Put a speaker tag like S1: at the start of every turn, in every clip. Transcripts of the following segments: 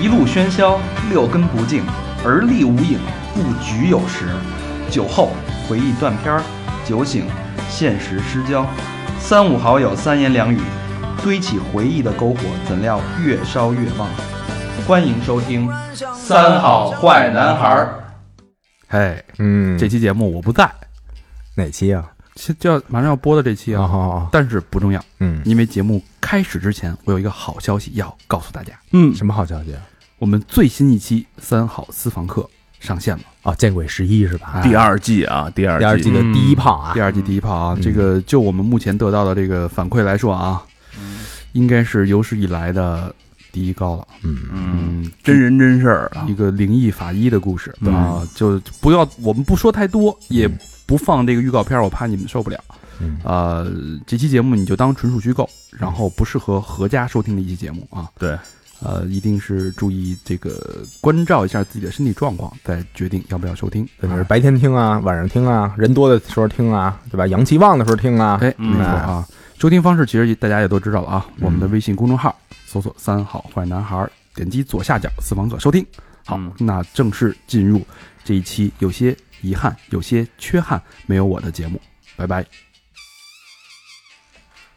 S1: 一路喧嚣，六根不净，而立无影，不局有时。酒后回忆断片儿，酒醒现实失焦。三五好友三言两语，堆起回忆的篝火，怎料越烧越旺。欢迎收听《三好坏男孩》。
S2: 哎，
S3: 嗯，
S2: 这期节目我不在，
S3: 哪期啊？
S2: 其就要马上要播的这期
S3: 啊
S2: 啊，
S3: 好好，
S2: 但是不重要，
S3: 嗯，
S2: 因为节目开始之前，我有一个好消息要告诉大家。
S3: 什么好消息啊？
S2: 我们最新一期《三好私房课》上线了，
S3: 哦，见鬼十一是吧？
S2: 哎
S4: 第二季啊，第二
S3: 第二季的第一炮啊
S2: 第，二季第一炮啊，
S3: 嗯
S2: 这个就我们目前得到的这个反馈来说啊，
S3: 嗯
S2: 应该是有史以来的第一高了。
S3: 嗯，
S1: 嗯，
S2: 嗯，
S4: 真人真事儿啊
S2: 一，个灵异法医的故事啊，就不要我们不说太多，也
S3: 嗯
S2: 不放这个预告片儿，我怕你们受不了。
S3: 嗯
S2: 呃，这期节目你就当纯属虚构，然后不适合合家收听的一期节目啊。
S4: 对，
S2: 呃，一定是注意这个关照一下自己的身体状况，再决定要不要收听。
S3: 对，你是白天听啊，晚上听啊，人多的时候听啊，对吧？阳气旺的时候听啊，
S2: 哎，没
S4: 嗯
S2: 错啊。收听方式其实大家也都知道了啊，
S5: 嗯
S2: 我们的微信公众号搜索“三好坏男孩”，点击左下角私房可收听。好，
S4: 嗯
S2: 那正式进入这一期有些遗憾、有些缺憾没有我的节目，拜拜。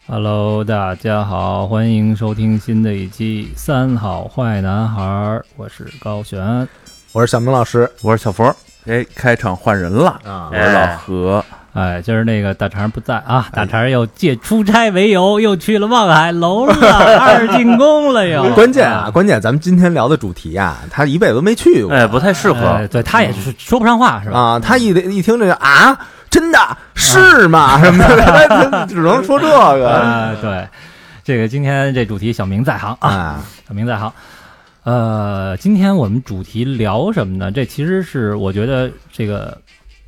S6: Hello，大家好，欢迎收听新的一期《三好坏男孩》，我是高璇。
S3: 我是小明老师
S4: 我是小佛，哎，开场换人了，
S3: 啊
S4: 我是老何，
S6: 哎，今儿那个大肠不在啊，
S3: 哎
S6: 大肠又借出差为由，又去了望海 楼了，二进宫了又。
S3: 关键啊，关键咱们今天聊的主题啊，他一辈子都没去过
S4: 哎，不太适
S6: 哎，
S4: 合，
S6: 对他也是说不上话是吧？
S3: 啊，他一一听这个啊，真的是吗？什么的， 他只能说这个
S6: 啊，对，这个今天这主题小明在行啊，
S3: 啊，
S6: 小明在行。呃，今天我们主题聊什么呢？这其实是我觉得这个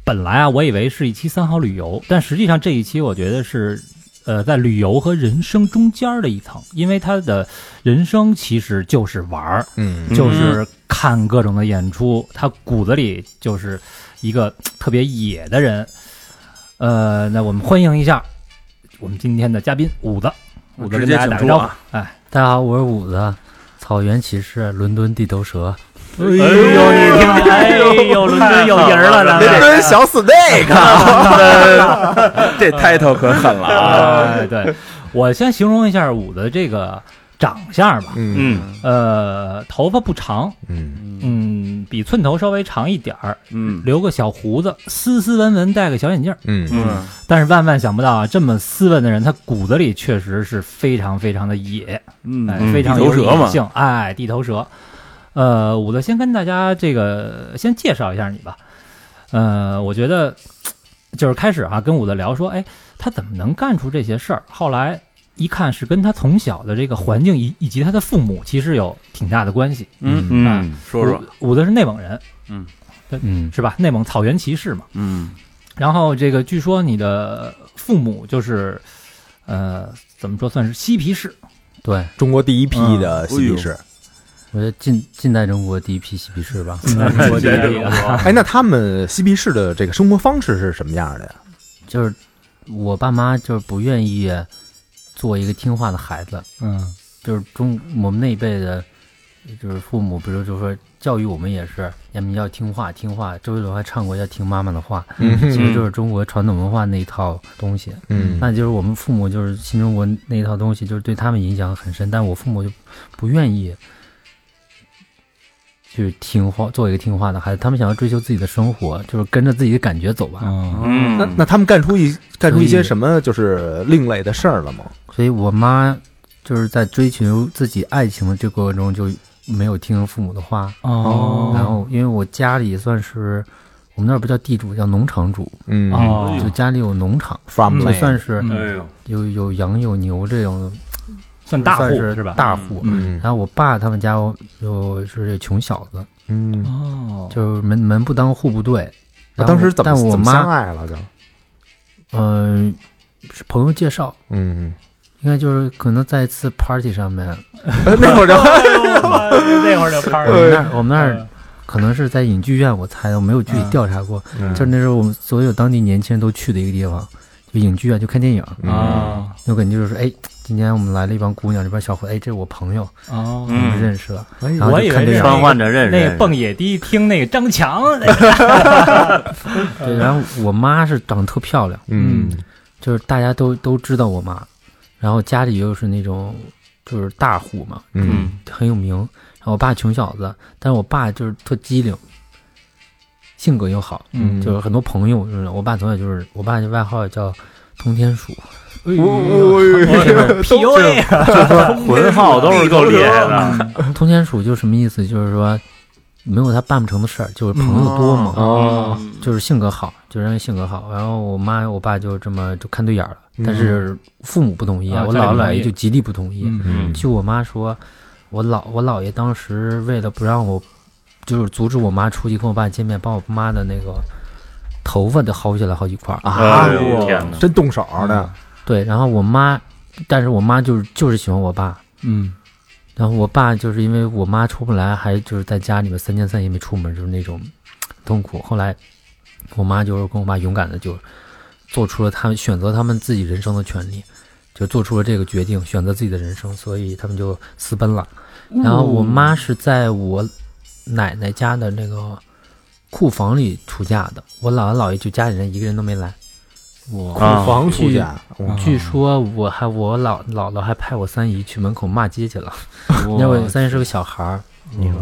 S6: 本来啊，我以为是一期三好旅游，但实际上这一期我觉得是呃，在旅游和人生中间儿的一层，因为他的人生其实就是玩儿，
S3: 嗯
S6: 就是看各种的演出，他骨子里就是一个特别野的人。呃，那我们欢迎一下我们今天的嘉宾五子，五子
S4: 直
S6: 跟
S4: 接
S6: 大家
S4: 请
S6: 打个
S4: 出
S6: 招呼
S4: 啊，。
S6: 哎，
S7: 大家好，我是五子，草原骑士，伦敦地头蛇。
S6: 哎呦，你听，哎呦，伦敦有人了，
S3: 那
S6: 咱们。
S3: 人小 snake，
S4: 哎 这 title 可狠了啊，
S6: 哎，对，我先形容一下五的这个长相吧。
S3: 嗯
S4: 嗯
S6: 呃，头发不长，
S3: 嗯，
S6: 嗯，比寸头稍微长一点儿，
S4: 嗯
S6: 留个小胡子，斯斯文文，戴个小眼镜儿。
S3: 嗯
S4: 嗯，
S6: 但是万万想不到啊，这么斯文的人，他骨子里确实是非常非常的野，哎，
S4: 嗯，
S6: 非常
S4: 地头
S6: 有
S4: 蛇
S6: 野
S4: 嘛，
S6: 性，哎，地头蛇。呃，我的先跟大家这个先介绍一下你吧。呃，我觉得就是开始啊，跟我的聊说，哎，他怎么能干出这些事儿？后来一看是跟他从小的这个环境以以及他的父母其实有挺大的关系。
S4: 嗯
S6: 嗯，
S4: 说说，
S6: 我的是内蒙人，
S4: 嗯
S6: 对，
S7: 嗯，
S6: 是吧？内蒙草原骑士嘛。
S4: 嗯
S6: 然后这个据说你的父母就是，呃，怎么说算是嬉皮士？
S7: 对，
S3: 中国第一批的嬉皮士。
S7: 我觉得近近代中国第一批嬉皮士吧。
S6: 我觉得这个
S3: 哎，那他们嬉皮士的这个生活方式是什么样的呀？
S7: 就是我爸妈就是不愿意做一个听话的孩子，
S6: 嗯
S7: 就是中我们那一辈的，就是父母，比如就说教育我们也是，要么要听话听话。周杰伦还唱过要听妈妈的话，
S3: 嗯
S7: 其实就是中国传统文化那一套东西。
S3: 嗯
S7: 那就是我们父母就是新中国那一套东西，就是对他们影响很深，但我父母就不愿意去听话，做一个听话的孩子，他们想要追求自己的生活，就是跟着自己的感觉走吧。
S6: 嗯
S4: 嗯，
S3: 那那他们干出一干出一些什么就是另类的事儿了吗？
S7: 所以我妈就是在追求自己爱情的这个过程中就没有听父母的话，
S6: 哦
S7: 然后因为我家里算是我们那儿不叫地主，叫农场主，
S3: 嗯
S6: 哦
S7: 就家里有农场，
S3: ，from
S7: 就
S3: land
S7: 算是
S6: 嗯
S4: 呦，
S7: 有有羊有牛这种
S6: 算大户
S7: 算是
S6: 吧？
S7: 大户，
S3: 嗯
S7: 然后我爸他们家就是穷小子，
S3: 嗯，
S6: 哦，
S7: 就是门门不当户不对。
S3: 那
S7: 然后
S3: 啊当时怎么
S7: 但我
S3: 怎么相
S7: 妈，
S3: 爱了就？
S7: 嗯、是朋友介绍，
S3: 嗯，
S7: 应该就是可能在一次 party 上面，
S5: 呃
S3: 那会儿就
S6: 哦那会儿就开
S7: 我们那儿我们那
S3: 嗯
S7: 儿可能是在
S3: 嗯
S7: 影剧院，我猜的，我没有具体调查过。就是那时候我们所有当地年轻人都去的一个地方，就影剧啊，就看电影。
S3: 嗯
S6: 哦
S4: 啊
S7: 有可能就是说，哎，今天我们来了一帮姑娘，这帮小伙，哎，这是我朋友，
S6: 哦
S7: 我们认识了。然后
S6: 哎我以
S7: 就看
S6: 为
S7: 这
S6: 是
S7: 个
S4: 哎
S6: 那
S4: 穿
S6: 个
S4: 换着认识
S6: 那个
S4: 认识，
S6: 蹦野迪听那个张强，哎嗯
S7: 对，然后我妈是长得特漂亮，
S3: 嗯
S7: 就是大家都都知道我妈，然后家里又是那种就是大户嘛，
S3: 嗯，
S7: 很有名。然后我爸穷小子，但是我爸就是特机灵，性格又好，
S3: 嗯
S7: 就是很多朋友，就是我爸从小就是我爸的外号叫通天鼠，
S6: PUA
S4: 浑号都是嗯够厉害的，
S7: 通天鼠就什么意思？就是说没有他办不成的事儿，就是朋友多
S6: 嗯
S7: 嘛，
S3: 哦，
S7: 就是性格好，就是因为性格好。然后我妈我爸就这么就看对眼儿了，但是父母不同意
S6: 嗯啊
S7: 我
S6: 家里不
S7: 姥姥
S6: 同
S7: 姥
S6: 意
S7: 爷就极力不同意。
S4: 嗯
S7: 据我妈说，我姥我姥爷当时为了不让我，就是阻止我妈出去跟我爸见面，把我妈的那个头发都薅下来好几块儿啊。
S4: 哎呦天哪！
S3: 真动手呢，
S7: 对，然后我妈，但是我妈就是就是喜欢我爸，
S2: 嗯，
S7: 然后我爸就是因为我妈出不来，还就是在家里面三天三夜没出门，就是那种痛苦。后来我妈就是跟我爸勇敢的就做出了他们选择他们自己人生的权利，就做出了这个决定，选择自己的人生，所以他们就私奔了。然后我 妈是在我奶奶家的那个库房里出嫁的，我姥姥姥爷就家里人一个人都没来。
S3: 库
S7: 我
S4: 啊
S3: 房出家，哇
S7: 据说我还我姥姥姥还派我三姨去门口骂街去了， 因为我三姨是个小孩儿，你说，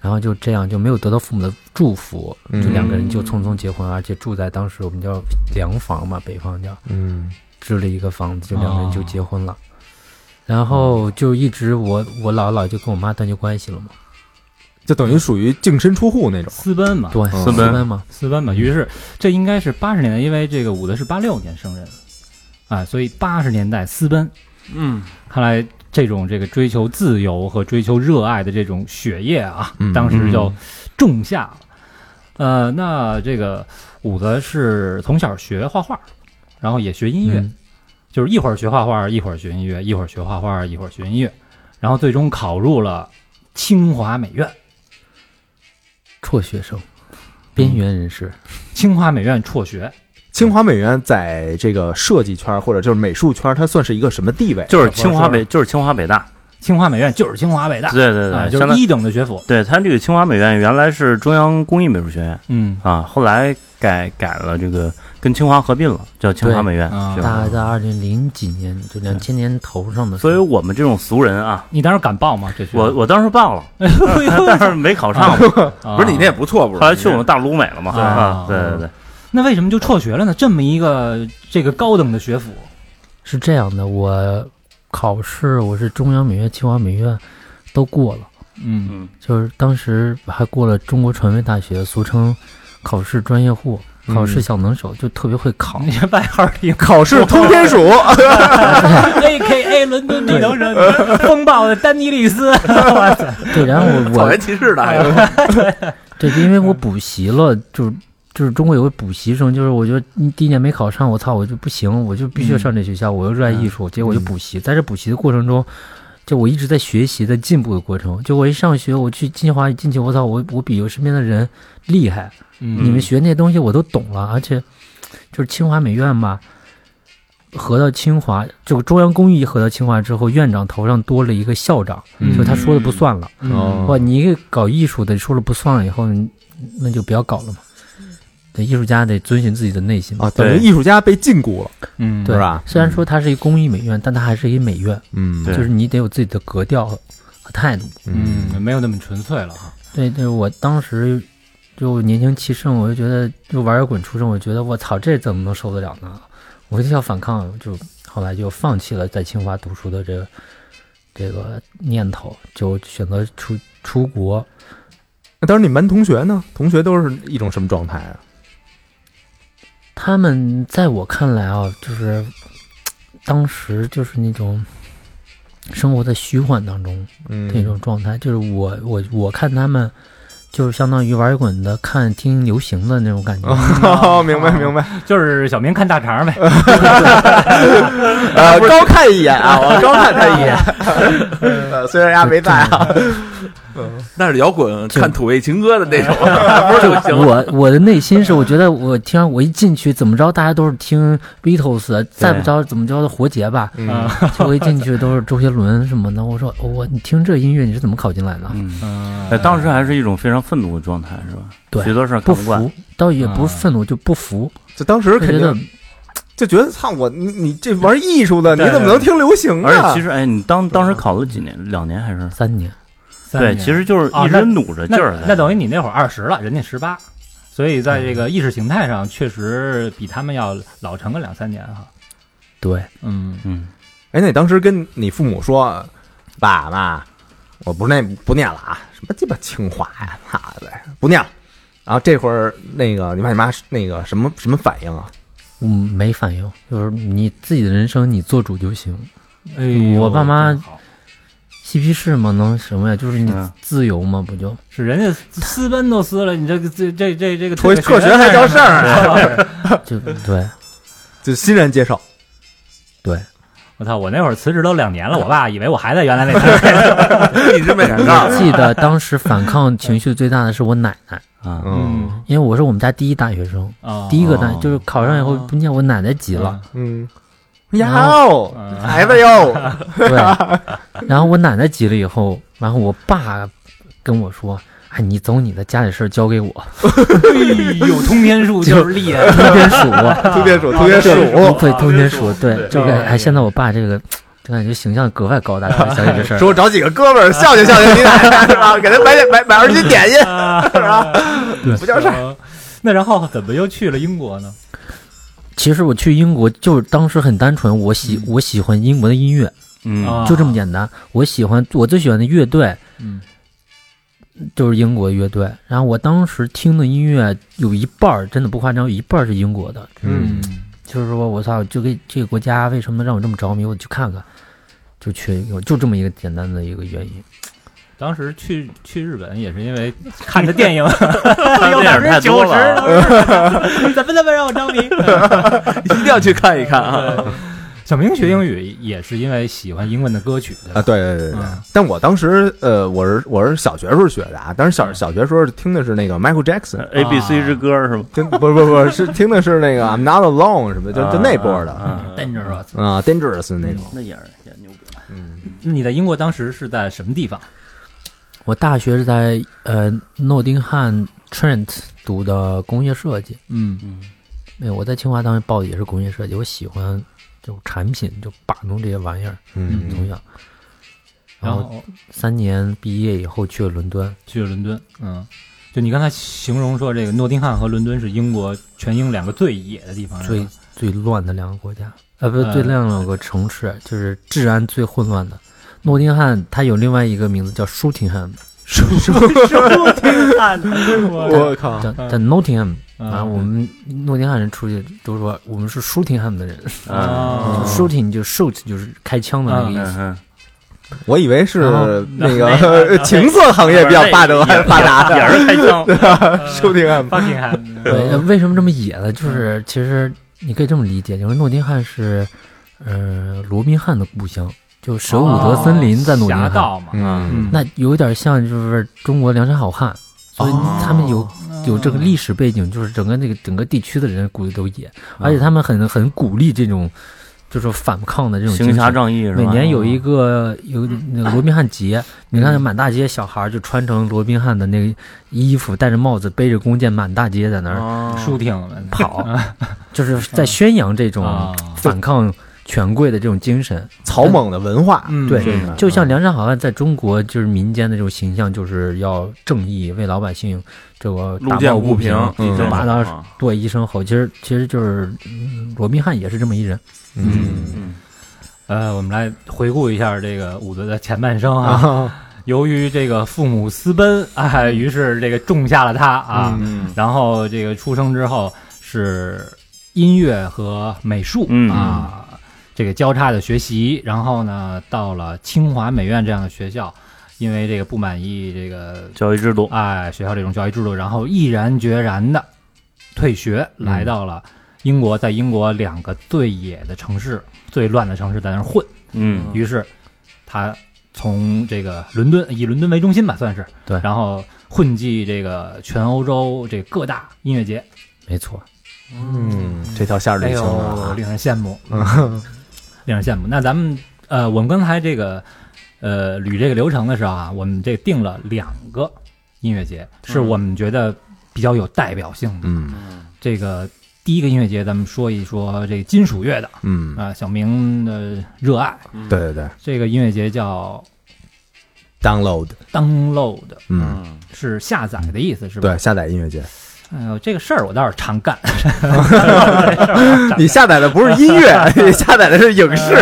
S7: 然后就这样就没有得到父母的祝福，
S3: 嗯
S7: 就两个人就匆匆结婚，而且住在当时我们叫洋房嘛，北方叫
S3: 嗯
S7: 支了一个房子，就两个人就结
S4: 哦
S7: 婚了。然后就一直我我姥姥姥就跟我妈断绝关系了嘛，
S3: 就等于属于净身出户那种，
S6: 私奔
S4: 哦
S6: 嘛，
S7: 对，
S3: 嗯
S7: 私奔嘛，
S6: 私奔嘛。于是这应该是八十年代，因为这个武德是八六年生人，啊，所以八十年代私奔，
S4: 嗯，
S6: 看来这种这个追求自由和追求热爱的这种血液啊
S3: 嗯，
S6: 当时就种下了。呃，那这个武子是从小学画画，然后也学音乐，
S7: 嗯
S6: 就是一会儿学画画，一会儿学音乐，一会儿学画画，一会儿学音乐，然后最终考入了清华美院。
S7: 辍学生，边缘人士，
S6: 清华美院辍学，
S3: 清华美院在这个设计圈或者就是美术圈，它算是一个什么地位？
S4: 就是清华北，就是清华北大，
S6: 清华美院就是清华北大，
S4: 对对
S6: 啊，
S4: 对，
S6: 就
S4: 呃相当
S6: 是一等的学府。
S4: 对它这个清华美院原来是中央工艺美术学院
S6: 嗯，
S4: 啊，后来改改了这个跟清华合并了，叫清华美院
S6: 对啊，
S4: 是吧
S7: 大概在二零零几年，就两千年头上的时
S4: 嗯所以
S7: 候，
S4: 我们这种俗人啊，
S6: 你当时敢报吗？这学
S4: 我我当时报了，但是没考上嘛，
S6: 啊
S5: 不是你那也不错，不是？
S4: 后来去我们大鲁美了嘛，
S6: 对
S4: 啊，对对对，
S6: 那为什么就辍学了呢？这么一个这个高等的学府，
S7: 是这样的，我考试我是中央美院、清华美院都过了，
S6: 嗯
S4: 嗯
S7: 就是当时还过了中国传媒大学，俗称考试专业户、考试小能手，就特别会考。
S6: 你这外号儿挺
S3: 考试通天鼠，
S5: 啊
S6: A K A 伦敦地头蛇，风暴的丹尼利斯，我操
S7: 对，然后 我
S5: 草
S7: 我
S5: 原骑士的，还有
S7: 对，因为
S6: 嗯
S7: 我补习了，就是就是中国有个补习生，就是我觉得你第一年没考上，我操，我就不行，我就必
S6: 嗯
S7: 须要上这学校，我又热爱艺术，结果我就补习。在这补习的过程中，就我一直在学习在进步的过程。就我一上学，我去清华一进去，我操，我我比我身边的人厉害，
S6: 嗯
S7: 你们学那些东西我都懂了，而且就是清华美院吧。合到清华，就中央工艺合到清华之后，院长头上多了一个校长，
S6: 嗯
S7: 就他说了不算了。哇，
S3: 哦
S7: 你一个搞艺术的说了不算了以后，你那就不要搞了嘛。对，艺术家得遵循自己的内心嘛。
S3: 啊，等于艺术家被禁锢了，
S6: 嗯
S7: 对
S3: 是吧
S7: 虽然说它是一工艺美院，但它还是一美院，
S3: 嗯
S4: 对
S7: 就是你得有自己的格调和态度。
S3: 嗯，
S6: 没有那么纯粹了哈。
S7: 对对，我当时就年轻气盛，我就觉得就玩摇滚出身，我觉得我操，这怎么能受得了呢？我就要反抗，就后来就放弃了在清华读书的这个这个念头，就选择出出国。
S3: 那当时你们班同学呢？同学都是一种什么状态啊？
S7: 他们在我看来啊，就是当时就是那种生活在虚幻当中
S3: 嗯
S7: 的一种状态，就是我我我看他们。就是相当于玩摇滚的看听流行的那种感觉，
S3: 哦，明白明白，
S6: 就是小明看大肠呗，
S3: 呃，
S5: 啊
S7: 哎
S3: 高看一眼啊，我高看他一眼，呃，虽然丫没在啊，
S5: 那是摇滚
S7: 就
S5: 看土味情歌的那种， 不 是就行了？
S7: 我我的内心是，我觉得我听我一进去怎么着，大家都是听 Beatles，的再不着怎么着的活结吧，啊
S6: 嗯
S7: 就我一进去都是周杰伦什么的。我说我你听这音乐你是怎么考进来的？
S2: 嗯，
S6: 嗯
S4: 呃，当时还是一种非常愤怒的状态，是吧？
S7: 对
S4: 许多事儿看
S7: 不
S4: 不惯。
S7: 服，倒也不
S6: 啊
S7: 是愤怒，就不服，
S3: 就当时
S7: 就
S3: 肯
S7: 觉得
S3: 定就觉得操我你你这玩艺术的，你
S4: 对
S3: 怎么能听流行
S4: 而
S3: 啊
S4: 且其？实，哎，你当当时考了几年，两年还是？
S7: 三年
S6: 三
S4: 对，
S6: 年
S4: 其实就是
S6: 啊
S4: 一
S6: 那
S4: 直努着
S6: 那
S4: 劲儿在。
S6: 那等于你那会儿二十了，人家十八，所以在这个意识形态上，确实比他们要老成个两三年哈。
S7: 对，
S6: 嗯，
S4: 嗯，
S3: 哎，那你当时跟你父母说，爸妈，我不念不念了啊，什么鸡巴清华呀，妈的，不念了。然后这会儿那个你爸你妈是那个什么什么反应啊？
S7: 嗯，没反应，就是你自己的人生你做主就行，
S6: 哎呦
S7: 我爸妈
S6: 真好嗯
S7: 嬉皮士嘛，能什么呀？就是你
S4: 是啊
S7: 自由嘛，不就？
S6: 是人家私奔都私了，你这个这这这这个
S3: 辍辍学还叫事儿，啊
S7: 就对
S3: 就欣然接受。
S7: 对，
S6: 我操！我那会儿辞职都两年了，我爸以为我还在原来那单位。
S5: 一直没敢干。
S7: 我记得当时反抗情绪最大的是我奶奶，
S4: 啊，
S3: 嗯
S7: 因为我是我们家第一大学生，
S6: 啊，
S7: 第一个大
S4: 哦
S7: 就是考上以后，不念我奶奶急
S6: 哦
S7: 了，
S3: 嗯，呀哦
S6: 嗯
S3: 孩子哟，
S7: 对， 然后我奶奶急了以后，然后我爸跟我说：“哎，你走你的，家里事儿交给我，
S6: 哎呦，通天术就是厉害，
S7: 通天鼠，
S3: 特别鼠，特别鼠。
S7: 对，通天鼠，对
S5: 对
S7: 这个。
S6: 哎
S7: 哎，现在我爸这个，这感觉形象格外高大上，想起这事儿，
S3: 说我找几个哥们儿孝敬孝敬你奶奶是吧？给他买点买买二斤点心
S6: 啊
S3: 是吧？不叫事儿。
S6: 儿。那然后怎么又去了英国呢？
S7: 其实我去英国就是当时很单纯，我喜我喜欢英国的音乐，
S4: 嗯，
S6: 啊
S7: 就这么简单。我喜欢我最喜欢的乐队
S6: 嗯
S7: 就是英国乐队，然后我当时听的音乐有一半儿真的不夸张，有一半儿是英国的，
S6: 嗯，
S7: 就是说我操，就给这个国家为什么让我这么着迷，我去看看，就去就这么一个简单的一个原因。
S6: 当时去去日本也是因为看 的电影， 有百
S4: 电影
S6: 分之
S4: 太
S6: 九
S4: 多
S6: 十
S4: 了
S6: 都 是怎么那么让我着迷？
S5: 一定要去看一看啊！
S6: 小明学英语也是因为喜欢英文的歌曲对吧
S3: 啊，对对对对
S6: 嗯。
S3: 但我当时呃，我是我是小学时候学的啊，当时小小学时候听的是那个 Michael Jackson，
S4: A B C 之歌是吧？
S3: 真不是不是不是是听的是那个 I'm Not Alone 什么的，就就那波的啊
S6: 嗯
S4: 啊，
S6: Dangerous。
S3: ，Dangerous 那种。
S4: 那也是也牛逼。
S3: 嗯，
S6: 你在英国当时是在什么地方？
S7: 我大学是在呃诺丁汉 Trent 读的工业设计，
S6: 嗯
S4: 嗯，
S7: 没有我在清华当时报的也是工业设计，我喜欢这种产品，就把弄这些玩意儿，
S3: 嗯
S7: 从小。
S6: 然
S7: 然后
S6: 后
S7: 三年毕业以后去了伦敦，
S6: 去了伦敦。嗯，就你刚才形容说这个诺丁汉和伦敦是英国全英两个最野的地方，是
S7: 最
S6: 吧
S7: 最乱的两个国家，呃，不是
S6: 呃
S7: 最乱的两个城市，就是治安最混乱的。诺丁汉它有另外一个名字叫 Shootingham，
S3: 我靠，
S7: 叫
S6: 嗯
S7: 叫 Nottingham。
S6: 嗯
S7: 啊啊，我们诺丁汉人出去都说我们是 Shootingham 的人、
S6: 啊
S7: s h o o t i n g 就 shoot 就是开枪的那个意
S4: 嗯
S7: 思。
S4: 嗯，
S3: 我以为是
S7: 然后
S3: 那个呃情色行业比较发达发
S7: 啊
S3: 达
S4: 也
S3: 的，
S4: 是开枪。
S3: 收听啊，
S6: 巴金汉
S4: 嗯
S7: 对，呃为什么这么野呢？就是其实你可以这么理解，就是诺丁汉是，呃，罗宾汉的故乡，就舍伍德森林 在诺丁
S6: 侠
S4: 哦
S7: 汉。
S6: 盗嘛，
S3: 嗯，
S7: 那有点像就是中国梁山好汉，所以他们
S4: 哦
S7: 有、有这个历史背景，就是整个那个整个地区的人估计都野，
S4: 哦
S7: 而且他们很很鼓励这种就是反抗的这种精
S4: 行侠
S7: 神。
S4: 仗义是吧？
S7: 每年有一个有那个罗宾汉节，你看满大街小孩就穿成罗宾汉的那个衣服，戴着帽子，背着弓箭，满大街在那儿
S4: 哦
S6: 书挺
S7: 嗯跑，就是在宣扬这种
S6: 啊
S7: 反抗权贵的这种精神。
S3: 草蜢的文化，
S6: 嗯
S7: 对
S3: 这
S4: 啊
S3: 个
S7: 就像梁山好汉在中国就是民间的这种形象，就是要正义，为老百姓这个
S5: 路
S7: 打抱
S5: 见
S7: 不
S5: 不平，
S3: 嗯
S7: 就把他
S4: 啊
S7: 对一声吼。其实其实就是、嗯罗宾汉也是这么一人，
S3: 嗯
S6: 呃，我们来回顾一下这个伍德的前半生 啊。
S3: 啊，
S6: 由于这个父母私奔，哎，于是这个种下了他啊。
S3: 嗯
S6: 然后这个出生之后是音乐和美术、
S4: 嗯
S6: 啊，这个交叉的学习。然后呢，到了清华美院这样的学校，因为这个不满意这个
S4: 教育制度，
S6: 哎学校这种教育制度，然后毅然决然的退学，来到了英国，在英国两个最野的城市、最乱的城市在那儿混。
S4: 嗯
S6: 于是他从这个伦敦以伦敦为中心吧，算是
S7: 对
S6: 然后混迹这个全欧洲这各大音乐节，
S7: 没错，
S3: 嗯，这条线儿
S6: 哎
S3: 捋清了
S6: 呦，
S3: 啊。嗯
S6: 令人 羡慕，令人羡慕。那咱们呃，我们刚才这个呃捋这个流程的时候啊，我们这定了两个音乐节，是我们觉得比较有代表性的。
S3: 嗯
S6: 这个第一个音乐节，咱们说一说这金属乐的
S3: 嗯，
S6: 啊、小明的热爱。
S5: 嗯
S3: 对对对
S6: 这个音乐节叫
S3: ，download，
S6: download，
S3: 嗯，
S6: 是下载的意思，是吧？
S3: 对，下载音乐节。
S6: 哎呦，这个事儿我倒是常干。
S3: 你下载的嗯不是音 乐，你下载的是影视。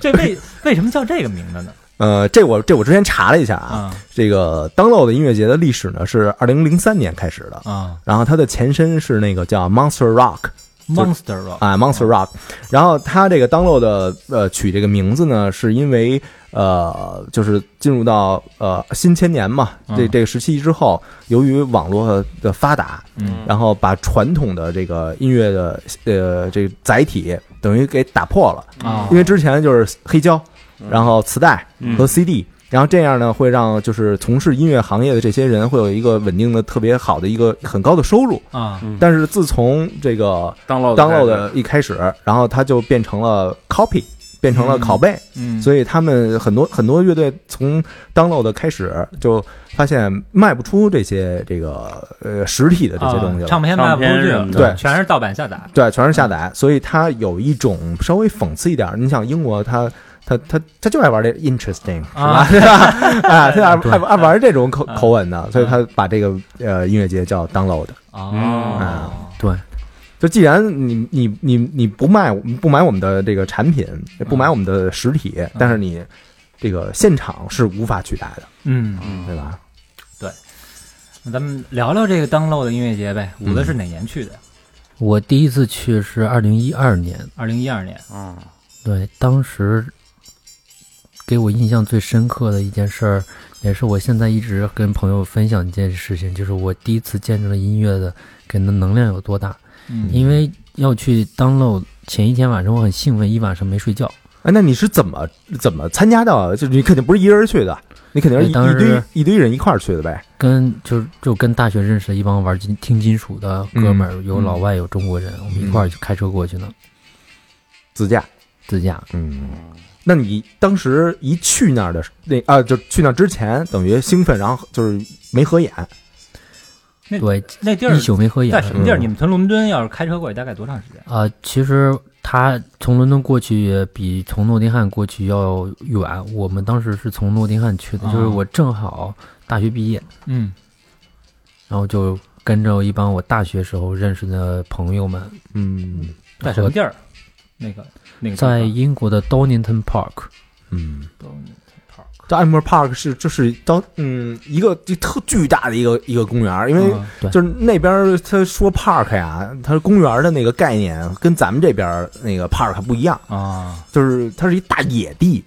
S6: 这为为什么叫这个名字呢？
S3: 呃，这我这我之前查了一下啊，
S6: 啊
S3: 这个 download 音乐节的历史呢是二零零三年开始的，
S6: 啊
S3: 然后它的前身是那个叫 Monster Rock
S6: ，Monster Rock
S3: 啊 Monster Rock，然后它这个 download 的呃取这个名字呢，是因为呃就是进入到呃新千年嘛这
S6: 嗯
S3: 这个时期之后，由于网络的发达，然后把传统的这个音乐的呃这个载体等于给打破了。
S6: 啊
S3: 因为之前就是黑胶，然后磁带和 CD，、然后这样呢会让就是从事音乐行业的这些人会有一个稳定的、特别好的一个很高的收入。
S6: 啊
S3: 但是自从这个
S5: 当漏
S3: download 的一开始，然后它就变成了 copy，变成了拷贝，
S6: 嗯，
S3: 所以他们很多很多乐队从 download 的开始就发现卖不出这些这个呃实体的这些东西
S6: 啊
S3: 了。
S6: 唱片卖不出去
S4: 唱片什
S6: 了
S4: 么，
S3: 的对
S6: 全是盗版下载。
S3: 对，全是下载，所以它有一种稍微讽刺一点儿。你想英国它，它它它就爱玩这 interesting 是吧？
S6: 啊
S3: 对吧？啊，它爱爱
S7: 对
S3: 爱玩这种口
S6: 啊
S3: 口吻的，所以它把这个呃音乐节叫 download。
S6: 哦，
S7: 对，
S3: 就既然你你你你不卖不买我们的这个产品，不
S7: 嗯
S3: 买我们的实体，但是你这个现场是无法取代的，
S6: 嗯，
S3: 对吧？
S6: 那咱们聊聊这个 download 的音乐节呗。五子是哪年去的
S3: 嗯
S6: 呀？
S7: 我第一次去是二零一二年，
S6: 二零一二年。
S4: 嗯，
S7: 对，当时给我印象最深刻的一件事儿，也是我现在一直跟朋友分享一件事情，就是我第一次见证了音乐的给的能量有多大。
S6: 嗯
S7: 因为要去 download，前一天晚上我很兴奋，一晚上没睡觉。
S3: 哎，那你是怎么怎么参加到的？就是你肯定不是一个人去的，你肯定是一
S7: 对当
S3: 一堆
S7: 时
S3: 一堆人一块儿去的呗。
S7: 跟就是就跟大学认识的一帮玩金听金属的哥们
S6: 嗯
S7: 儿，有老外有中国人，我们一块儿就开车过去呢，
S3: 自驾，
S7: 自驾。
S3: 嗯，那你当时一去那儿的那啊，就去那儿之前，等于兴奋，然后就是没合眼，
S7: 对，
S6: 那地儿
S7: 一宿没合眼
S6: 哎在什么地儿？
S3: 嗯
S6: 你们从伦敦要是开车过去，大概多长时间？
S7: 啊、其实他从伦敦过去比从诺丁汉过去要远。我们当时是从诺丁汉去的，
S6: 啊
S7: 就是我正好大学毕业，
S6: 嗯
S7: 然后就跟着一帮我大学时候认识的朋友们，
S3: 嗯
S6: 在什么地儿？那个那个地方啊
S7: 在英国的 Donington Park，
S3: 嗯，
S6: Park
S3: 这 Animal Park 是就是当嗯一个就特巨大的一个一个公园儿，因为
S6: 嗯
S7: 对
S3: 就是那边儿他说 park 呀，它是公园儿的那个概念跟咱们这边儿那个 park 不一样，
S6: 啊
S3: 就是它是一大野地，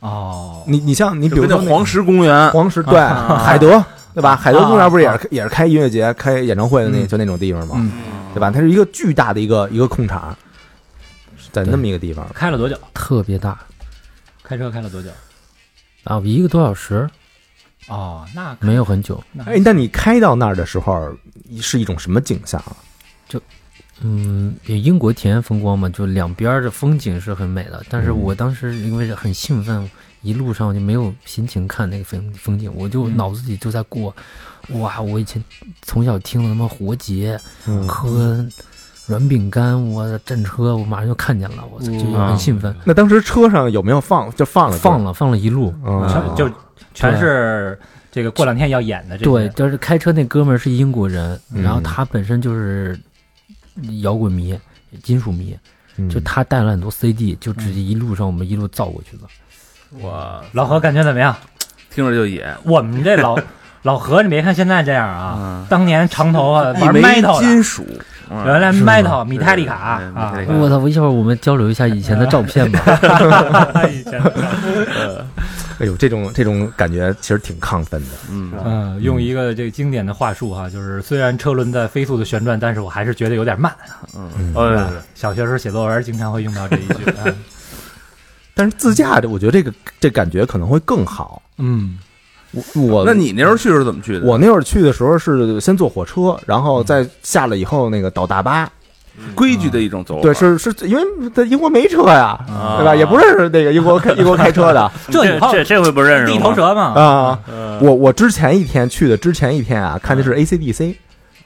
S6: 哦，
S3: 你你像你比
S5: 就
S3: 如
S5: 跟那
S3: 说那啊
S5: 黄石公园，
S3: 黄石对海德。对吧？海德公园不是也
S6: 啊
S3: 是也是开音乐节、开演唱会的那
S6: 嗯
S3: 就那种地方吗？
S6: 嗯
S3: 对吧？它是一个巨大的一个一个空场，在那么一个地方。
S6: 开了多久？
S7: 特别大
S6: 开车开了多久？
S7: 啊，一个多小时，
S6: 哦，那
S7: 没有很久。
S6: 那
S3: 哎，那你开到那儿的时候是一种什么景象啊？
S7: 嗯，英国田园风光嘛，就两边儿的风景是很美的。但是我当时因为很兴奋，一路上就没有心情看那个风风景，我就
S6: 嗯
S7: 脑子里就在过，哇！我以前从小听了他妈活结、
S3: 嗯
S7: 科恩、软饼干，我震车，我马上就看见了，我操，就
S4: 啊
S7: 很兴奋，
S3: 那当时车上有没有放就放了
S7: 放
S3: 了，
S7: 了放了一路。
S3: 嗯
S6: 全就全是这个过两天要演的这些
S7: 对，但是开车那哥们儿是英国人，
S3: 嗯
S7: 然后他本身就是摇滚迷、金属迷，
S3: 嗯
S7: 就他带了很多 CD，就直接一路上我们一路造过去的。
S5: 我
S6: 老何感觉怎么样？
S5: 听着就野，
S6: 我们这老老何，你别看现在这样啊，当年长头发
S5: 一
S6: 玩
S5: 枚
S6: metal 的，
S5: 金属，嗯
S6: 原来
S7: 是吗
S6: metal 米泰利卡
S4: 对
S6: 啊
S4: 米泰利，
S7: 我操！我一会儿我们交流一下以前的照片吧。
S6: 以前的
S3: 哎呦，这种这种感觉其实挺亢奋的。
S4: 嗯，
S6: 嗯，用一个这个经典的话术哈，就是虽然车轮在飞速的旋转，但是我还是觉得有点慢。啊
S4: 呃，
S6: 小学时候写作文经常会用到这一句。嗯
S3: 但是自驾这，我觉得这个这感觉可能会更好。
S2: 嗯，
S3: 我我
S5: 那你那时候去是怎么去的？
S3: 我那会儿去的时候是先坐火车，然后再下来以后那个倒大巴。
S5: 规矩的一种走法，啊
S3: 对，是是因为在英国没车呀，
S4: 啊
S3: 对吧？也不认识那个英国开英国开车的
S6: 这以后
S4: 这这回不认识
S6: 地头蛇嘛，
S3: 啊。我我之前一天去的，之前一天啊看的是 ACDC，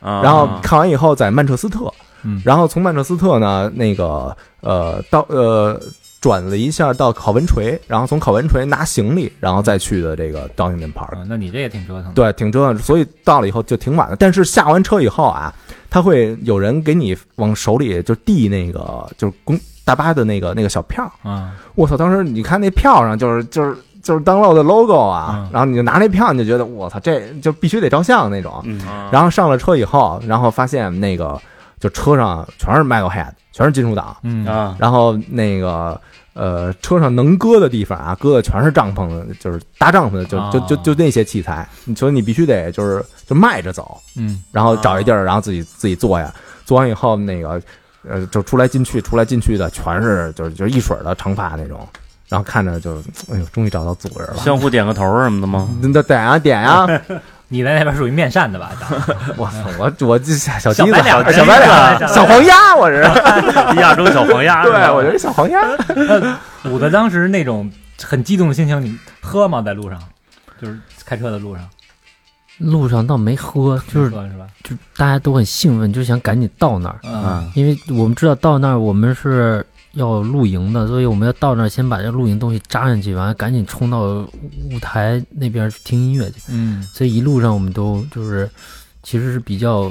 S5: 啊，
S3: 然后看完以后在曼彻斯特
S2: 嗯，
S3: 然后从曼彻斯特呢，那个呃到呃转了一下到考文垂，然后从考文垂拿行李，然后再去的这个 Donington Park。
S6: 啊那你这也挺折腾的。
S3: 对，挺折腾，所以到了以后就挺晚的。但是下完车以后啊，他会有人给你往手里就递那个就是公大巴的那个那个小票。
S6: 啊，
S3: 我操！当时你看那票上就是就是就是 download 的 logo 啊
S6: 嗯，
S3: 然后你就拿那票你就觉得我操，这就必须得照相那种。
S4: 嗯
S5: 然
S3: 然后上了车以后，然后发现那个就车上全是 Michael Head，全是金属党，
S6: 嗯
S4: 啊，
S3: 然后那个呃车上能搁的地方啊，搁的全是帐篷的，就是搭帐篷的，就就就就那些器材，你说你必须得就是就迈着走，
S6: 嗯，
S3: 然后找一地儿，然后自己自己坐下，坐完以后那个呃就出来进去，出来进去的全是就是就是一水儿的长发那种，然后看着就哎呦，终于找到组织了。
S4: 相互点个头什么的 吗？
S3: 那那点啊点 啊！
S6: 你在那边属于面善的吧？
S3: 我操，我我这小小鸡子，
S6: 小白脸
S3: 小
S6: 儿
S3: 小白脸儿，小黄鸭，我 是。
S4: 亚洲小黄鸭，
S3: 对，我觉得小黄鸭
S6: 五的当时那种很激动的心情，你喝吗？在路上，就是开车的路上，
S7: 路上倒没喝，就是
S6: 喝是吧？
S7: 就大家都很兴奋，就想赶紧到那儿，
S6: 嗯，
S7: 因为我们知道到那儿我们是要露营的，所以我们要到那儿先把这露营东西扎上去，完了赶紧冲到舞台那边去听音乐去。
S6: 嗯，
S7: 所以一路上我们都就是其实是比较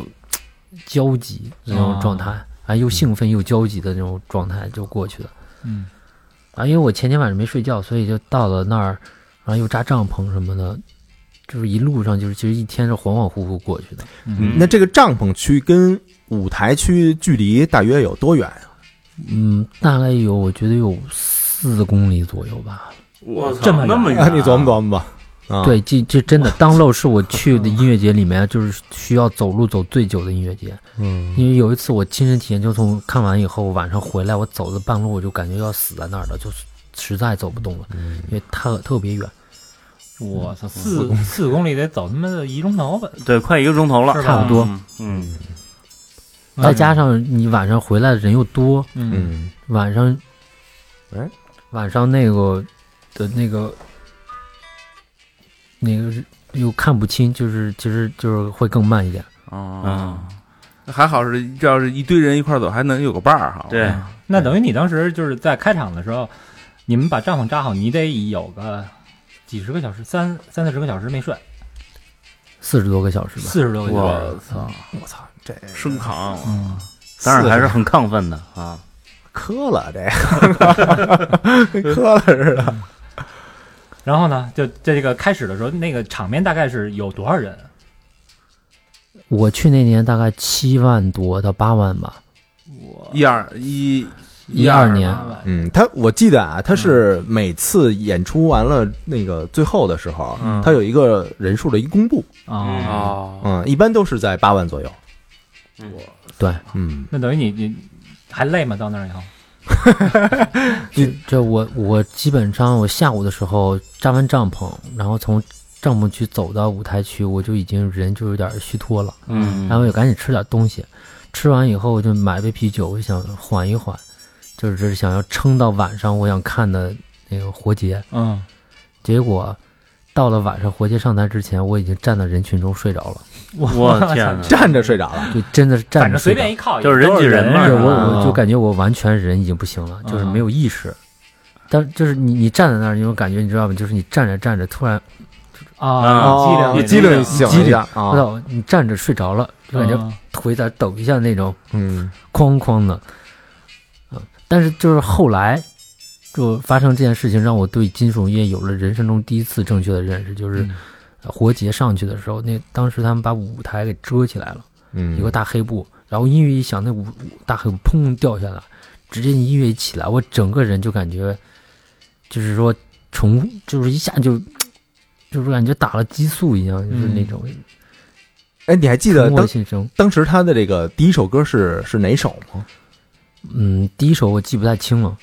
S7: 焦急的那种状态，啊，又兴奋又焦急的那种状态就过去了。
S6: 嗯，
S7: 啊，因为我前天晚上没睡觉，所以就到了那儿，然后又扎帐篷什么的，就是一路上就是其实一天是恍恍惚惚过去的。
S4: 嗯
S3: 那这个帐篷区跟舞台区距离大约有多远啊？
S7: 嗯，大概有我觉得有四公里左右吧。
S5: 我操
S6: 这么远
S5: 那么
S3: 啊
S5: 远，
S3: 你琢磨琢磨吧。啊，，
S7: 对，这这真的当漏是我去的音乐节里面就是需要走路走最久的音乐节，
S3: 嗯，
S7: 因为有一次我亲身体验，就从看完以后晚上回来，我走的半路我就感觉要死在那儿了，就是实在走不动了，因为特特别远，
S6: 我操，四四公里得走他妈的一钟头吧？
S4: 对，快一个钟头了，
S6: 是吧
S7: 差不多。
S4: 嗯，
S6: 哎
S7: 再加上你晚上回来人又多，
S6: 嗯，
S3: 嗯，
S7: 晚上，
S3: 哎，
S7: 晚上那个的那个那个是又看不清，就是其实就是会更慢一点。
S4: 嗯
S5: 啊，
S4: 啊，
S5: 还好是这要是一堆人一块儿走，还能有个伴儿哈。
S4: 对，
S6: 那等于你当时就是在开场的时候，你们把帐篷扎好，你得有个几十个小时，三三四十个小时没睡，
S7: 四十多个小时吧，
S6: 四十多个小时
S5: 我。操，
S3: 我操，这
S5: 生扛，
S6: 嗯，
S4: 当然还是很亢奋的啊。
S3: 磕了， 这个跟磕了似的。
S6: 然后呢，就这个开始的时候，那个场面大概是有多少人？
S7: 我去那年大概七万多到八万吧，
S5: 一二一
S7: 一二年
S3: 嗯，他我记得啊，他是每次演出完了那个最后的时候，
S5: 嗯
S3: 他有一个人数的一公布，
S6: 啊，
S5: 哦，
S3: 嗯，一般都是在八万左右。
S7: 对，
S3: 嗯，
S6: 那等于你你还累吗？到那儿以后，
S7: 这这我我基本上我下午的时候扎完帐篷，然后从帐篷区走到舞台区，我就已经人就有点虚脱了，
S4: 嗯
S7: 然后也赶紧吃点东西，吃完以后我就买杯啤酒，我想缓一缓，就是只是想要撑到晚上我想看的那个活结，
S6: 嗯，
S7: 结果到了晚上活结上台之前，我已经站在人群中睡着了，
S4: 我天哪，
S3: 站着睡着了。
S7: 就真的是站
S6: 反
S7: 着
S6: 正
S7: 睡
S6: 随
S7: 着。
S6: 便一靠，
S4: 就是人挤人嘛
S6: 都
S7: 对
S6: 是
S7: 我，
S6: 人
S4: 啊
S7: 我就感觉我完全人已经不行了，就是没有意识。但就是你你站在那儿，你有感觉，你知道吗？就是你站着站着，突然
S6: 啊，
S3: 哦
S6: 你
S3: 你
S6: 机
S3: 机
S6: 灵
S3: 灵
S6: 也
S3: 醒
S7: 机
S3: 一
S7: 灵
S3: 下
S7: 不知
S3: 啊，
S7: 道你站着睡着了，就感觉
S6: 嗯
S7: 腿在抖一下那种，
S3: 嗯，
S7: 哐哐的。嗯，但是就是后来就发生这件事情，让我对金属乐有了人生中第一次正确的认识，就是呃
S6: 嗯
S7: 活结上去的时候，那当时他们把舞台给遮起来了。
S3: 嗯
S7: 有个大黑布，然后音乐一响，那舞大黑布砰掉下来，直接音乐一起来，我整个人就感觉，就是说重，就是一下就，就是感觉打了激素一样，就是那种
S3: 哎，你还嗯记得
S7: 冲
S3: 当
S7: 我心生。
S3: 当时他的这个第一首歌是是哪首吗？
S7: 嗯，第一首我记不太清了，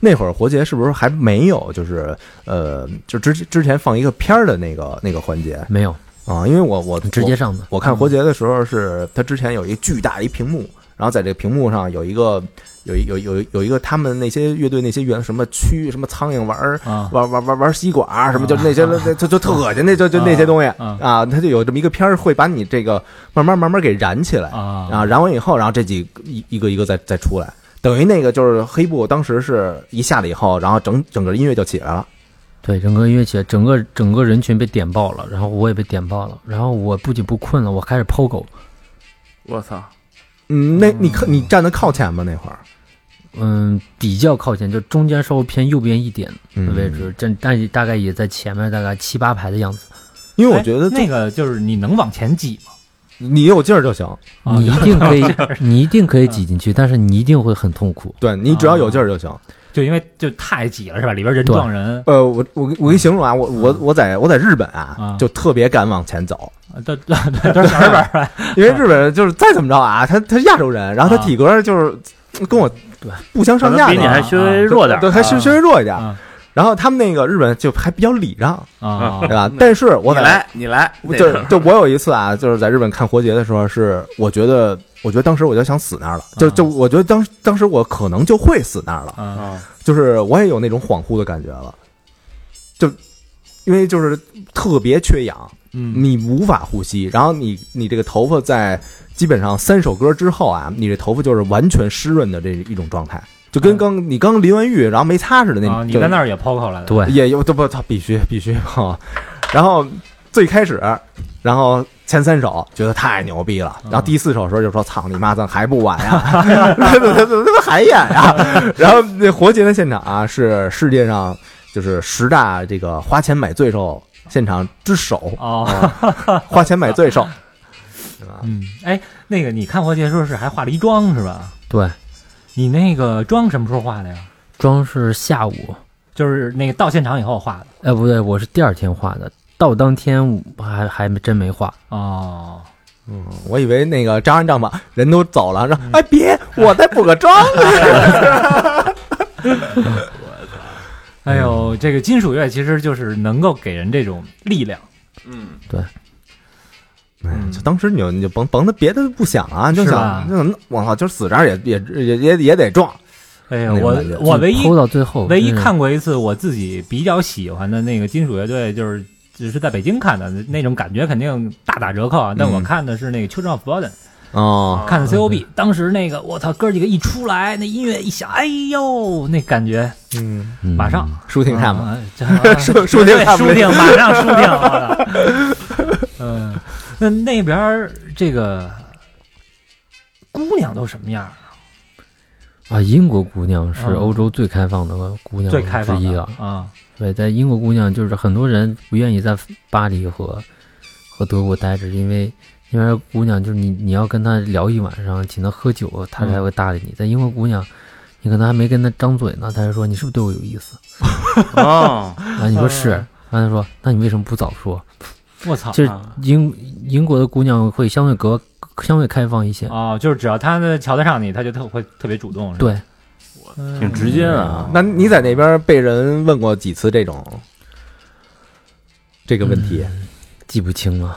S3: 那会儿活结是不是还没有就是呃，就之之前放一个片儿的那个那个环节
S7: 没有，
S3: 啊？因为我我
S7: 直接上的。
S3: 我看活结的时候是，他之前有一巨大一屏幕，然后在这个屏幕上有一个有一有有有一个他们那些乐队那些员什么区什么苍蝇玩儿
S4: 嗯
S6: 啊
S3: 玩玩玩玩吸管儿什么，就那些就就特恶心那就就那些东
S4: 嗯
S3: 西
S6: 啊
S3: 啊，他就有这么一个片儿会把你这个慢慢慢慢给燃起来
S6: 啊
S3: 啊，燃完以后，然后这几一一个一个再再出来。等于那个就是黑布，当时是一下来以后，然后整整个音乐就起来了。
S7: 对，整个音乐节，整个整个人群被点爆了，然后我也被点爆了，然后我不仅不困了，我开始剖狗，
S5: 我操，
S3: 嗯，那你看你站的靠前吗？那会儿，
S7: 嗯，比较靠前，就中间稍微偏右边一点的
S3: 嗯
S7: 位置，但但大概也在前面大概七八排的样子。
S3: 因为我觉得
S6: 哎
S3: 就
S6: 那个就是你能往前挤吗？
S3: 你有劲儿就行。
S6: 啊
S7: 你一定 可以，你一定可以挤进去，但是你一定会很痛苦。
S3: 对你只要有劲儿就行。
S6: 就因为就太挤了是吧？里边人撞人，
S3: 呃，我我我给你形容啊，我我我在我在日本啊
S6: 啊，
S3: 就特别敢往前走，
S6: 啊都 都都是小日本 儿吧？
S3: 因为日本人就是再怎么着啊，他他是亚洲人，然后他
S6: 啊
S3: 体格就是跟我不相
S4: 可
S3: 上
S4: 能
S3: 下的，
S4: 比你还稍微弱点儿。
S3: 对，还稍稍微弱一点
S6: 啊。
S3: 然后他们那个日本就还比较礼让，
S6: 啊
S3: 对吧？但是我
S5: 你
S3: 在
S5: 来，你来，
S3: 我
S5: 那
S3: 就
S5: 个
S3: 就我有一次啊，就是在日本看活结的时候，是我觉得，我觉得当时我就想死那儿了，就就我觉得当当时我可能就会死那儿了，
S6: 啊
S3: 就是我也有那种恍惚的感觉了，就因为就是特别缺氧，
S6: 嗯
S3: 你无法呼吸，然后你你这个头发在基本上三首歌之后啊，你这头发就是完全湿润的这一种状态，就跟刚你刚淋完浴然后没擦似的那
S6: 哎啊！
S3: 种。
S6: 你在那儿也抛口来了，
S7: 对，
S3: 也有都不，他必须必须啊。然后最开始，然后前三首觉得太牛逼了，然后第四首的时候就说：“操你妈，怎么还不完呀？ 怎么怎么怎么还演呀？”然后那活结的现场啊，是世界上就是十大这个花钱买罪受现场之首，
S6: 哦，
S3: 花钱买罪受。
S6: 嗯，哎，那个你看活结的时候是还化了一妆是吧？
S7: 对，
S6: 你那个妆什么时候化的呀？
S7: 妆是下午，
S6: 就是那个到现场以后化的
S7: 哎，不对，我是第二天画的，到当天还还真没画。
S6: 哦，
S3: 嗯，我以为那个张安丈夫人都走了，说：“哎，别，我再补个妆。
S6: 哎呦，这个金属乐其实就是能够给人这种力量。
S5: 嗯，
S3: 哎就当时你就你就甭甭的别的不想啊，你就是想
S6: 吧
S3: 那怎么我操，就是死这儿也也也也也得撞。
S6: 哎呀，
S3: 那种
S6: 我
S3: 感觉
S6: 我唯一
S7: 剖到最后，
S6: 唯一
S7: 真是
S6: 看过一次我自己比较喜欢的那个金属乐队，就是只是在北京看的那种感觉，肯定大打折扣啊。但我看的是那个 Children of Bodom，、
S3: 哦，
S6: 看的 COB，、当时那个我操，哥几个一出来，那音乐一响，哎呦，那感觉
S3: 嗯，
S7: 嗯
S6: 马上
S3: 舒婷看吧，
S6: 啊，这
S3: 舒舒婷
S6: 对
S3: 看
S6: 输
S3: 吧，
S6: 定，马上输定了。嗯，那那边儿这个姑娘都什么样儿？
S7: 啊，英国姑娘是
S6: 嗯
S7: 欧洲最开放的姑娘
S6: 最开
S7: 之
S6: 放
S7: 一
S6: 的
S7: 了。
S6: 啊，
S7: 对，在英国姑娘就是很多人不愿意在巴黎和和德国待着，因为那边姑娘就是你你要跟她聊一晚上，请她喝酒，她才会搭理你。在英国姑娘，你可能还没跟她张嘴呢，她就说你是不是对我有意思？
S4: 哦，
S7: 然后你说是，然后她说那你为什么不早说？
S6: 我操！
S7: 就是英英国的姑娘会相对格相对开放一些，
S6: 哦，就是只要他呢瞧得上你，他就特会特别主动，是吧？
S7: 对，
S6: 嗯，
S4: 挺直接的啊。
S3: 那你在那边被人问过几次这种这个问题？
S7: 记不清了。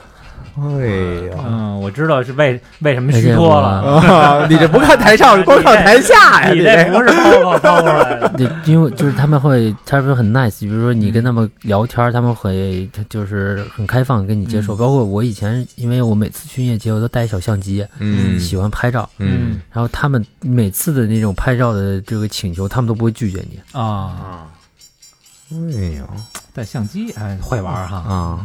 S3: 哎 呀，
S6: 嗯，我知道是为为什么
S7: 而且
S6: 虚脱
S7: 我
S6: 了，
S3: 啊你这不看台上，光看台下
S7: 啊
S3: 呀！
S6: 你
S3: 你
S6: 这
S3: 这
S6: 不是抠抠抠出来 的。
S7: 对，因为就是他们会，他们很 nice，比如说你跟他们聊天儿，他们会他就是很开放跟你接受。包括我以前，因为我每次去音乐节，我都带小相机，
S3: 嗯
S7: 喜欢拍照。
S3: 嗯，
S7: 然后他们每次的那种拍照的这个请求，他们都不会拒绝你。
S6: 啊，
S3: 哎呦
S6: 带相机，哎，会玩儿哈。
S3: 啊，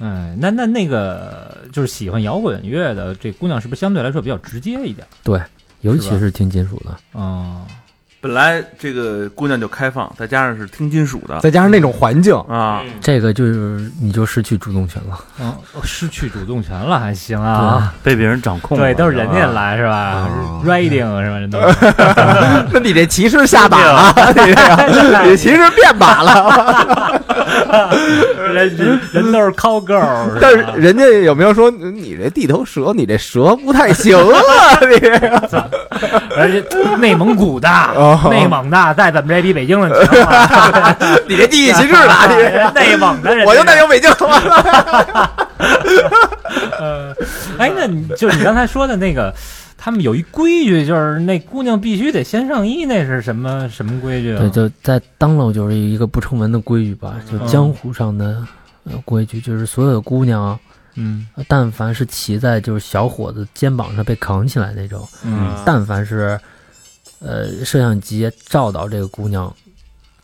S6: 嗯，那那那个就是喜欢摇滚乐的这姑娘，是不是相对来说比较直接一点？
S7: 对，尤其
S6: 是吧
S7: 是听金属的，
S6: 嗯，
S5: 本来这个姑娘就开放，再加上是听金属的
S3: 再加上那种环 境，
S5: 啊，
S7: 这个就是你就失去主动权了。
S6: 嗯，失去主动权了，还行啊。
S4: 被别人掌控了，
S6: 对，都是人家
S4: 吧。
S6: 来是吧
S3: 啊
S6: ？Riding 是吧？这 都是
S3: 那你这骑士下马了，你这你这骑士变马了，
S6: 人人人都是 call girl，吧
S3: 但是人家有没有说你这地头蛇，你这蛇不太行啊？你
S6: 而且内蒙古的
S3: 哦，
S6: 内蒙的，再怎么着也比北京的强啊。
S3: 你这地域歧视了啊，你这
S6: 人 内蒙的 人，
S3: 我就代表北京了。
S6: 呃，哎，那你就是你刚才说的那个，他们有一规矩，就是那姑娘必须得先上衣，那是什么什么规矩啊？
S7: 对，就在当楼就是一个不成文的规矩吧，就江湖上的呃规矩，就是所有的姑娘，啊
S6: 嗯
S7: 但凡是骑在就是小伙子肩膀上被扛起来那种，
S6: 嗯
S7: 但凡是呃摄像机照到这个姑娘，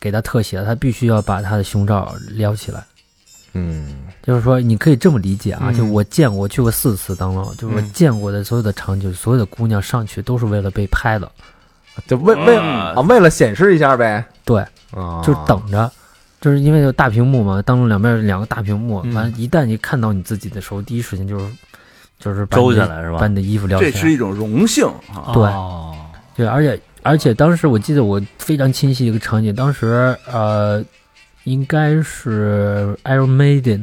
S7: 给她特写，她必须要把她的胸罩撩起来。
S3: 嗯，
S7: 就是说，你可以这么理解啊，
S6: 嗯
S7: 就我见过，我去过四次当楼，就是我
S6: 嗯
S7: 见过的所有的场景，所有的姑娘上去都是为了被拍的，
S3: 就为为啊，为了显示一下呗。
S7: 对，
S3: 啊，
S7: 就是等着，就是因为有大屏幕嘛，当中两边两个大屏幕，
S6: 嗯
S7: 完、一旦你看到你自己的时候，第一时间就是就是把你
S4: 周
S7: 的
S4: 下来是
S7: 把
S4: 吧？
S7: 你的衣服撩
S5: 这
S7: 起
S5: 是
S7: 来。
S5: 一种荣幸啊！
S7: 对
S6: 哦
S7: 对，而且而且当时我记得我非常清晰一个场景，当时呃应该是 Iron Maiden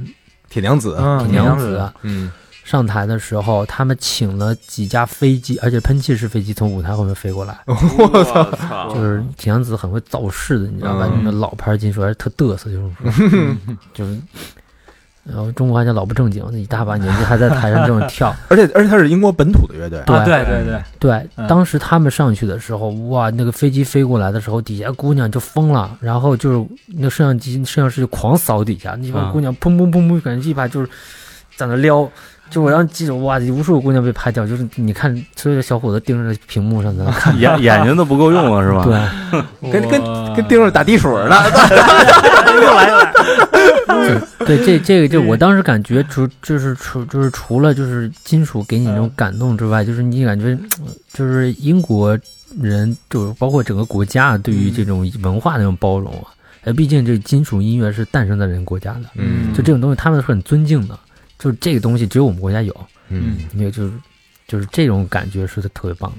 S3: 铁娘
S7: 呃
S3: 子，
S6: 嗯，
S7: 娘
S6: 子
S7: 子
S3: 嗯
S7: 上台的时候，他们请了几架飞机，而且喷气式飞机从舞台后面飞过来。
S5: 我操
S7: 就是铁娘子很会造势的，你知道吧？
S3: 嗯
S7: 那、老牌金属还是特嘚瑟，就是说，就是，然后中国还叫老不正经，一大把年纪还在台上这么跳。
S3: 而且而且她是英国本土的乐队，
S7: 对
S6: 啊，对对对，
S7: 对
S6: 嗯，
S7: 当时他们上去的时候，哇，那个飞机飞过来的时候，底下姑娘就疯了，然后就是那摄像机摄像师就狂扫底下，那帮
S2: 啊
S7: 姑娘砰砰砰砰，感觉一把就是在那撩。就我让记者哇，无数个姑娘被拍掉，就是你看所有的小伙子盯着屏幕上在那看，
S4: 眼眼睛都不够用了是吧？
S7: 对，
S3: 跟跟
S6: 我
S3: 跟盯着打地鼠似的。
S7: 对，这这个就我当时感觉除就是除就是除了就是金属给你那种感动之外，就是你感觉呃就是英国人就是包括整个国家对于这种文化的那种包容啊，呃，毕竟这金属音乐是诞生在人国家的，
S3: 嗯
S7: 就这种东西他们是很尊敬的，就是这个东西只有我们国家有，
S3: 嗯，
S7: 也就是就是这种感觉是特别棒的。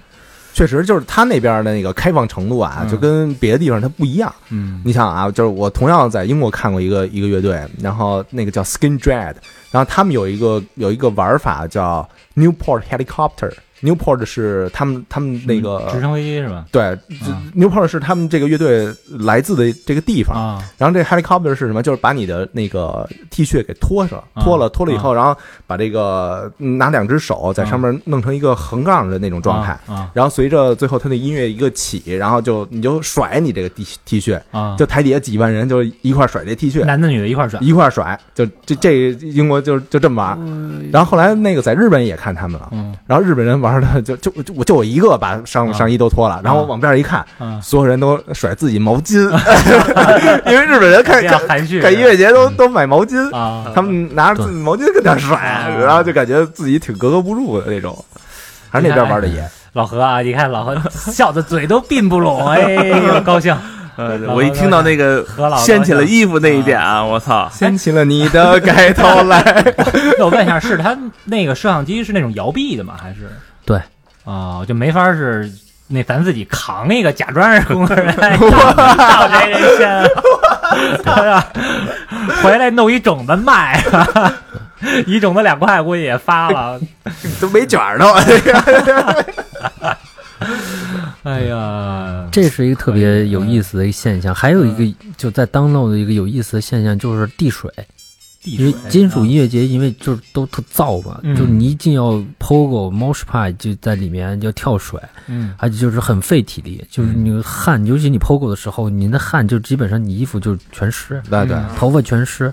S3: 确实就是他那边的那个开放程度啊，
S6: 嗯
S3: 就跟别的地方它不一样。
S6: 嗯
S3: 你想啊，就是我同样在英国看过一个一个乐队，然后那个叫 Skin Dread，然后他们有一个有一个玩法叫 Newport Helicopter。Newport 是他们他们那个
S6: 嗯直升飞机是吧？
S3: 对
S6: 啊
S3: ，Newport 是他们这个乐队来自的这个地方。
S6: 啊，
S3: 然后这 helicopter 是什么？就是把你的那个 T 恤给脱上，
S6: 啊
S3: 脱了脱了以后，然后把这个嗯拿两只手在上面弄成一个横杠的那种状态。
S6: 啊
S3: 然后随着最后他那音乐一个起，然后就你就甩你这个 T T 恤，
S6: 啊，
S3: 就台底下几万人就一块甩这 T 恤，
S6: 男的女的一块儿甩，
S3: 一块甩，就这这个英国就就这么玩。然后后来那个在日本也看他们了，
S6: 嗯
S3: 然后日本人玩的就就就我就我一个把上
S6: 啊
S3: 上衣都脱了，然后我往边上一看，
S6: 啊，
S3: 所有人都甩自己毛 巾，因为日本人看
S6: 这样
S3: 看
S6: 含蓄
S3: 看音乐节都都买毛巾，
S6: 啊，
S3: 他们拿着自己毛巾跟那儿甩，
S6: 对
S3: 然后就感觉自己挺格格不入的那种。还是那边玩的野，
S6: 老何啊， 你看老何笑的嘴都并不 拢，哎呦，高兴，
S5: 呃，我一听到那个
S6: 何老
S5: 掀起了衣服那一点啊，我操！
S3: 掀起了你的盖头来。
S6: 那我问一下，是他那个摄像机是那种摇臂的吗？还是
S7: 对
S6: 哦，就没法是那咱自己扛一个，假装是工作人员 到这人先，对吧回来弄一种子卖， 一种子两块估计也发 了。
S3: 都没卷儿头。
S6: 哎呀，
S7: 这是一个特别有意思的一个现象，还有一个就在当漏的一个有意思的现象就是地水，
S6: 地
S7: 因
S6: 水啊
S7: 为金属音乐节，因为就是都特燥嘛，
S6: 嗯
S7: 就你一定要 pogo、mosh pie 就在里面就跳水，
S6: 嗯
S7: 而且就是很费体力，就是你汗，尤其你 pogo 的时候，你的汗就基本上你衣服就全湿，
S3: 对对，
S7: 头发全湿，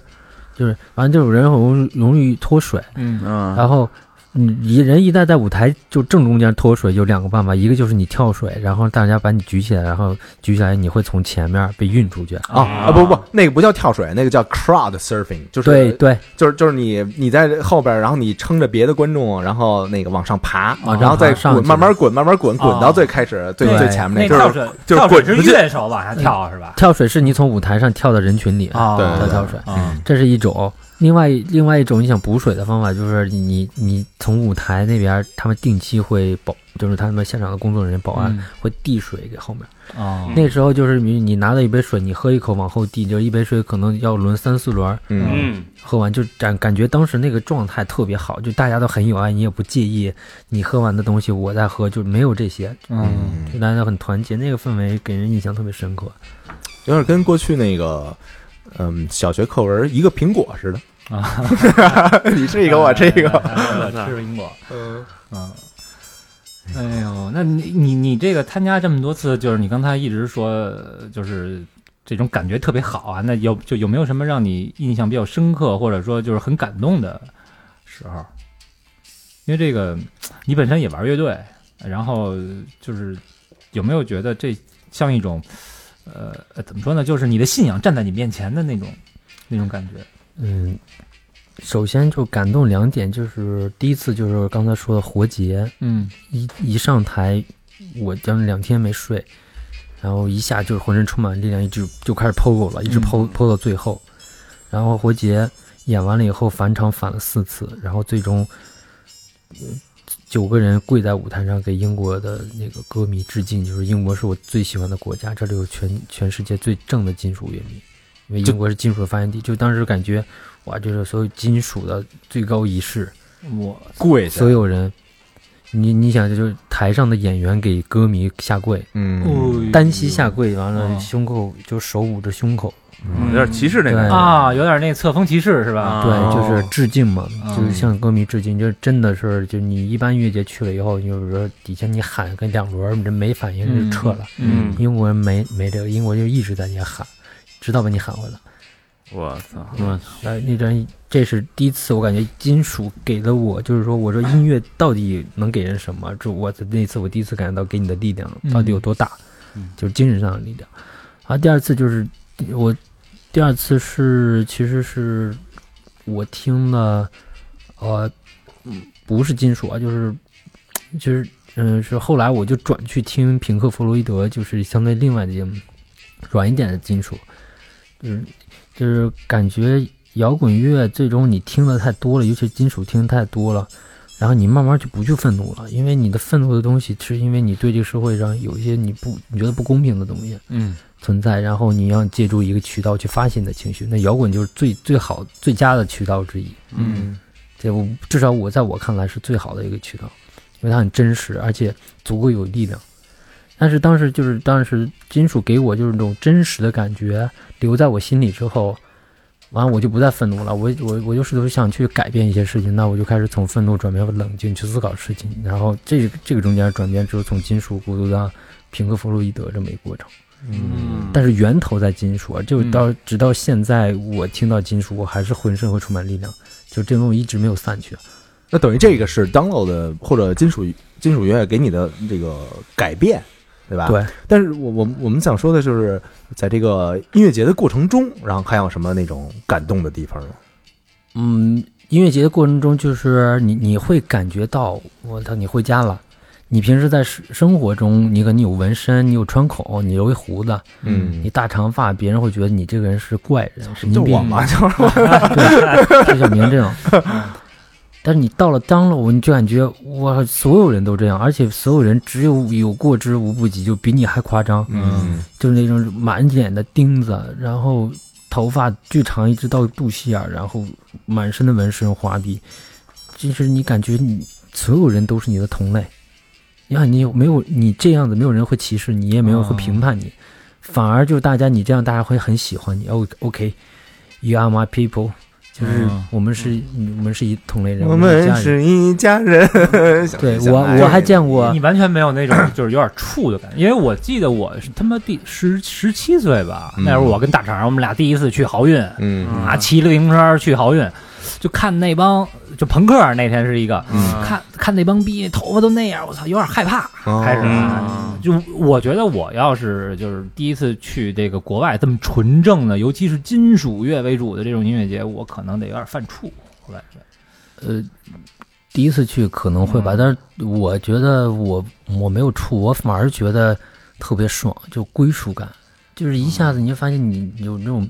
S7: 就是完了就有人容容易脱水，
S6: 嗯
S5: 嗯，
S7: 然后。你一人一旦在舞台就正中间脱水，有两个办法，一个就是你跳水，然后大家把你举起来，然后举起来你会从前面被运出去。
S3: 啊 啊不不，那个不叫跳水，那个叫 crowd surfing，就是
S7: 对对，
S3: 就是就是你你在后边儿，然后你撑着别的观众，然后那个往上爬，
S7: 往上
S3: 然后再
S7: 爬上
S3: 滚，
S7: 去
S3: 慢慢滚，慢慢滚，滚到最开始最
S6: 对
S3: 最前面
S6: 那
S3: 啊那个，
S6: 跳
S3: 就
S5: 就是
S3: 是
S6: 水跳水
S5: 滚
S6: 是
S5: 出去
S6: 乐手往下跳是吧？
S7: 跳水是你从舞台上跳到人群里
S6: 啊
S3: 对对
S7: 跳
S3: 对
S7: 跳水，
S6: 啊
S3: 嗯
S7: 这是一种。另外另外一种你想补水的方法就是你你从舞台那边，他们定期会保，就是他们现场的工作人员、保安
S6: 嗯
S7: 会递水给后面。
S6: 哦，
S7: 那时候就是你你拿到一杯水，你喝一口往后递，就是一杯水可能要轮三四轮儿，
S3: 嗯，
S4: 嗯，
S7: 喝完就感感觉当时那个状态特别好，就大家都很有爱，你也不介意你喝完的东西我再喝，就没有这些，
S6: 嗯，
S7: 就大家都很团结，那个氛围给人印象特别深刻。
S3: 有点跟过去那个。嗯，小学课文一个苹果似的， 你吃一个，我吃一
S6: 哎
S3: 个。
S6: 我吃了苹果，嗯嗯，哎呦，那你你你这个参加这么多次，就是你刚才一直说，呃就是这种感觉特别好啊。那有就有没有什么让你印象比较深刻，或者说就是很感动的时候？因为这个你本身也玩乐队，然后就是有没有觉得这像一种呃呃怎么说呢？就是你的信仰站在你面前的那种那种感觉。
S7: 嗯，首先就感动两点，就是第一次就是刚才说的活结，
S6: 嗯
S7: 一一上台，我将近两天没睡，然后一下就是浑身充满力量，一直就开始 POGO 了，一直
S6: 嗯
S7: PO、PO 到最后。然后活结演完了以后返场返了四次，然后最终、呃九个人跪在舞台上给英国的那个歌迷致敬，就是英国是我最喜欢的国家，这里有全全世界最正的金属乐迷，因为英国是金属的发源地，就当时感觉哇，这是所有金属的最高仪式。
S6: 我
S3: 跪下
S7: 所有人，你你想，就是台上的演员给歌迷下跪，
S3: 嗯，
S7: 单膝下跪，完了
S6: 哦
S7: 胸口就手捂着胸口，
S5: 有点歧视那
S7: 对
S5: 个。
S6: 啊，有点那侧风骑士是吧？
S7: 对，就是致敬嘛，
S6: 哦嗯
S7: 就是向歌迷致敬，就是真的是，就你一般乐节去了以后，你就是说底下你喊个两轮，你这没反应
S6: 嗯
S7: 就撤了，
S6: 嗯
S7: 英国人没没这个，英国就一直在那喊，直到把你喊回来。
S5: 我操，
S4: 嗯，
S7: 呃，那张这是第一次，我感觉金属给了我，就是说，我说音乐到底能给人什么？就我在那次我第一次感觉到给你的力量
S6: 嗯
S7: 到底有多大，
S4: 嗯
S7: 就是精神上的力量。啊，第二次就是我第二次是其实是我听了，呃，嗯不是金属啊，就是就是嗯、是后来我就转去听平克·弗洛伊德，就是相对另外的软一点的金属，就是就是感觉摇滚乐最终你听的太多了，尤其是金属听得太多了，然后你慢慢就不去愤怒了，因为你的愤怒的东西是因为你对这个社会上有一些你不你觉得不公平的东西
S6: 嗯
S7: 存在，然后你要借助一个渠道去发泄你的情绪，那摇滚就是最最好最佳的渠道之一。
S6: 嗯
S7: 这我至少我在我看来是最好的一个渠道，因为它很真实，而且足够有力量。但是当时就是当时金属给我就是那种真实的感觉留在我心里之后，完了我就不再愤怒了，我我我就试图想去改变一些事情，那我就开始从愤怒转变为冷静去思考事情，然后这个这个中间转变只有从金属孤独到平克·弗洛伊德这么一个过程。
S6: 嗯
S7: 但是源头在金属，啊，就
S3: 嗯
S7: 到直到现在，我听到金属，我还是浑身会充满力量，就这种一直没有散去。
S3: 那等于这个是 download 的或者金属金属乐给你的这个改变，对吧？
S7: 对。
S3: 但是我我们我们想说的就是，在这个音乐节的过程中，然后还有什么那种感动的地方呢？
S7: 嗯，音乐节的过程中，就是你你会感觉到，我操，你回家了。你平时在生生活中，你可能有纹身，你有穿孔，你留一胡子，
S3: 嗯
S7: 你大长发，别人会觉得你这个人是怪人，神
S3: 就
S7: 经病。
S3: 我嘛，就是我，
S7: 就小明这种。但是你到了当了我，你就感觉哇，所有人都这样，而且所有人只有有过之无不及，就比你还夸张，
S3: 嗯
S7: 就是那种满脸的钉子，然后头发巨长一直到肚脐眼儿，然后满身的纹身花臂，就是你感觉你所有人都是你的同类，你看你有没有你这样子，没有人会歧视你，也没有人会评判你，
S6: 嗯
S7: 反而就是大家你这样，大家会很喜欢你。O O K，You are my people，就是
S6: 嗯
S7: 我们是、我们是一同类人，
S3: 我
S7: 们
S3: 们
S7: 家人。
S3: 是一家人。
S7: 对
S3: 想
S7: 我
S3: 来
S7: 我还见过
S6: 你，完全没有那种 就是有点怵的感觉，因为我记得我是他妈第十十七岁吧，
S3: 嗯
S6: 那时候我跟大肠我们俩第一次去豪运，
S3: 嗯
S6: 啊，骑自行车去豪运，就看那帮就朋克那天是一个，
S3: 嗯
S6: 看看那帮逼头发都那样，我操，有点害怕。
S3: 哦
S6: 开始
S1: 嗯
S6: 啊就我觉得我要是就是第一次去这个国外这么纯正的，尤其是金属乐为主的这种音乐节，我可能得有点犯怵，我感觉。
S7: 呃，第一次去可能会吧，
S6: 嗯
S7: 但是我觉得我我没有处，我反而觉得特别爽，就归属感，就是一下子你就发现你有那种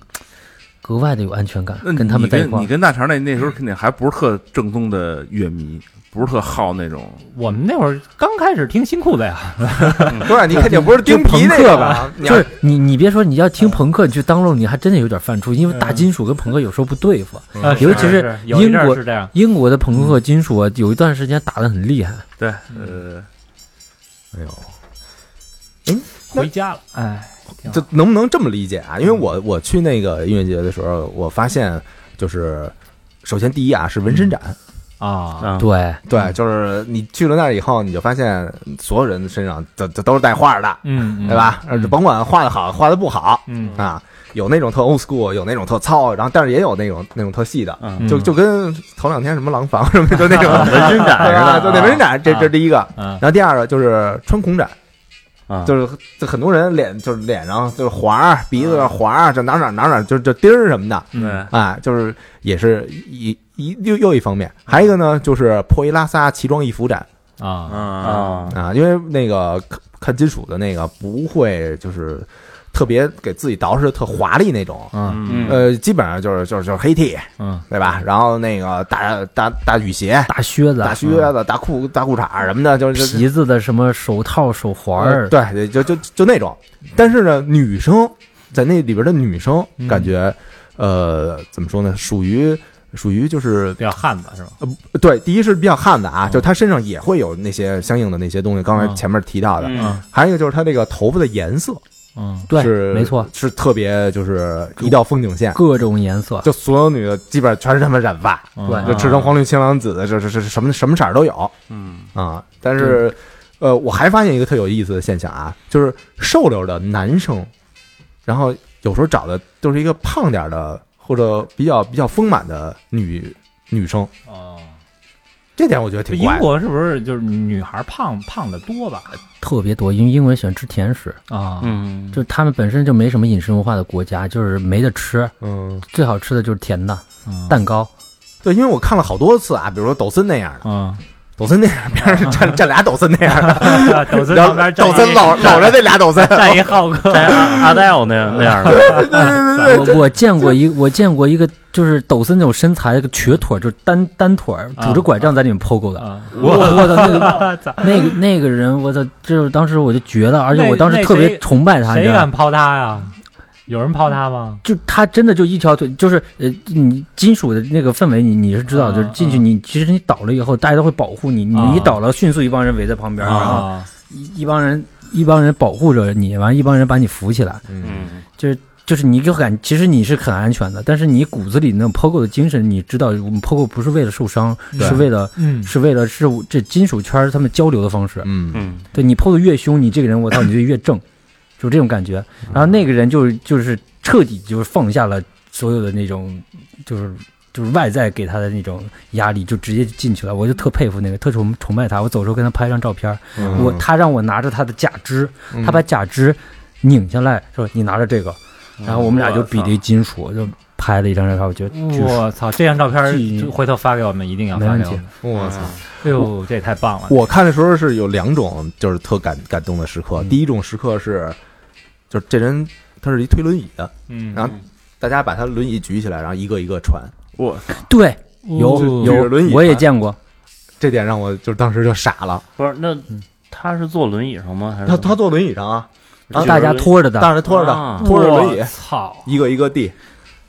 S7: 格外的有安全感
S5: 那，你
S7: 跟他们在一
S5: 你跟
S7: 块
S5: 你
S7: 儿。
S5: 跟大肠那那时候肯定还不是特正宗的乐迷，不是特好那种。
S6: 我们那会儿刚开始听新裤子呀，
S3: 不是，你肯定不是钉皮那
S7: 就朋克
S3: 个
S7: 吧
S3: 吧？
S7: 就
S3: 你要
S7: 是你，你别说，你要听朋克，你去当 o 你还真的有点犯怵，因为大金属跟朋克有时候不对付。
S6: 呃
S7: 尤其是
S6: 是有一
S7: 英
S6: 阵儿
S7: 国
S6: 是这样，
S7: 英国的朋克金属啊，有一段时间打得很厉害。
S5: 对，
S4: 嗯
S5: 呃，
S3: 哎呦，那
S6: 回家了，哎，挺好
S3: 这能不能这么理解啊？因为我我去那个音乐节的时候，我发现就是，首先第一啊是纹身展，
S5: 呃
S6: 啊，
S4: 啊，
S7: 对，
S3: 对，就是你去了那儿以后，你就发现所有人身上都都都是带画的，
S6: 嗯，嗯
S3: 对？吧？呃甭管画的好，画的不好
S6: 嗯
S3: 啊，有那种特 old school，有那种特糙，然后但是也有那种那种特细的，
S4: 嗯，
S6: 嗯
S3: 就就跟头两天什么廊坊什么的，就那种
S4: 纹身展
S3: 对
S4: 是
S3: 吧？
S4: 吧？
S3: 就那纹身展，这这是第一个。
S6: 嗯
S3: 然后第二个就是穿孔展，
S4: 啊，
S3: 就是就很多人脸就是脸上就是滑儿，鼻子上滑儿，这哪哪哪哪就就钉儿什么的，
S5: 对，
S3: 啊，就是也是一一又又一方面，还有一个呢就是破衣拉撒奇装异服展
S6: 啊，
S5: 啊，
S4: 啊，
S3: 啊，因为那个看看金属的那个不会就是特别给自己捯饬得特华丽那种，
S6: 嗯
S5: 嗯，
S3: 呃，基本上就是就是就是黑 T
S6: 嗯
S3: 对吧？然后那个大大大雨鞋、
S7: 大靴子、
S3: 大靴子、大裤大裤衩什么的，就是就是
S7: 啊嗯皮子的什么手套、手环
S3: 呃
S7: 儿，
S3: 对，就就就那种。但是呢，女生在那里边的女生
S6: 嗯
S3: 感觉，呃，怎么说呢？属于属于就是呃
S6: 比较汉子是吧？
S3: 对，第一是比较汉的啊，
S6: 嗯
S3: 就她身上也会有那些相应的那些东西，刚才前面提到的。
S5: 嗯
S3: 还有一个就是她那个头发的颜色
S6: 嗯
S7: 对，
S3: 是
S7: 没错，，
S3: 是特别就是一道风景线，
S7: 各种颜色。
S3: 就所有女的基本上全是他妈染发，
S6: 嗯
S7: 啊
S3: 就赤橙黄绿青蓝紫的，这这这什么什么色儿都有。
S5: 嗯，
S3: 啊，但是，呃，我还发现一个特有意思的现象啊，就是瘦溜的男生，然后有时候找的都是一个胖点儿的或者比较比较丰满的女女生，
S6: 哦，
S3: 这点我觉得挺
S6: 英
S3: 怪的。
S6: 国是不是就是女孩胖胖的多吧？
S7: 特别多，因为英国人喜欢吃甜食，
S6: 啊，
S4: 嗯，
S7: 就他们本身就没什么饮食文化的国家，就是没得吃，
S3: 嗯，
S7: 最好吃的就是甜的
S6: 嗯
S7: 蛋糕。
S3: 对，因为我看了好多次啊，比如说抖森那样的，
S6: 嗯，
S3: 抖森那样边上 站站俩抖森那样的，
S6: 抖森
S3: 然后
S6: 旁边
S3: 抖森搂搂着那俩抖森，
S6: 站一浩哥，
S4: 在阿阿黛尔那样那样的，
S6: 呃
S7: 我我见过一我见过一个就是抖森那种身材，一个瘸腿儿，就是单单腿儿拄着拐杖在里面 POGO 的。
S6: 啊，
S7: 我我操，那个那个那个人，我操，就是当时我就觉得，而且
S6: 那
S7: 我当时
S6: 那
S7: 特别
S6: 谁
S7: 崇拜他，你
S6: 谁
S7: 知道吗
S6: 敢抛他呀？有人抛他吗？
S7: 就他真的就一条腿，就是呃，你金属的那个氛围你，你是知道，
S6: 啊
S7: 就是进去
S6: 啊
S7: 你、其实你倒了以后，大家都会保护你，你、
S6: 啊
S7: 你倒了，迅速一帮人围在旁边，然后
S6: 啊，
S7: 一一帮人一帮人保护着你，完了一帮人把你扶起来，
S3: 嗯，
S4: 嗯，
S7: 就是你就感其实你是很安全的，但是你骨子里那种 POGO 的精神，你知道我们 POGO 不是为了受伤，
S6: 对
S7: 是为了。
S6: 嗯，
S7: 是为了是这金属圈儿他们交流的方式，
S3: 嗯，
S4: 嗯，
S7: 对你 PO 的越凶，你这个人我操你就越正，就这种感觉。
S3: 嗯
S7: 然后那个人就是就是彻底就是放下了所有的那种就是就是外在给他的那种压力，就直接进去了。我就特佩服那个，特崇崇拜他。我走的时候跟他拍张照片，
S3: 嗯
S7: 我他让我拿着他的假肢，
S3: 嗯
S7: 他把假肢拧下来说你拿着这个，然后我们俩就比
S5: 我操
S7: 了一金属，就拍了一张照片，我觉得巨爽。
S6: 我操，这张照
S7: 巨
S6: 片回头发给我们，一定要
S7: 没
S6: 发
S7: 问
S6: 给
S7: 题
S6: 我们。
S3: 我操！
S7: 嗯
S6: 哎呦，这也太棒了！
S3: 我看的时候是有两种，就是特感感动的时刻。
S7: 嗯
S3: 第一种时刻是，就是这人他是一推轮椅的，
S6: 嗯
S3: 然后大家把他轮椅举起来，然后一个一个传，
S5: 我
S7: 对，
S5: 嗯
S3: 哦
S7: 有
S3: 就是轮椅
S7: 有，我也
S3: 传
S7: 见过。
S3: 这点让我就是当时就傻了。
S4: 不是那嗯他是坐轮椅上吗？还是
S3: 他他坐轮椅上啊，
S4: 就是
S7: 大家拖着的，
S3: 但是拖着
S4: 啊
S3: 的，拖着轮
S6: 我
S3: 椅，
S6: 嗯操，
S3: 一个一个递。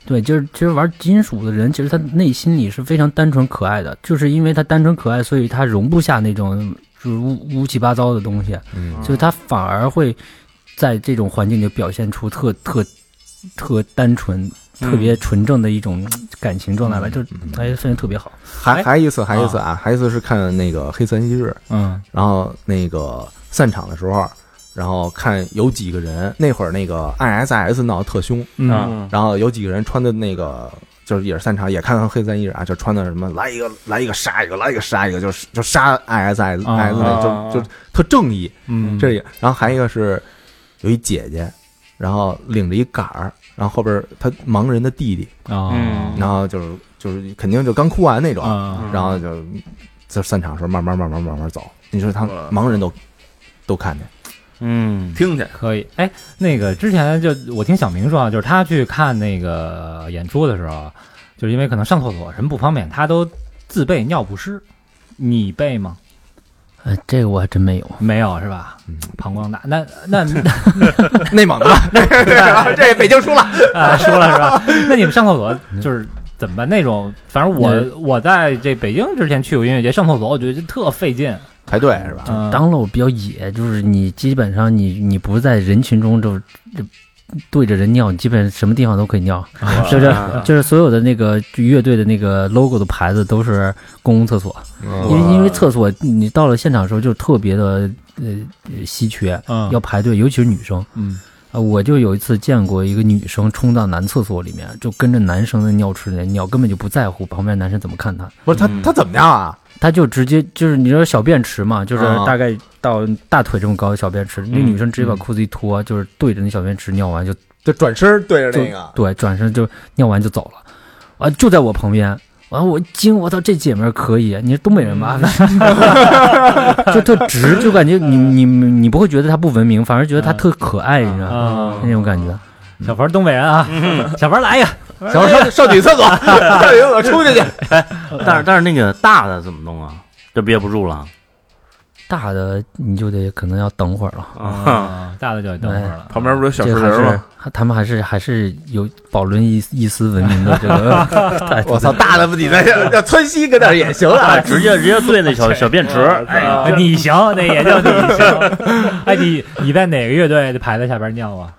S7: 对，就是其实玩金属的人，其实他内心里是非常单纯可爱的，就是因为他单纯可爱，所以他容不下那种就是乌乌七八糟的东西，
S3: 嗯
S7: 所以他反而会在这种环境里表现出特特特单纯、特别纯正的一种感情状态来，就是哎，现在特别好。
S3: 还还一次，还一次嗯啊，还一次是看那个《黑色星期日》，
S6: 嗯
S3: 然后那个散场的时候，然后看有几个人，那会儿那个 ISIS 闹得特凶，
S6: 嗯
S4: 啊，
S3: 然后有几个人穿的那个就是也是散场，也看看黑三一人啊，就穿的什么来一个来一个杀一个来一个杀一个，就是就杀 ISIS
S6: 啊
S3: IS 那就就特正义，
S6: 嗯，
S3: 这个，然后还有一个是有一姐姐，然后领着一杆儿，然后后边儿她盲人的弟弟，
S6: 啊
S4: 嗯
S3: 然后就是就是肯定就刚哭完那种，
S6: 啊
S4: 嗯
S3: 然后就就散场的时候慢慢慢慢慢慢走，你说他
S5: 哇
S3: 盲人都都看见，
S4: 嗯，
S5: 听去，
S6: 可以，哎，那个之前就我听小明说啊，就是他去看那个演出的时候，啊就是因为可能上厕所什么不方便，他都自备尿不湿。你备吗？
S7: 呃，这个我还真没有。
S6: 没有是吧？膀胱大，那那
S3: 内蒙的 吧？这这北京输
S7: 嗯
S3: 了。
S6: 啊，说了是吧？那你们上厕所就是怎么办？那种，反正我我在这北京之前去过音乐节，上厕所我觉得就特费劲。
S3: 排队是吧？
S6: 嗯，
S7: 当了我比较野，就是你基本上你你不在人群中就就对着人尿，你基本什么地方都可以尿，
S6: 啊
S7: 就是就是所有的那个乐队的那个 logo 的牌子都是公共厕所，
S3: 啊
S7: 嗯因为因为厕所你到了现场的时候就特别的呃稀缺，
S6: 嗯
S7: 要排队，尤其是女生。
S6: 嗯
S7: 啊，我就有一次见过一个女生冲到男厕所里面，就跟着男生的尿池里面尿，根本就不在乎旁边男生怎么看她。
S3: 不是他他怎么样啊？
S7: 他就直接就是你知道小便池嘛，就是
S3: 啊
S7: 大概到大腿这么高的小便池，那女生直接把裤子一脱，就是对着那小便池尿完就
S3: 就转身对着
S7: 就
S3: 那个，
S7: 对，转身就尿完就走了，啊，就在我旁边。完，我一惊，我操，这姐们儿可以！你是东北人吧？ 就特直，就感觉你你你不会觉得她不文明，反而觉得她特可爱，你知道吗？
S6: 啊，
S7: 那种感觉。
S6: 小冯东北人啊，
S5: 嗯
S6: 小冯来一个。
S3: 小
S7: 哎
S3: 上上女厕 所，上女厕所出去去。
S4: 但是但是那个大的怎么弄啊？这憋不住了
S7: 大的你就得可能要等会儿了。
S4: 啊！
S5: 嗯
S6: 大的就等会儿了。
S5: 旁边不是有小
S7: 这
S5: 石
S7: 还
S5: 人
S7: 是
S5: 吗？
S7: 他们还是还是有保存一一丝文明的这个态度。
S3: 我操，大的不你在要窜稀搁那儿也行啊
S4: 啊，。
S7: 哎
S4: 直接直接对那小小便池，哎，
S6: 哎你行，那也就你行。 哎，你你在哪个乐队的牌子下边尿啊？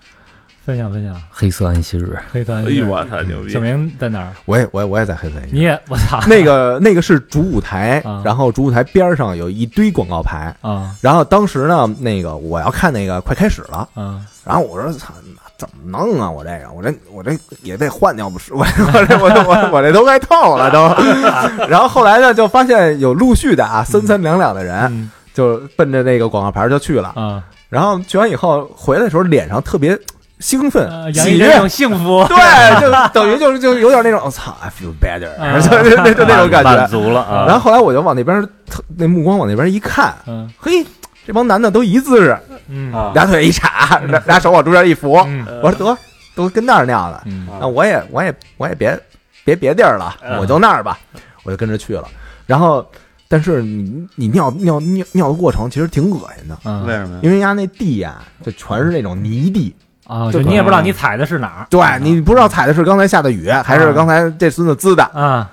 S6: 分享分享，
S7: 黑色安息日，
S6: 黑团。
S5: 哎呦我操，牛逼
S6: 小！明在哪儿？
S3: 我也我也我也在黑森。
S6: 你也我操
S3: 那个那个是主舞台
S6: 啊，
S3: 然后主舞台边上有一堆广告牌。
S6: 啊
S3: 然后当时呢，那个我要看那个快开始了，
S6: 啊！
S3: 然后我说操，怎么弄啊？我这个，我这我这也得换尿不湿，我我这我这我我这都该透了 都。然后后来呢，就发现有陆续的啊，三三两两的人
S6: 嗯
S3: 就奔着那个广告牌就去了。
S6: 啊，
S3: 然后去完以后回来的时候，脸上特别兴
S6: 呃
S3: 奋、
S6: 洋
S3: 喜
S6: 溢着
S3: 悦
S6: 一，种幸福。
S3: 对，就等于就是就有点那种，我哦操，I feel better，
S6: 啊
S3: 就就就就那种感
S4: 满
S3: 觉。
S4: 足了啊！
S3: 然后后来我就往那边儿，特那目光往那边一看，
S6: 嗯
S3: 嘿，这帮男的都一姿势，
S6: 嗯
S3: 俩腿一叉，俩俩手往中间一扶。
S6: 嗯
S3: 我说得，都跟那儿尿呢，
S6: 嗯
S3: 那我也我也我也别别别地儿了，我就那儿吧，我就跟着去了。然后，但是你你尿尿尿尿的过程其实挺恶心的，
S6: 嗯
S4: 为什么呀？
S3: 因为人家那地呀、就全是那种泥地，
S6: 啊，就你也不知道你踩的是哪儿。
S3: 对你不知道踩的是刚才下的雨，还是刚才这孙子滋的。
S6: 啊，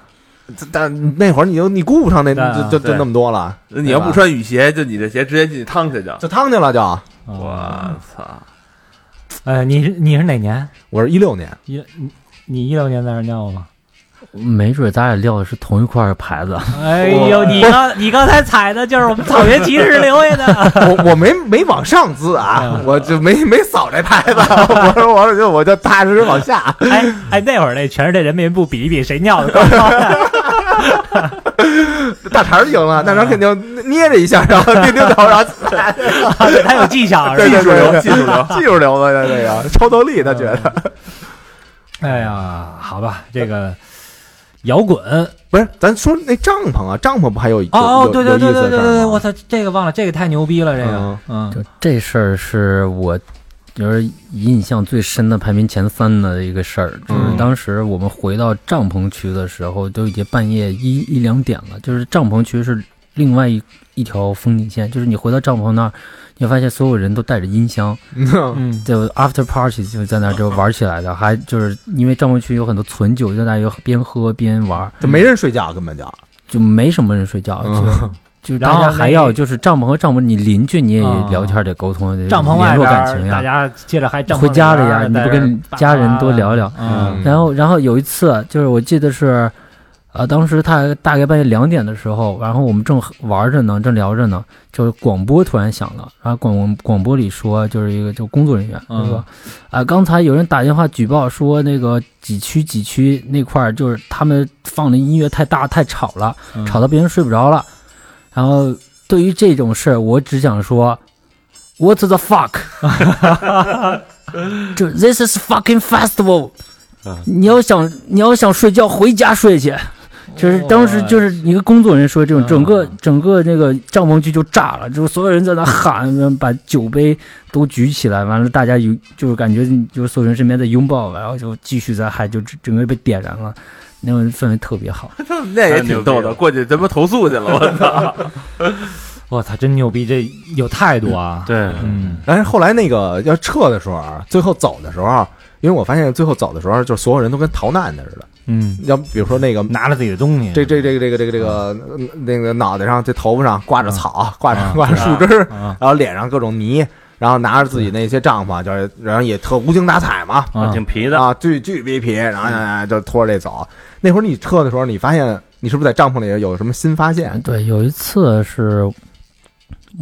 S3: 但那会儿你就你顾不上那
S6: 对啊
S3: 就就就
S5: 对
S3: 那么多了，
S5: 你要
S3: 对吧
S5: 不穿雨鞋，就你这鞋直接进去趟去就。啊
S3: 就趟去了就。
S5: 我操！
S6: 呃，你是你是哪年？
S3: 我是一六年，
S6: 一你你一六年在那儿尿吗？
S7: 没准咱俩撂的是同一块牌子。
S6: 哎呦，你刚你刚才踩的就是我们草原骑士留下的。
S3: 我我没没往上滋
S6: 嗯
S3: 啊，我就没没扫这牌子， 我说我就我就踏实往下。
S6: 哎哎，那会儿那全世界人民部比一比谁尿的更高。
S3: 大肠赢了，大肠肯定捏着一下，然后丢丢头，然后
S6: 对他有技嗯巧是吧？
S3: 技术流，
S5: 技术流，
S3: 技术流嘛，这个超能力，他觉得
S6: 哎呀，好吧，这个摇滚
S3: 不是。咱说那帐篷啊，帐篷不还有
S6: 哦哦，对对对对对对，我
S3: 我
S6: 操，这个忘了，这个太牛逼了，这个嗯
S7: 就这事儿是我就是印象最深的，排名前三的一个事儿。就是当时我们回到帐篷区的时候，都已经半夜一一两点了。就是帐篷区是另外一一条风景线，就是你回到帐篷那儿，你会发现所有人都带着音箱，
S6: 嗯
S7: 就 after party 就在那儿就玩起来的，还就是因为帐篷区有很多存酒，就大家边喝边玩，
S3: 就没人睡觉，根本就
S7: 就没什么人睡觉。
S3: 嗯
S7: 就就
S6: 然
S7: 大
S6: 后
S7: 家还
S6: 那
S7: 要就是帐篷和帐篷，你邻居你也
S6: 啊
S7: 聊天得沟通，得
S6: 帐篷
S7: 联
S6: 外
S7: 络
S6: 边
S7: 感情
S6: 儿，
S7: 呀
S6: 大。家接着还帐篷
S7: 回家
S6: 里
S7: 了
S6: 边
S7: 呀，
S6: 儿
S7: 你不
S6: 在
S7: 跟
S6: 这儿
S7: 家人多聊聊？
S6: 嗯
S7: 然后，然后有一次，就是我记得是，呃，当时他大概半夜两点的时候，然后我们正玩着呢，正聊着呢，就是广播突然响了，然后广广播里说，就是一个就工作人员，
S6: 嗯
S7: 就说，啊、刚才有人打电话举报说那个几区几区那块儿，就是他们放的音乐太大太吵了，
S6: 嗯
S7: 吵到别人睡不着了。然后对于这种事儿，我只想说，What the fuck？就 This is fucking festival
S4: 嗯。
S7: 你要想你要想睡觉，回家睡去。
S8: 就是当时就是一个工作人员说这种，整个整个那个帐篷区就炸了，就是所有人在那喊，把酒杯都举起来，完了大家有就是感觉就是所有人身边在拥抱，然后就继续在嗨，就整个被点燃了，那种氛围特别好。
S5: 那也挺逗的，过去咱们投诉去了，我操！
S6: 我操，真牛逼，这有态度啊！
S4: 对，
S6: 嗯，
S3: 但是后来那个要撤的时候啊，最后走的时候，因为我发现最后走的时候，就是所有人都跟逃难的似的。
S6: 嗯，
S3: 要比如说那个
S6: 拿了自己的东西，
S3: 这这这个这个这个这个呃那个脑袋上这头发上挂着草，挂着挂着树枝儿，
S6: 啊
S3: 然后脸上各种泥，然后拿着自己那些帐篷，就是然后也特无精打采嘛，
S6: 啊，
S4: 挺皮的，
S3: 啊，巨巨逼皮，然后哎就拖着这走。那会儿你撤的时候，你发现你是不是在帐篷里有什么新发现？
S7: 对，有一次是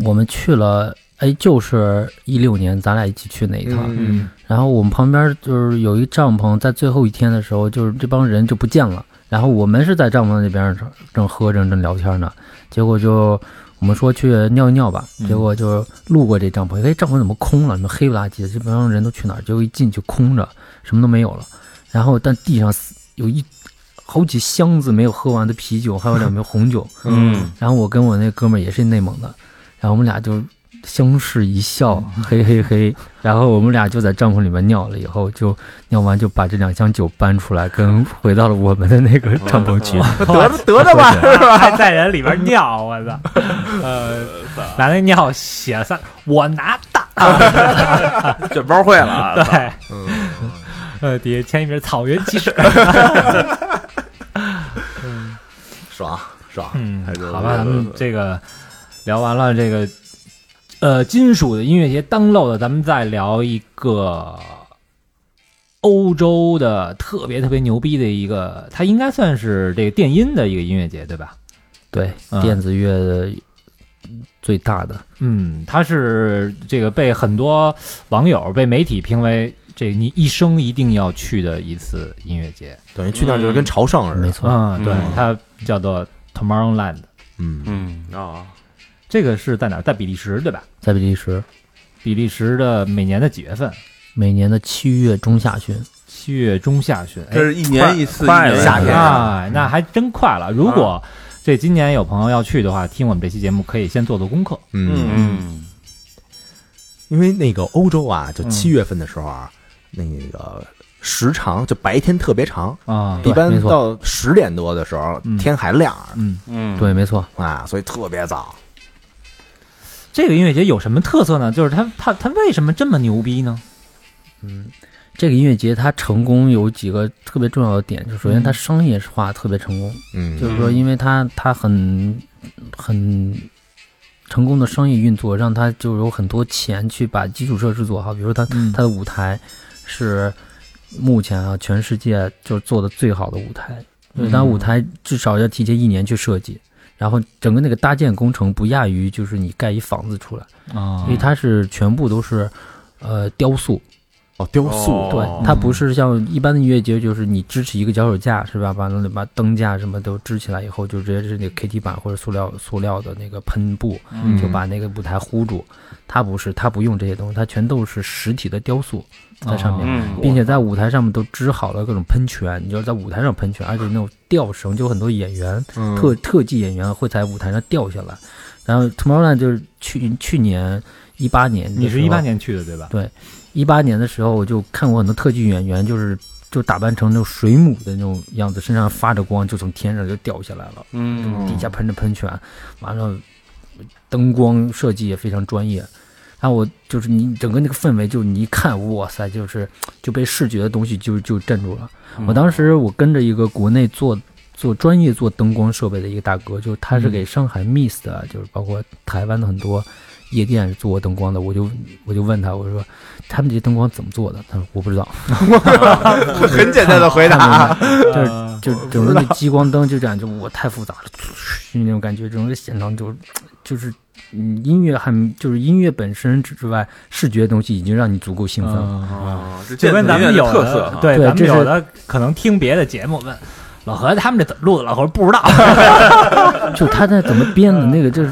S7: 我们去了，哎，就是一六年咱俩一起去那一趟，
S3: 嗯，
S7: 然后我们旁边就是有一帐篷，在最后一天的时候，就是这帮人就不见了。然后我们是在帐篷那边正正喝着正聊天呢，结果就我们说去尿一尿吧，结果就路过这帐篷，哎，帐篷怎么空了？你们黑不拉几的，这帮人都去哪儿？结果一进去空着，什么都没有了。然后但地上有一好几箱子没有喝完的啤酒，还有两瓶红酒。
S4: 嗯，
S7: 然后我跟我那哥们儿也是内蒙的，然后我们俩就相视一笑，嘿嘿嘿。然后我们俩就在帐篷里面尿了，以后就尿完就把这两箱酒搬出来，跟回到了我们的那个帐篷区。
S3: 得着得着吧， 是吧？
S6: 还在人里边尿，我操！呃，拿那尿写三，我拿大，
S5: 卷包会了啊，操
S6: 对，
S5: 嗯
S6: 呃，底下签一名《草原骑士》。
S3: 爽爽，
S6: 嗯
S5: 太，热
S6: 好
S5: 了
S6: 吧，咱们这个聊完了这个呃金属的音乐节当漏的，咱们再聊一个欧洲的特别特别牛逼的一个，它应该算是这个电音的一个音乐节，对吧？
S7: 对，
S6: 嗯
S7: 电子乐的最大的，
S6: 嗯，它是这个被很多网友、被媒体评为这你一生一定要去的一次音乐节。
S3: 等于去那儿就是跟朝圣似
S7: 没
S3: 的。
S7: 错。
S6: 嗯，对
S4: 嗯，
S6: 它叫做 Tomorrowland，
S3: 嗯，
S4: 嗯
S5: 啊，
S6: 这个是在哪儿？在比利时，对吧？
S7: 在比利时，
S6: 比利时的每年的几月份？
S7: 每年的七月中下旬，
S6: 七月中下旬，哎
S5: 这，是一年一次，
S4: 快
S5: 一年一次
S3: 夏天啊
S6: 啊，那还真快了。如果这今年有朋友要去的话，听我们这期节目可以先做做功课。
S3: 嗯，
S4: 嗯，
S3: 因为那个欧洲啊，就
S6: 嗯
S3: 七月份的时候啊，那个时长就白天特别长，
S6: 啊，
S3: 一般
S7: 没错
S3: 到十点多的时候
S6: 嗯
S3: 天还亮着
S6: 嗯，
S4: 嗯，
S7: 对，没错，
S3: 啊，所以特别早。
S6: 这个音乐节有什么特色呢？就是它它它为什么这么牛逼呢？
S7: 这个音乐节它成功有几个特别重要的点，就首先它商业化特别成功，
S3: 嗯
S5: 哦
S7: 就是说，因为它它很很成功的商业运作，让它就有很多钱去把基础设施做好。比如说它
S6: 嗯
S7: 它的舞台是目前啊全世界就是做的最好的舞台，
S6: 嗯
S7: 但舞台至少要提前一年去设计。然后整个那个搭建工程不亚于就是你盖一房子出来，
S6: 啊
S7: 因为它是全部都是，呃，雕塑，
S3: 哦，雕
S5: 哦
S7: 对，它不是像一般的音乐节，就是你支起一个脚手架是吧？完了把灯架什么都支起来以后，就直接是那个 KT 板或者塑料塑料的那个喷布，
S6: 嗯
S7: 就把那个舞台糊住。它不是，它不用这些东西，它全都是实体的雕塑在上面，
S4: 嗯，
S7: 并且在舞台上面都支好了各种喷泉，你就是在舞台上喷泉，而且那种吊绳就有很多演员
S6: 嗯
S7: 特特技演员会在舞台上掉下来。然后 Tomorrowland 就是去去年一八年的时候，
S6: 你是一八年去的对吧？
S7: 一八年的时候，我就看过很多特技演员，就是就打扮成那种水母的那种样子，身上发着光，就从天上就掉下来了，
S4: 嗯，
S7: 底下喷着喷泉，完了灯光设计也非常专业。然后我就是你整个那个氛围，就你一看，哇塞，就是就被视觉的东西就就镇住了。
S3: 嗯
S5: 嗯
S7: 我当时我跟着一个国内做做专业做灯光设备的一个大哥，就是他是给上海 MIS 的，
S3: 嗯
S7: 就是包括台湾的很多夜店是做灯光的，我就我就问他，我说他们这灯光怎么做的？他说我不知道，
S3: 很简单的回答，
S6: 啊
S7: 就整个那激光灯就这样，就我太复杂了，就那种感觉，整个现场就就是。嗯，音乐还就是音乐本身之之外，视觉的东西已经让你足够兴奋
S3: 嗯
S7: 了。
S5: 啊，这
S6: 呃哦就
S5: 电
S6: 跟
S5: 子
S6: 咱
S5: 音乐
S6: 们
S5: 的
S6: 有
S5: 特色哈，
S6: 对，
S7: 对
S6: 咱们
S7: 这是
S6: 有的可能听别的节目问老何他们这怎么录的，老何不知道。
S7: 就他在怎么编的那个，就是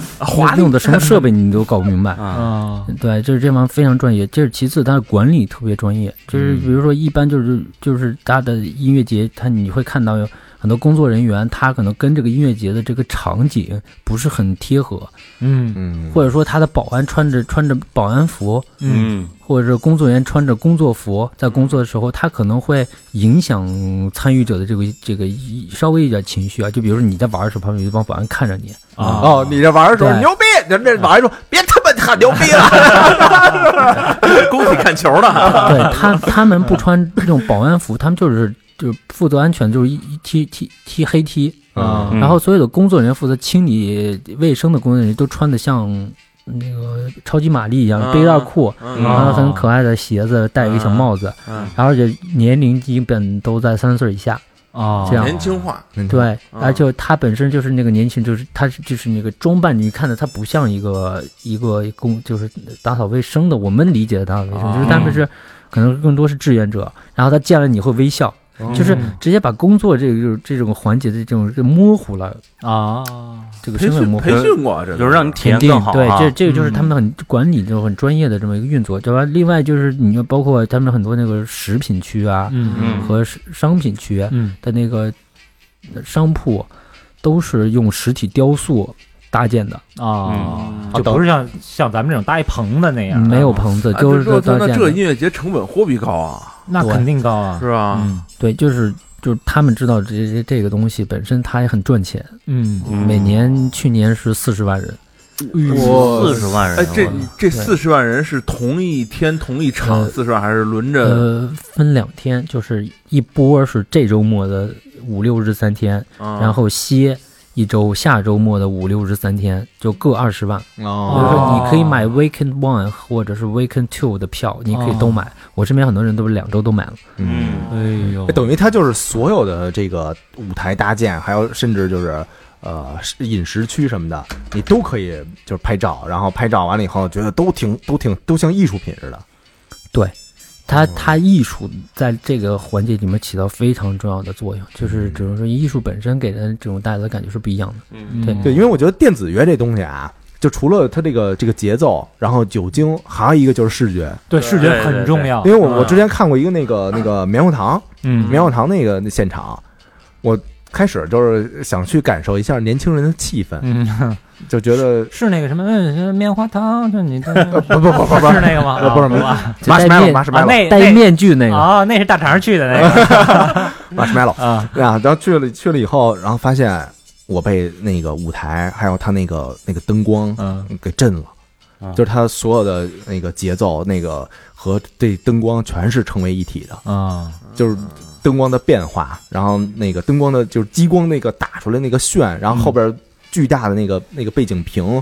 S7: 用的什么设备你都搞不明白。
S6: 啊，
S7: 对，就是这方非常专业，这是其次，它的管理特别专业。就是比如说，一般就是就是它的音乐节，它你会看到有很很多工作人员他可能跟这个音乐节的这个场景不是很贴合，
S6: 嗯
S3: 嗯，
S7: 或者说他的保安穿着穿着保安服，
S4: 嗯，
S7: 或者是工作人员穿着工作服在工作的时候，他可能会影响参与者的这个这个一稍微一点情绪啊。就比如说你在玩的时候，旁边有一帮保安看着你，
S6: 啊
S3: 哦，你这玩的时候
S7: 对
S3: 牛逼，人这网上说别他妈喊牛逼了，
S5: 恭喜看球的，
S7: 对他他们不穿这种保安服，他们就是就是负责安全，就是一一踢踢踢黑踢，
S3: 啊
S4: 嗯
S7: 然后所有的工作人员负责清理卫生的工作人员都穿的像那个超级玛丽一样，背带裤，然后很可爱的鞋子，戴一个小帽子，
S5: 嗯
S7: 然后也年龄基本都在三十岁以下。
S6: 啊，
S7: 这样
S5: 年轻化，
S7: 对，
S5: 嗯
S7: 而且他本身就是那个年轻，就是他是就是那个装扮，你看着他不像一个一个工，就是打扫卫生的。我们理解的打扫卫生，就是他们
S5: 哦
S7: 是可能更多是志愿者，然后他见了你会微笑，
S5: 哦
S7: 就是直接把工作这个就是这种环节的这种这模糊了，
S6: 啊，
S7: 这个
S5: 培
S7: 身份模
S5: 训
S7: 糊。
S5: 培训过嗯这个，
S4: 就是让你体验
S7: 定
S4: 更好
S7: 对，
S4: 啊
S7: 这这个就是
S6: 嗯
S7: 他们很管理这种很专业的这么一个运作，对吧？另外就是你就包括他们很多那个食品区啊
S6: 嗯
S7: 和商商品区，
S6: 嗯
S7: 的那个商铺都是用实体雕塑搭建的，
S6: 嗯啊，就不是像像咱们这种搭一棚子那样，
S7: 没有棚子，
S5: 啊
S7: 都
S5: 就是说
S7: 搭
S5: 那
S7: 建
S5: 这
S7: 的。
S5: 音乐节成本货币高啊，
S6: 那肯定高啊，
S5: 是吧？
S6: 嗯
S7: 对，就是就是他们知道这这这个东西本身它也很赚钱，
S6: 嗯，
S4: 嗯
S7: 每年去年是四十万人，嗯
S5: 我
S4: 四十万人，
S5: 哎，这
S4: 我
S5: 这四十万人是同一天同一场
S7: 呃
S5: 四十万，还是轮着？
S7: 呃，分两天，就是一波是这周末的五六日三天，然
S5: 然
S7: 后歇。一周，下周末的五六日三天就各二十万。比如
S3: 哦，
S7: 说，你可以买 Weekend One 或者是 Weekend Two 的票，你可以都
S3: 哦
S7: 买。我身边很多人都是两周都买了。
S4: 嗯。
S6: 哎呦，
S3: 等于它就是所有的这个舞台搭建，还有甚至就是呃是饮食区什么的，你都可以就是拍照，然后拍照完了以后觉得都挺都挺都像艺术品似的。
S7: 它它艺术在这个环节里面起到非常重要的作用，
S3: 嗯
S7: 就是只能说艺术本身给人这种带来的感觉是不一样的。
S6: 嗯
S3: 对，因为我觉得电子乐这东西啊，就除了它这个这个节奏，然后酒精，还有一个就是视觉。
S6: 对视觉很重要
S3: 因，为我我之前看过一个那个那个棉花糖，
S6: 哦嗯，
S3: 棉花糖那个那现场，我开始就是想去感受一下年轻人的气氛，
S6: 嗯，
S3: 就觉 得
S6: 是那个什么嗯棉花糖，这你这
S3: 呃不不不不不
S6: 是那个吗？
S3: 呃不是
S6: 啊
S3: 不是
S6: 啊，
S3: 马
S7: 戴
S3: 什麦了，
S7: 面
S3: 马哎啊什麦了，
S6: 那
S7: 戴
S6: 那
S7: 面具那个，
S6: 哦，那是大肠去的那个
S3: 马什麦了。
S6: 啊，
S3: 然后然后去了去了以后，然后发现我被那个舞台还有他那个那个灯光
S6: 嗯
S3: 给震了，
S6: 啊
S3: 就是他所有的那个节奏那个和这灯光全是成为一体的，
S6: 啊，
S3: 就是灯光的变化，然后那个灯光的就是激光那个打出来那个炫，然后后边巨大的那个那个背景屏。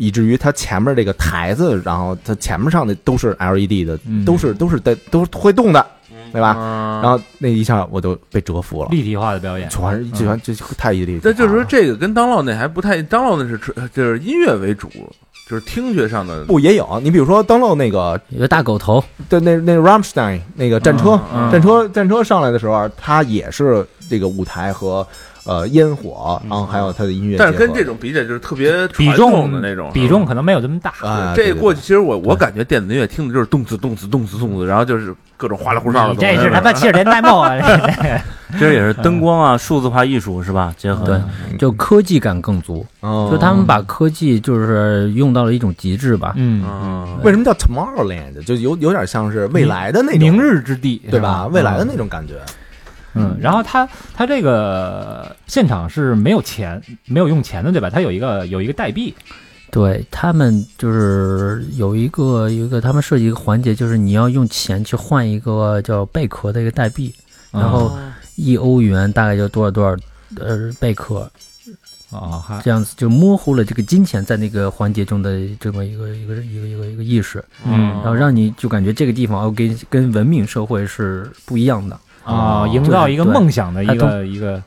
S3: 以至于它前面这个台子，然后它前面上的都是 LED 的，
S6: 嗯
S3: 都是都是在都是会动的，对吧？
S5: 然
S3: 然后那一下我就被折服了，
S6: 立体化的表演，
S3: 全是全这太 E 毅力。
S5: 那就是说，这个跟当烙那还不太，当烙那是纯就是音乐为主，就是听觉上的
S3: 不也有？你比如说当漏那个
S7: 有个大狗头，
S3: 对那那 Ramstein 那个战车，
S5: 嗯嗯
S3: 战车战车上来的时候，啊它也是这个舞台和呃烟火，
S5: 嗯
S3: 然后还有它的音乐结
S5: 但
S3: 合，
S5: 是跟这种比起来，就是特别
S6: 比
S5: 传统
S6: 重
S5: 的那种
S6: 比重。可能没有这么大，
S3: 啊，
S5: 这过去
S3: 去
S5: 其实我我感觉电子音乐听的就是动次动次动次动次，然后就是各种哗啦呼哨的
S6: 你
S5: 东西。
S6: 这是他妈七十年代末啊，
S4: 这也是
S5: 嗯
S4: 灯光啊，数字化艺术是吧？
S3: 嗯
S4: 结合
S7: 对，就科技感更足，就
S3: 就
S7: 他们把科技就是用到了一种极致吧。
S6: 嗯，
S5: 嗯，
S3: 为什么叫 Tomorrowland，就有有点像是未来的那种
S6: 明日之啊地，
S3: 对吧？未来的那种感觉，
S6: 嗯，然后他他这个现场是没有钱，没有用钱的，对吧？他有一个有一个代币，
S7: 对他们就是有一个有一个他们设计一个环节，就是你要用钱去换一个叫贝壳的一个代币，
S6: 哦
S7: 然后一欧元大概就多少多少呃贝壳，
S6: 啊，还
S7: 这样子就模糊了这个金钱在那个环节中的这么一个一个一个一个一个意识，
S6: 嗯
S7: 然后让你就感觉这个地方哦跟跟文明社会是不一样的，
S6: 啊，
S3: 哦
S6: 营造一个
S7: 对
S6: 梦想的一
S7: 还
S6: 个一个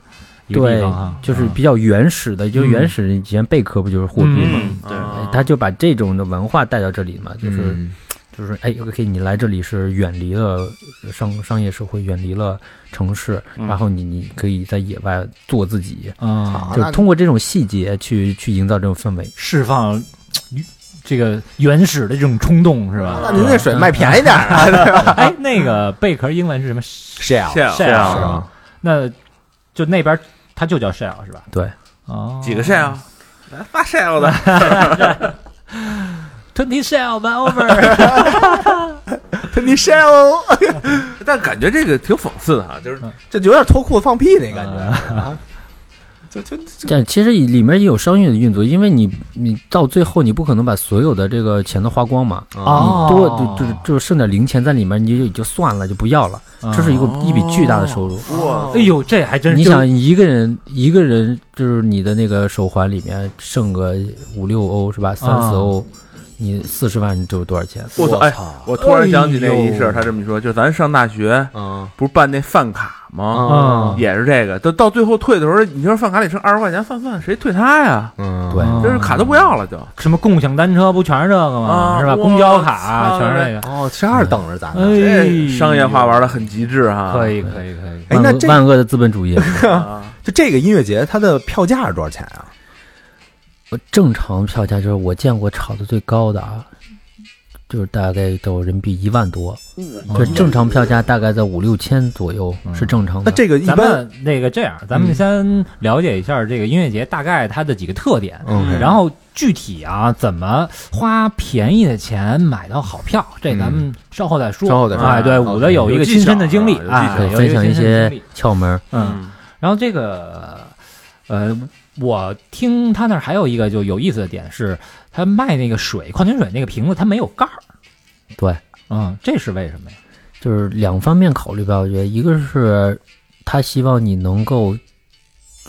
S6: 一个地
S7: 对
S6: 方啊，，
S7: 就是比较原始的，就是
S6: 嗯
S7: 原始以前贝壳不就是货币吗？
S4: 嗯，对，
S5: 啊
S7: 他就把这种的文化带到这里嘛，就是、
S3: 嗯
S7: 就是哎，OK，你来这里是远离了商商业社会，远离了城市，
S4: 嗯
S7: 然后你你可以在野外做自己，
S3: 啊
S6: 啊，
S7: 就
S3: 那
S7: 通过这种细节去去营造这种氛围。
S6: 释放呃这个原始的这种冲动是
S3: 啊那
S6: 吧？
S3: 您那水卖便宜点儿啊，对吧
S6: 哎，那个贝壳英文是什么？
S3: ？Shell
S5: 这样
S6: 是
S3: 是
S6: 啊，
S3: 吧？
S6: 那就那边它就叫 shell 是吧？
S7: 对，
S6: 哦，
S5: 几个 shell，来
S6: 嗯
S5: 发 shell 的，
S6: twenty shell one over，
S3: 你 shell，
S5: 但感觉这个挺讽刺的哈，就是
S6: 嗯
S3: 这有点脱裤子放屁那感觉啊，就就就
S7: 但其实里面也有商业的运作，因为你你到最后你不可能把所有的这个钱都花光嘛，
S6: 哦
S7: 你多就就就剩点零钱在里面，你就就算了，就不要了，这是一个一笔巨大的收入。
S5: 哇
S6: 哎呦，这还真是
S7: 你想一个人一个人就是你的那个手环里面剩个五六欧是吧？三
S6: 啊
S7: 四欧，你四十万就是多少钱？
S5: 我操！哎，
S3: 操，
S5: 我突然想起
S6: 哎
S5: 那一事儿，他这么一说，就咱上大学
S3: 嗯
S5: 不是办那饭卡吗？
S6: 啊，
S5: 也是这个，到到最后退的时候，你说饭卡里剩二十块钱，饭饭谁退他呀？
S3: 嗯，
S6: 啊
S7: 对
S5: 就是卡都不要了就，
S6: 什么共享单车不全是这个吗？
S5: 啊
S6: 是吧？
S5: 哇
S6: 公交卡
S5: 操
S6: 全是这个。
S3: 哦，这二等着咱呢，
S6: 哎
S5: 这，商业化玩的很极致哈。
S6: 可以可以可以，
S3: 哎
S7: 万
S3: 那
S7: 恶
S3: 这
S7: 万恶的资本主义，
S5: 啊，
S3: 就这个音乐节它的票价是多少钱啊？
S7: 我正常票价就是我见过炒的最高的啊，就是大概都人民币一万多，
S3: 嗯
S7: 这正常票价大概在五六千左右
S6: 嗯
S7: 是正常
S3: 那
S7: 的。
S3: 这个一
S6: 咱
S3: 般啊嗯
S6: 们那个这样，咱们先了解一下这个音乐节大概它的几个特点，
S3: 嗯 OK
S6: 然后具体啊怎么花便宜的钱买到好票，这咱们稍后再
S3: 嗯
S6: 说。
S3: 稍后再说啊
S6: 哎，对，
S5: OK
S6: 五的有一个亲身的经历
S5: 有技巧
S6: 啊，
S5: 有技巧
S7: 对，
S6: 有
S7: 分
S6: 个
S7: 享
S6: 亲身的
S7: 一
S6: 经
S7: 些
S6: 历。
S7: 窍门儿。
S6: 嗯，然后这个呃，我听他那儿还有一个就有意思的点是，他卖那个水矿泉水那个瓶子它没有盖儿。
S7: 对，
S6: 嗯，这是为什么呀？
S7: 就是两方面考虑吧，我觉得一个是他希望你能够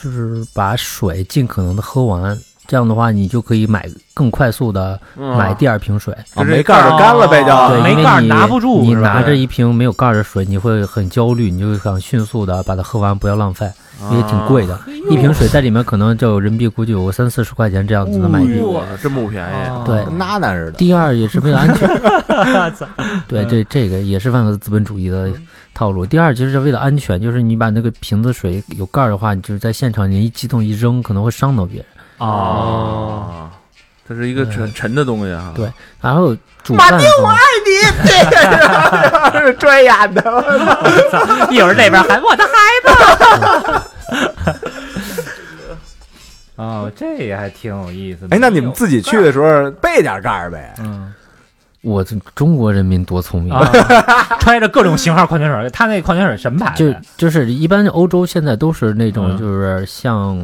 S7: 就是把水尽可能的喝完，这样的话你就可以买更快速的
S5: 嗯
S7: 买第二瓶水。
S3: 啊
S5: 就是
S3: 没盖儿就干了呗，
S5: 啊
S7: 对，
S3: 就
S6: 没
S7: 因为
S6: 盖儿
S7: 你
S6: 拿不住
S7: 你
S6: 是吧
S7: 拿着一瓶没有盖儿的水，你会很焦虑，你就想迅速的把它喝完，不要浪费，
S5: 啊
S6: 啊
S7: 因为挺贵的。一瓶水在里面可能就有人民币估计有三四十块钱这样子
S6: 哦
S7: 能买啊一瓶。
S5: 哇，真不
S3: 哎
S5: 便宜。
S7: 对，
S3: 跟娜娜似的。
S7: 第二也是为 了安全。
S6: 嗯
S7: 对，这这个也是万恶资本主义的套路。第二，就是为了安全，就是你把那个瓶子水有盖儿的话，你就是在现场你一激动一扔，可能会伤到别人。
S6: 哦，
S5: 它是一个沉沉的东西啊哈。
S7: 对然后主办方
S3: 是专演的，
S6: 一会儿这边喊我的孩子。哦，这也还挺有意思的。
S3: 哎，那你们自己去的时候备点盖儿呗，
S6: 嗯
S7: 我这中国人民多聪明。
S6: 啊，揣着各种型号矿泉水，他那矿泉水什么牌
S7: 就
S6: 子？
S7: 就是一般欧洲现在都是那种
S6: 啊嗯
S7: 就是像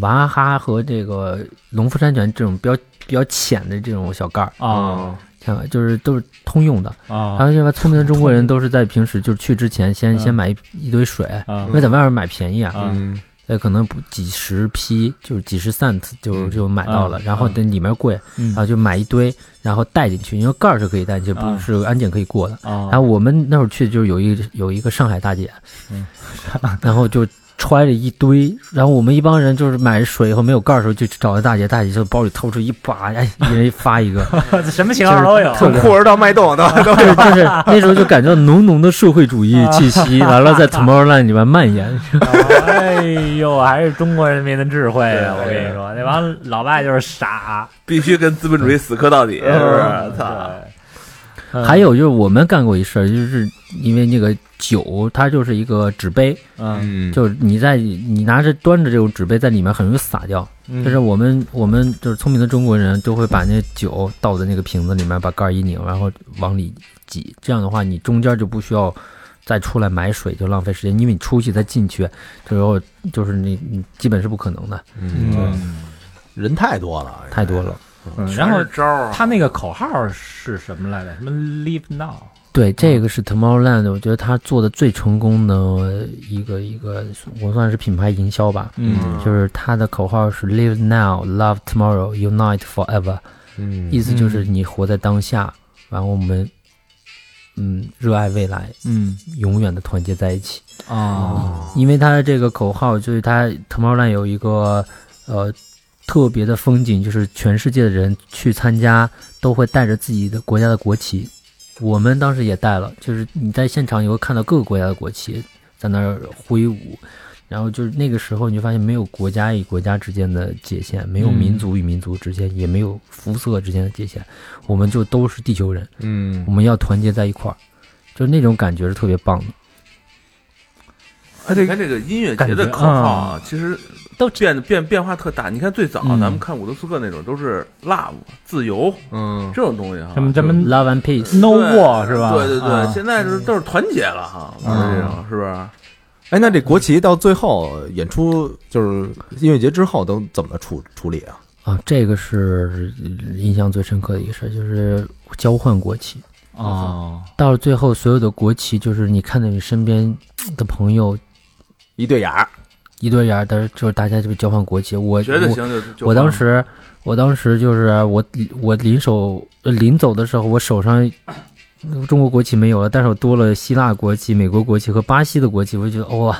S7: 娃哈哈和这个农夫山泉这种比较比较浅的这种小盖儿，嗯
S6: 啊
S7: 像就是都是通用的。然
S6: 啊嗯
S7: 后现在聪明的中国人都是在平时就是去之前先先买一一堆水，
S6: 啊
S7: 因为在外面买便宜啊，
S6: 啊！
S3: 嗯，
S7: 呃可能不几十批就是几十 cent 就
S3: 嗯
S7: 就买到了，
S6: 嗯
S7: 然后等里面贵，
S6: 嗯
S7: 然后就买一堆，然后带进去，因为盖儿是可以带进去，不
S6: 嗯
S7: 是安检可以过的。
S6: 啊
S7: 然后我们那会儿去就是有一有一个上海大姐，
S6: 嗯
S7: 然后就揣着一堆，然后我们一帮人就是买水以后没有盖儿的时候就去找那大姐，大姐就包里掏出一把，哎，一人发一个，
S6: 什么型号都有，啊
S7: 特别
S3: 从酷儿到脉动都都
S7: 就是就是那时候就感觉到浓浓的社会主义气息，完了在 Tomorrowland 里面蔓延。
S6: 哎呦，还是中国人民的智慧啊！我跟你说，那帮老外就是傻，
S5: 必须跟资本主义死磕到底，是不
S7: 啊
S5: 是？操！
S6: 对，
S7: 嗯还有就是我们干过一事儿，就是因为那个酒它就是一个纸杯，
S6: 嗯，
S3: 嗯
S7: 就是你在你拿着端着这种纸杯在里面很容易洒掉。就是我们我们就是聪明的中国人就会把那酒倒在那个瓶子里面，把盖儿一拧，然后往里挤。这样的话，你中间就不需要再出来买水，就浪费时间，因为你出去再进去，这时候就是你你基本是不可能的，
S3: 嗯
S6: 嗯
S3: 人太多了，
S7: 太多了。
S6: 然后
S5: 全是招儿啊，
S6: 他那个口号是什么来着？什么 “Live Now”？
S7: 对，这个是 Tomorrowland，我觉得他做的最成功的一个一个，我算是品牌营销吧。
S6: 嗯
S7: 就是他的口号是 “Live now, love tomorrow, unite forever”，
S3: 嗯
S7: 意思就是你活在当下，然后我们嗯热爱未来，
S6: 嗯
S7: 永远的团结在一起。
S6: 啊
S7: 因为他这个口号，就是他 Tomorrowland 有一个呃特别的风景，就是全世界的人去参加都会带着自己的国家的国旗。我们当时也带了，就是你在现场你会看到各个国家的国旗在那儿挥舞，然后就是那个时候你就发现没有国家与国家之间的界限，没有
S6: 嗯
S7: 民族与民族之间，也没有肤色之间的界限，我们就都是地球人，我
S3: 嗯，
S7: 们要团结在一块儿，就那种感觉是特别棒的。
S5: 哎，你看这个音乐节的口号啊，
S7: 嗯
S5: 其实
S6: 都
S5: 变变变化特大。你看最早
S6: 嗯
S5: 咱们看伍德斯克那种都是 love 自由
S3: 嗯，
S5: 这种东西哈，
S6: 什么什么
S7: Love and Peace，
S5: 对
S6: no war 是吧？
S5: 对对
S6: 啊嗯
S5: 对，现在是都是团结了哈，玩这种是不是？
S3: 哎，那这国旗到最后演出就是音乐节之后都怎么处处理啊？
S7: 啊，这个是印象最深刻的一个事儿，就是交换国旗。
S6: 哦，
S7: 到了最后，所有的国旗就是你看到你身边的朋友
S3: 一对眼儿，
S7: 一对眼儿，但是就是大家就交换国旗。我
S5: 觉得
S7: 我
S5: 行就就
S7: 我
S5: 放
S7: 当时，我当时就是我我临手呃临走的时候，我手上 中国国旗没有了，但是我多了希腊国旗、美国国旗和巴西的国旗，我就觉得哇、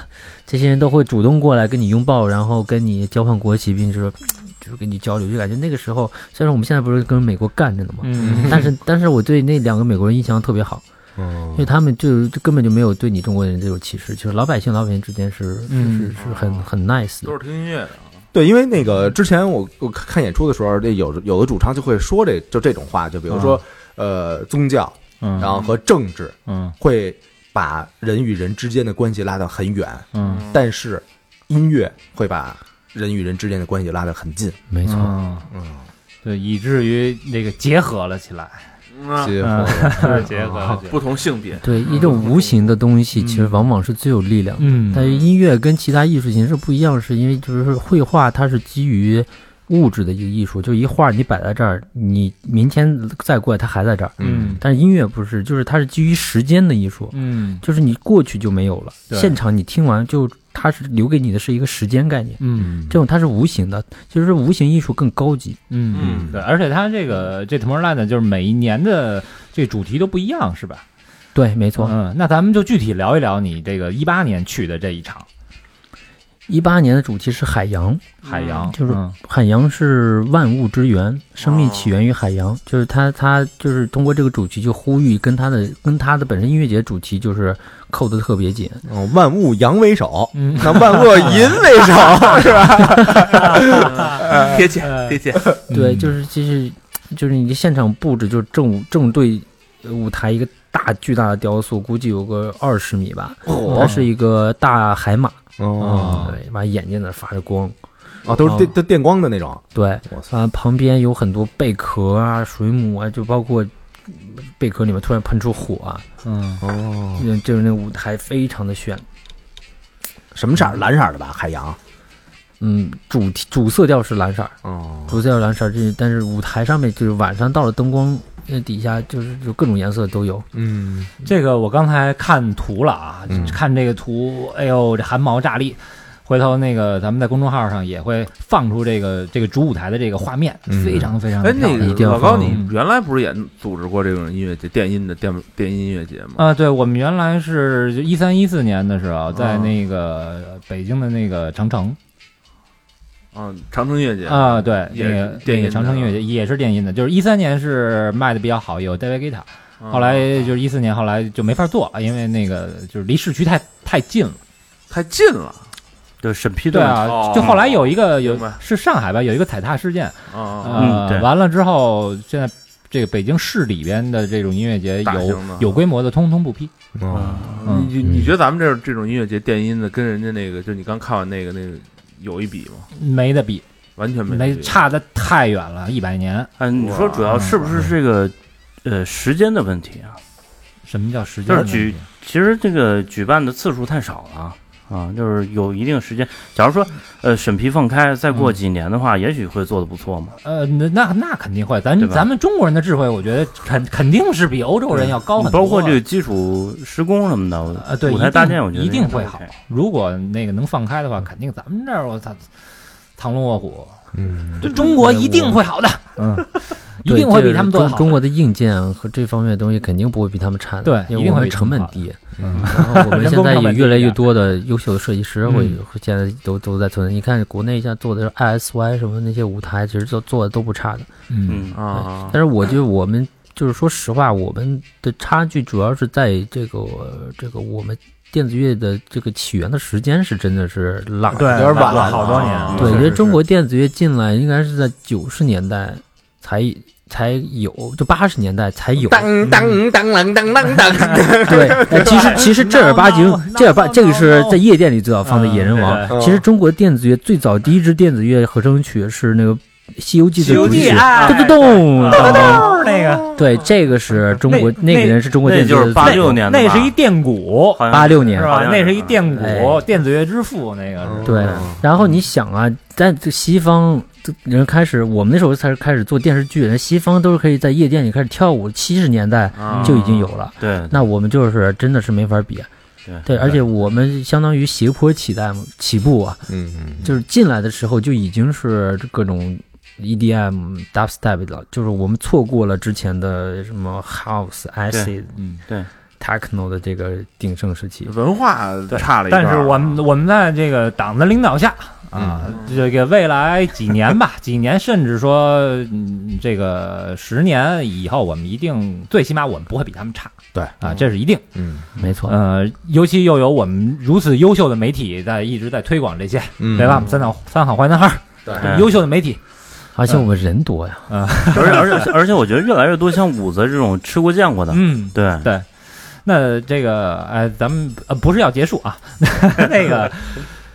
S7: 这些人都会主动过来跟你拥抱，然后跟你交换国旗，并且说 就是跟你交流，就感觉那个时候，虽然我们现在不是跟美国干着呢嘛，
S6: 嗯，
S7: 但是但是我对那两个美国人印象特别好，因为他们就就根本就没有对你中国人这种歧视，就是老百姓老百姓之间是是是是很很 nice
S5: 都
S7: 的
S5: 是，听音乐的。
S3: 对，因为那个之前我我看演出的时候，这有有的主唱就会说这就这种话，就比如说、呃宗教，
S6: 嗯，
S3: 然后和政治
S6: 嗯
S3: 会把人与人之间的关系拉到很远，
S6: 嗯，
S3: 但是音乐会把人与人之间的关系拉得很近，
S7: 没错。
S6: 嗯对，以至于那个结合了起来，
S5: 嗯，
S3: 结合
S6: 嗯
S3: 了
S6: 结合了起来，
S5: 不同性别，
S7: 对，一种无形的东西，其实往往是最有力量的。
S6: 嗯
S7: 但是音乐跟其他艺术形式不一样，是因为就是绘画，它是基于物质的一个艺术，就是一画你摆在这儿，你明天再过来它还在这儿。
S6: 嗯
S7: 但是音乐不是，就是它是基于时间的艺术，
S6: 嗯
S7: 就是你过去就没有了，
S6: 对
S7: 现场你听完就它是留给你的是一个时间概念，
S6: 嗯
S7: 这种它是无形的，就是无形艺术更高级。
S6: 嗯，对，而且它这个这 Tomorrowland 就是每一年的这主题都不一样，是吧？
S7: 对，没错。
S6: 嗯，那咱们就具体聊一聊你这个一八年去的这一场
S7: 一八年的主题是海洋，
S6: 海洋，
S7: 就是
S6: 嗯
S7: 海洋是万物之源，生命起源于海
S6: 哦
S7: 洋。就是它，它就是通过这个主题就呼吁跟它的跟它的本身音乐节主题就是扣得特别紧。
S3: 哦万物扬为首，
S6: 嗯
S3: 那万恶 淫为首，是吧？
S6: 哎
S5: 贴切贴切，
S7: 对，
S6: 嗯
S7: 就是就是就是你现场布置，就是正正对舞台一个大巨大的雕塑，估计有个二十米吧。它是一个大海马，
S6: 哦
S7: 对，把眼睛在那发着光。
S3: 哦，都是电都电光的那种，
S7: 对
S3: 我，操
S7: 啊，旁边有很多贝壳啊、水母啊，就包括贝壳里面突然喷出火啊，
S6: 嗯
S3: 哦，
S7: 嗯，就是那舞台非常的炫。
S3: 什么色儿？蓝色儿的吧？海洋，
S7: 嗯，主题主色调是蓝色儿，
S3: 哦，
S7: 主色调蓝色儿，这但是舞台上面就是晚上到了灯光那底下，就是有各种颜色都有。
S3: 嗯，
S6: 这个我刚才看图了啊，
S3: 嗯
S6: 看这个图，哎呦，这汗毛炸立。回头那个咱们在公众号上也会放出这个这个主舞台的这个画面，
S3: 嗯
S6: 非常非常
S5: 哎，
S6: 的漂
S5: 那
S6: 亮。
S7: 一
S5: 个
S7: 定要
S5: 老高，
S7: 放
S6: 嗯
S5: 你原来不是也组织过这种音乐节、电音的电电音音乐节吗？
S6: 啊，对，我们原来是一三一四年的时
S5: 哦
S6: 候，在那个北京的那个长城
S5: 啊，长城音乐节
S6: 啊，对，
S5: 也
S6: 那
S5: 是
S6: 个
S5: 电
S6: 那
S5: 音
S6: 个
S5: 的
S6: 长城音乐节也是电音的，就是一三年是卖的比较好，有 David Guetta，
S5: 啊
S6: 后来就是一四年，后来就没法做了，因为那个就是离市区太太近了。
S5: 太近了
S4: 就审批
S6: 对
S4: 的问题。
S6: 啊
S5: 哦，
S6: 就后来有一个有
S5: 明白
S6: 是上海吧，有一个踩踏事件，
S5: 啊，
S4: 嗯
S6: 呃，
S4: 对
S6: 完了之后，现在这个北京市里边的这种音乐节
S5: 大
S6: 有
S5: 型的
S6: 有规模的，通通不批。
S3: 哦，
S6: 嗯
S5: 你你觉得咱们这种这种音乐节电音的跟人家那个，就你刚看完那个那个有一比吗？
S6: 没得比，
S5: 完全没得
S6: 没
S5: 比
S6: 差的太远了，一百年。
S4: 嗯，你说主要是不是这个呃时间的问题啊？
S6: 什么叫时间
S4: 就
S6: 的
S4: 是
S6: 问
S4: 举
S6: 题？
S4: 其实这个举办的次数太少了啊，就是有一定时间。假如说呃审批放开，再过几年的
S6: 嗯
S4: 话，也许会做的不错嘛。
S6: 呃，那那那肯定会，咱
S4: 对吧
S6: 咱们中国人的智慧，我觉得肯肯定是比欧洲人要高很多。啊
S4: 包括这个基础施工什么的，
S6: 呃，对，
S4: 舞
S6: 一
S4: 台
S6: 定
S4: 搭建，我觉得
S6: 一定
S4: 也
S6: 会
S4: OK
S6: 好。如果那个能放开的话，肯定咱们这儿我操，藏龙卧虎，
S3: 嗯，
S6: 就中国一定会好的，嗯， 一定会比他们做
S7: 对
S6: 得好的。
S7: 这个中中国的硬件和这方面的东西肯定不会比他们差的，
S6: 对
S7: 因
S6: 一
S7: 为
S6: 定会
S7: 我们
S6: 比他
S7: 成
S6: 们
S7: 本
S6: 好嗯的
S7: 低。嗯然 后我们现在也越来越多的优秀的设计师会
S6: 啊嗯
S7: 会现在都都在存在。你看国内现在做的 ISY 什么那些舞台，其实都做的都不差的。
S6: 嗯
S4: 嗯，
S5: 啊
S7: 但，是我觉得我们就是说实话，我们的差距主要是在这个这个我们电子乐的这个起源的时间是真的是落了。
S3: 有点晚了
S6: 好多年
S3: 啊
S6: 了
S7: 对，
S3: 是
S7: 因为
S3: 是
S7: 中国电子乐进来应该是在九十年代才才有，就八十年代才有。
S3: 当当当啷当啷当，
S7: 对，但其实其实正儿八经，正儿八这个是在夜店里最早放的《野人王》
S3: 嗯对
S7: 其实中国电子乐最早第一支电子乐合成曲是那个《西游记》的啊主题曲，咚咚咚咚咚。
S6: 那个
S7: 对，这个是中国
S6: 那
S7: 那个人是中国
S4: 那
S7: 电子乐
S4: 就是
S7: 的
S4: 八六年的吧，
S6: 那是一电鼓，
S4: 好像
S7: 八六年
S6: 是
S4: 好
S6: 吧？
S4: 像
S6: 啊那
S4: 是
S6: 是一电鼓
S7: 哎，
S6: 电子乐之父那
S3: 嗯
S6: 个
S3: 哦
S6: 是。
S7: 对，
S4: 嗯
S7: 然后你想啊，在这西方这人开始，我们那时候才开始做电视剧，人西方都是可以在夜店里开始跳舞，七十年代
S4: 啊
S7: 就已经有了。
S4: 对，
S7: 那我们就是真的是没法比，啊
S4: 对
S7: 而且我们相当于斜坡起代嘛，起步啊，
S3: 嗯，
S7: 就是进来的时候就已经是各种 EDM、dubstep 了，就是我们错过了之前的什么 house、acid、
S6: 嗯，
S7: techno 的这个鼎盛时期。
S5: 文化差了一段
S6: 但
S5: 儿。
S6: 是我们我们在这个党的领导下啊，这个未来几年吧， 几年甚至说，嗯，这个十年以后，我们一定最起码我们不会比他们差。
S3: 对
S6: 啊，这是一定。
S3: 嗯
S7: 没错，
S6: 呃，尤其又有我们如此优秀的媒体在一直在推广这些，
S3: 嗯，
S6: 对吧？我们三好三好坏男孩儿，
S4: 哎
S6: 优秀的媒体，
S7: 而且我们人多
S5: 嗯
S7: 呀。
S4: 而且而且而且，我觉得越来越多像武则这种吃过见过的，
S6: 嗯，
S4: 对，
S6: 对。那这个，哎，咱们呃不是要结束啊， 那个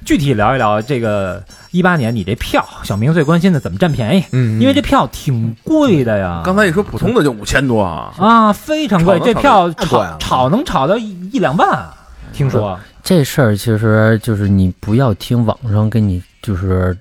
S6: 具体聊一聊这个一八年你这票，小明最关心的怎么占便宜，
S3: 嗯，
S6: 因为这票挺贵的呀。
S5: 嗯刚才一说普通的就五千多啊，
S6: 啊，非常贵，
S5: 炒
S6: 这
S5: 能
S6: 票
S3: 太贵
S6: 炒
S3: 了
S6: 炒能炒到一一两万，听说
S7: 这事儿其实就是你不要听网上给你就是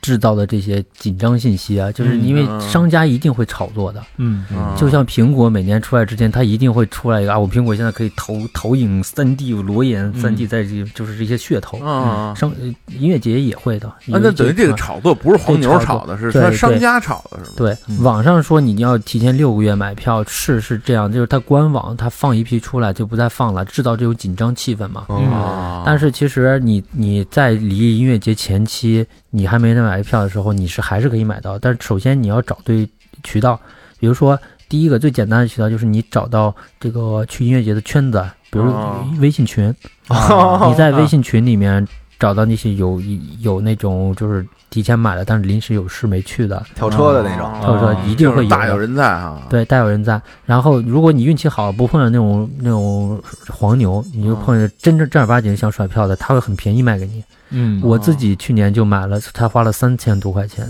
S7: 制造的这些紧张信息啊，就是因为
S5: 嗯
S7: 商家一定会炒作的。
S6: 嗯
S5: 嗯
S7: 就像苹果每年出来之前，它一定会出来一个啊，我苹果现在可以投投影三 D 裸
S5: 嗯
S7: 眼三 D，在这就是这些噱头。
S3: 嗯
S5: 啊，
S7: 商呃音乐节也会的。
S5: 啊那等于这个
S7: 啊
S5: 炒作不是黄牛炒的，是
S7: 对
S5: 他
S7: 对
S5: 商家炒的，是吗？
S7: 对，网上说你要提前六个月买票，是是这样，就是它官网它放一批出来就不再放了，制造这种紧张气氛
S3: 哦
S7: 嘛。
S3: 嗯
S5: 啊
S7: 但是其实你你在离音乐节前期，你还没能买票的时候，你是还是可以买到。但是首先你要找对渠道，比如说第一个最简单的渠道就是你找到这个去音乐节的圈子，比如
S5: 哦
S7: 微信群，
S5: 啊
S3: 哦
S7: 你在微信群里面找到那些有有那种就是提前买了但是临时有事没去的，
S3: 跳车的那种，
S7: 跳车一定
S5: 啊就
S7: 会
S5: 是
S7: 有
S5: 大有
S7: 的。
S5: 人在啊。
S7: 对，大有人在。然后，如果你运气好，不碰上那种那种黄牛，你
S5: 啊
S7: 就碰见真正正儿八经想甩票的，他会很便宜卖给你。
S6: 嗯
S7: 我自己去年就买了，他花了三千多块钱，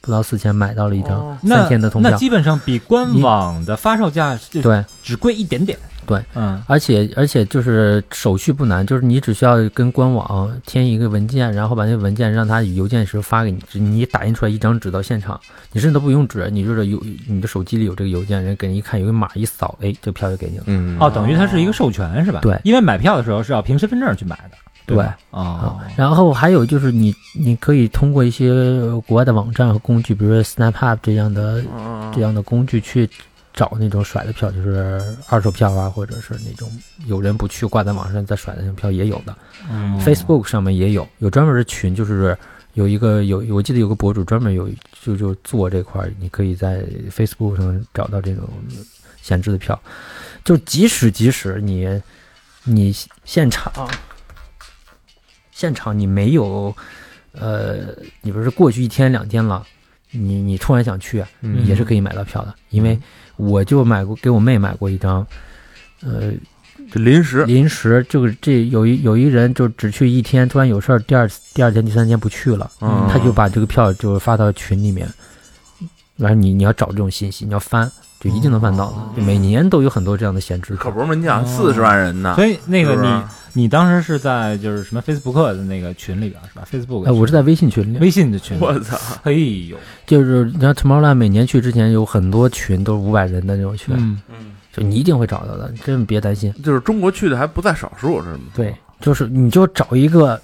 S7: 不到四千买到了一张
S5: 哦
S6: 那
S7: 三天的通
S6: 那
S7: 票。
S6: 基本上比官网的发售价是
S7: 对，
S6: 只贵一点点。
S7: 对，
S6: 嗯
S7: 而且而且就是手续不难，就是你只需要跟官网填一个文件，然后把那个文件让他以邮件时发给你，只你打印出来一张纸到现场，你甚至都不用纸，你就是有你的手机里有这个邮件，人给人一看有个码一扫，哎，这票就给你了。
S3: 嗯，
S6: 哦，等于它是一个授权是吧？
S7: 对
S6: 因为买票的时候是要凭身份证去买的。
S7: 对
S6: 吧
S7: 啊
S6: 哦，，
S7: 然后还有就是你，你可以通过一些呃国外的网站和工具，比如说 SnapUp 这样的
S5: 嗯
S7: 这样的工具去找那种甩的票，就是二手票啊，或者是那种有人不去挂在网上再甩的那种票也有的。Facebook
S6: 嗯
S7: 上面也有，有专门的群，就是有一个有我记得有个博主专门有就就做这块儿，你可以在 Facebook 上找到这种闲置的票，就即使即使你你现场现场你没有呃，你不是过去一天两天了。你你突然想去，
S3: 嗯
S7: 也是可以买到票的，因为我就买过，给我妹买过一张，呃，
S5: 这临时
S7: 临时就是这有一有一人就只去一天，突然有事儿，第二第二天第三天不去了，
S5: 嗯
S7: 他就把这个票就是发到群里面，然后你你要找这种信息，你要翻，就一定能翻到的。就每年都有很多这样的闲置
S5: 可
S7: 票
S5: 不，是嘛，你想
S6: 哦
S5: 四十万人呢，
S6: 所以那个
S5: 是不是
S6: 你你当时是在就是什么 Facebook 的那个群里边是吧？Facebook
S7: 哎，我是
S6: 在
S7: 在微信群里，
S6: 微信的群 里。
S5: 我操，
S6: 哎呦，
S7: 就是你看 Tomorrowland 每年去之前有很多群都是五百人的那种群，
S6: 嗯，
S7: 就你一定会找到的，真别担心。
S5: 就是中国去的还不在少数，是吗？
S7: 对，就是你就找一个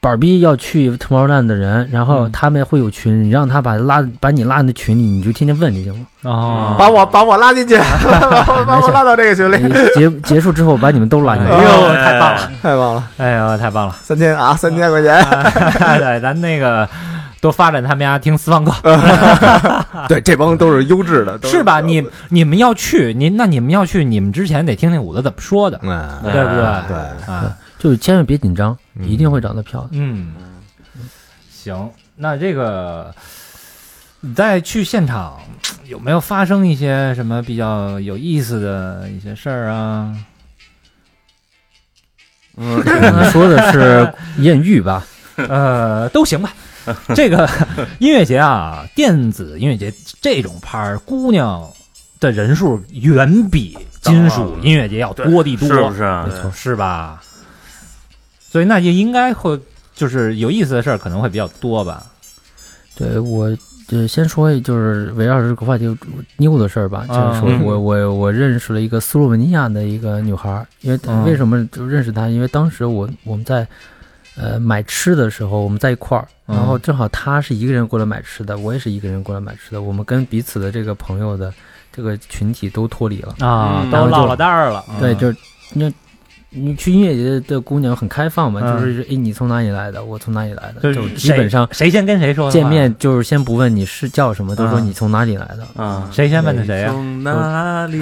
S7: 板儿逼要去 Tomorrowland 的人，然后
S6: 嗯
S7: 他们会有群，你让他把拉把你拉那群里，你就天天问就行了。
S6: 哦，
S3: 把我把我拉 进去，把我把我拉到这个群里，
S7: 结结束之后，把你们都拉进
S6: 哎
S7: 来。
S6: 呦，太棒了！
S3: 太棒了，
S6: 哎呦，太棒了！
S3: 三千啊，三千块钱，
S6: 对，咱那个多发展他们家听私房歌，
S3: 对，这帮都是嗯优质的，
S6: 是吧？你你们要去，您那你们要去，你们之前得听听武子怎么说的，
S3: 嗯，
S6: 对不对？
S3: 对
S6: 啊，嗯
S7: 就是千万别紧张，
S3: 嗯
S7: 一定会找到票的。
S6: 嗯，行，那这个你在去现场有没有发生一些什么比较有意思的一些事儿啊？
S5: 嗯，
S7: 你说的是艳遇吧？
S6: 呃，都行吧。这个音乐节啊，电子音乐节这种拍儿，姑娘的人数远比金属音乐节要多得多，
S4: 是不是啊？
S7: 没错，
S6: 是吧？所以那就应该会就是有意思的事儿可能会比较多吧。
S7: 对我。就是先说，就是围绕着这个话题妞的事儿吧。
S6: 啊
S7: 就是
S4: 嗯
S7: 说我我我认识了一个斯洛文尼亚的一个女孩儿，因为
S6: 嗯
S7: 为什么就认识她？因为当时我我们在呃买吃的时候，我们在一块儿，
S6: 嗯
S7: 然后正好她是一个人过来买吃的，我也是一个人过来买吃的，我们跟彼此的这个朋友的这个群体都脱离了。
S6: 啊，
S5: 嗯
S6: 都落了单儿了。
S7: 对，
S6: 嗯
S7: 就是那你去音乐节的姑娘很开放嘛，
S6: 嗯
S7: 就是哎你从哪里来的，我从哪里来的，
S6: 就
S7: 就是基本上
S6: 谁谁先跟谁说的话
S7: 见，面就是先不问你是叫什么，都说
S6: 嗯
S7: 你从哪里来的。
S4: 啊，
S6: 谁先问的谁呀、哎
S5: 从哪 里？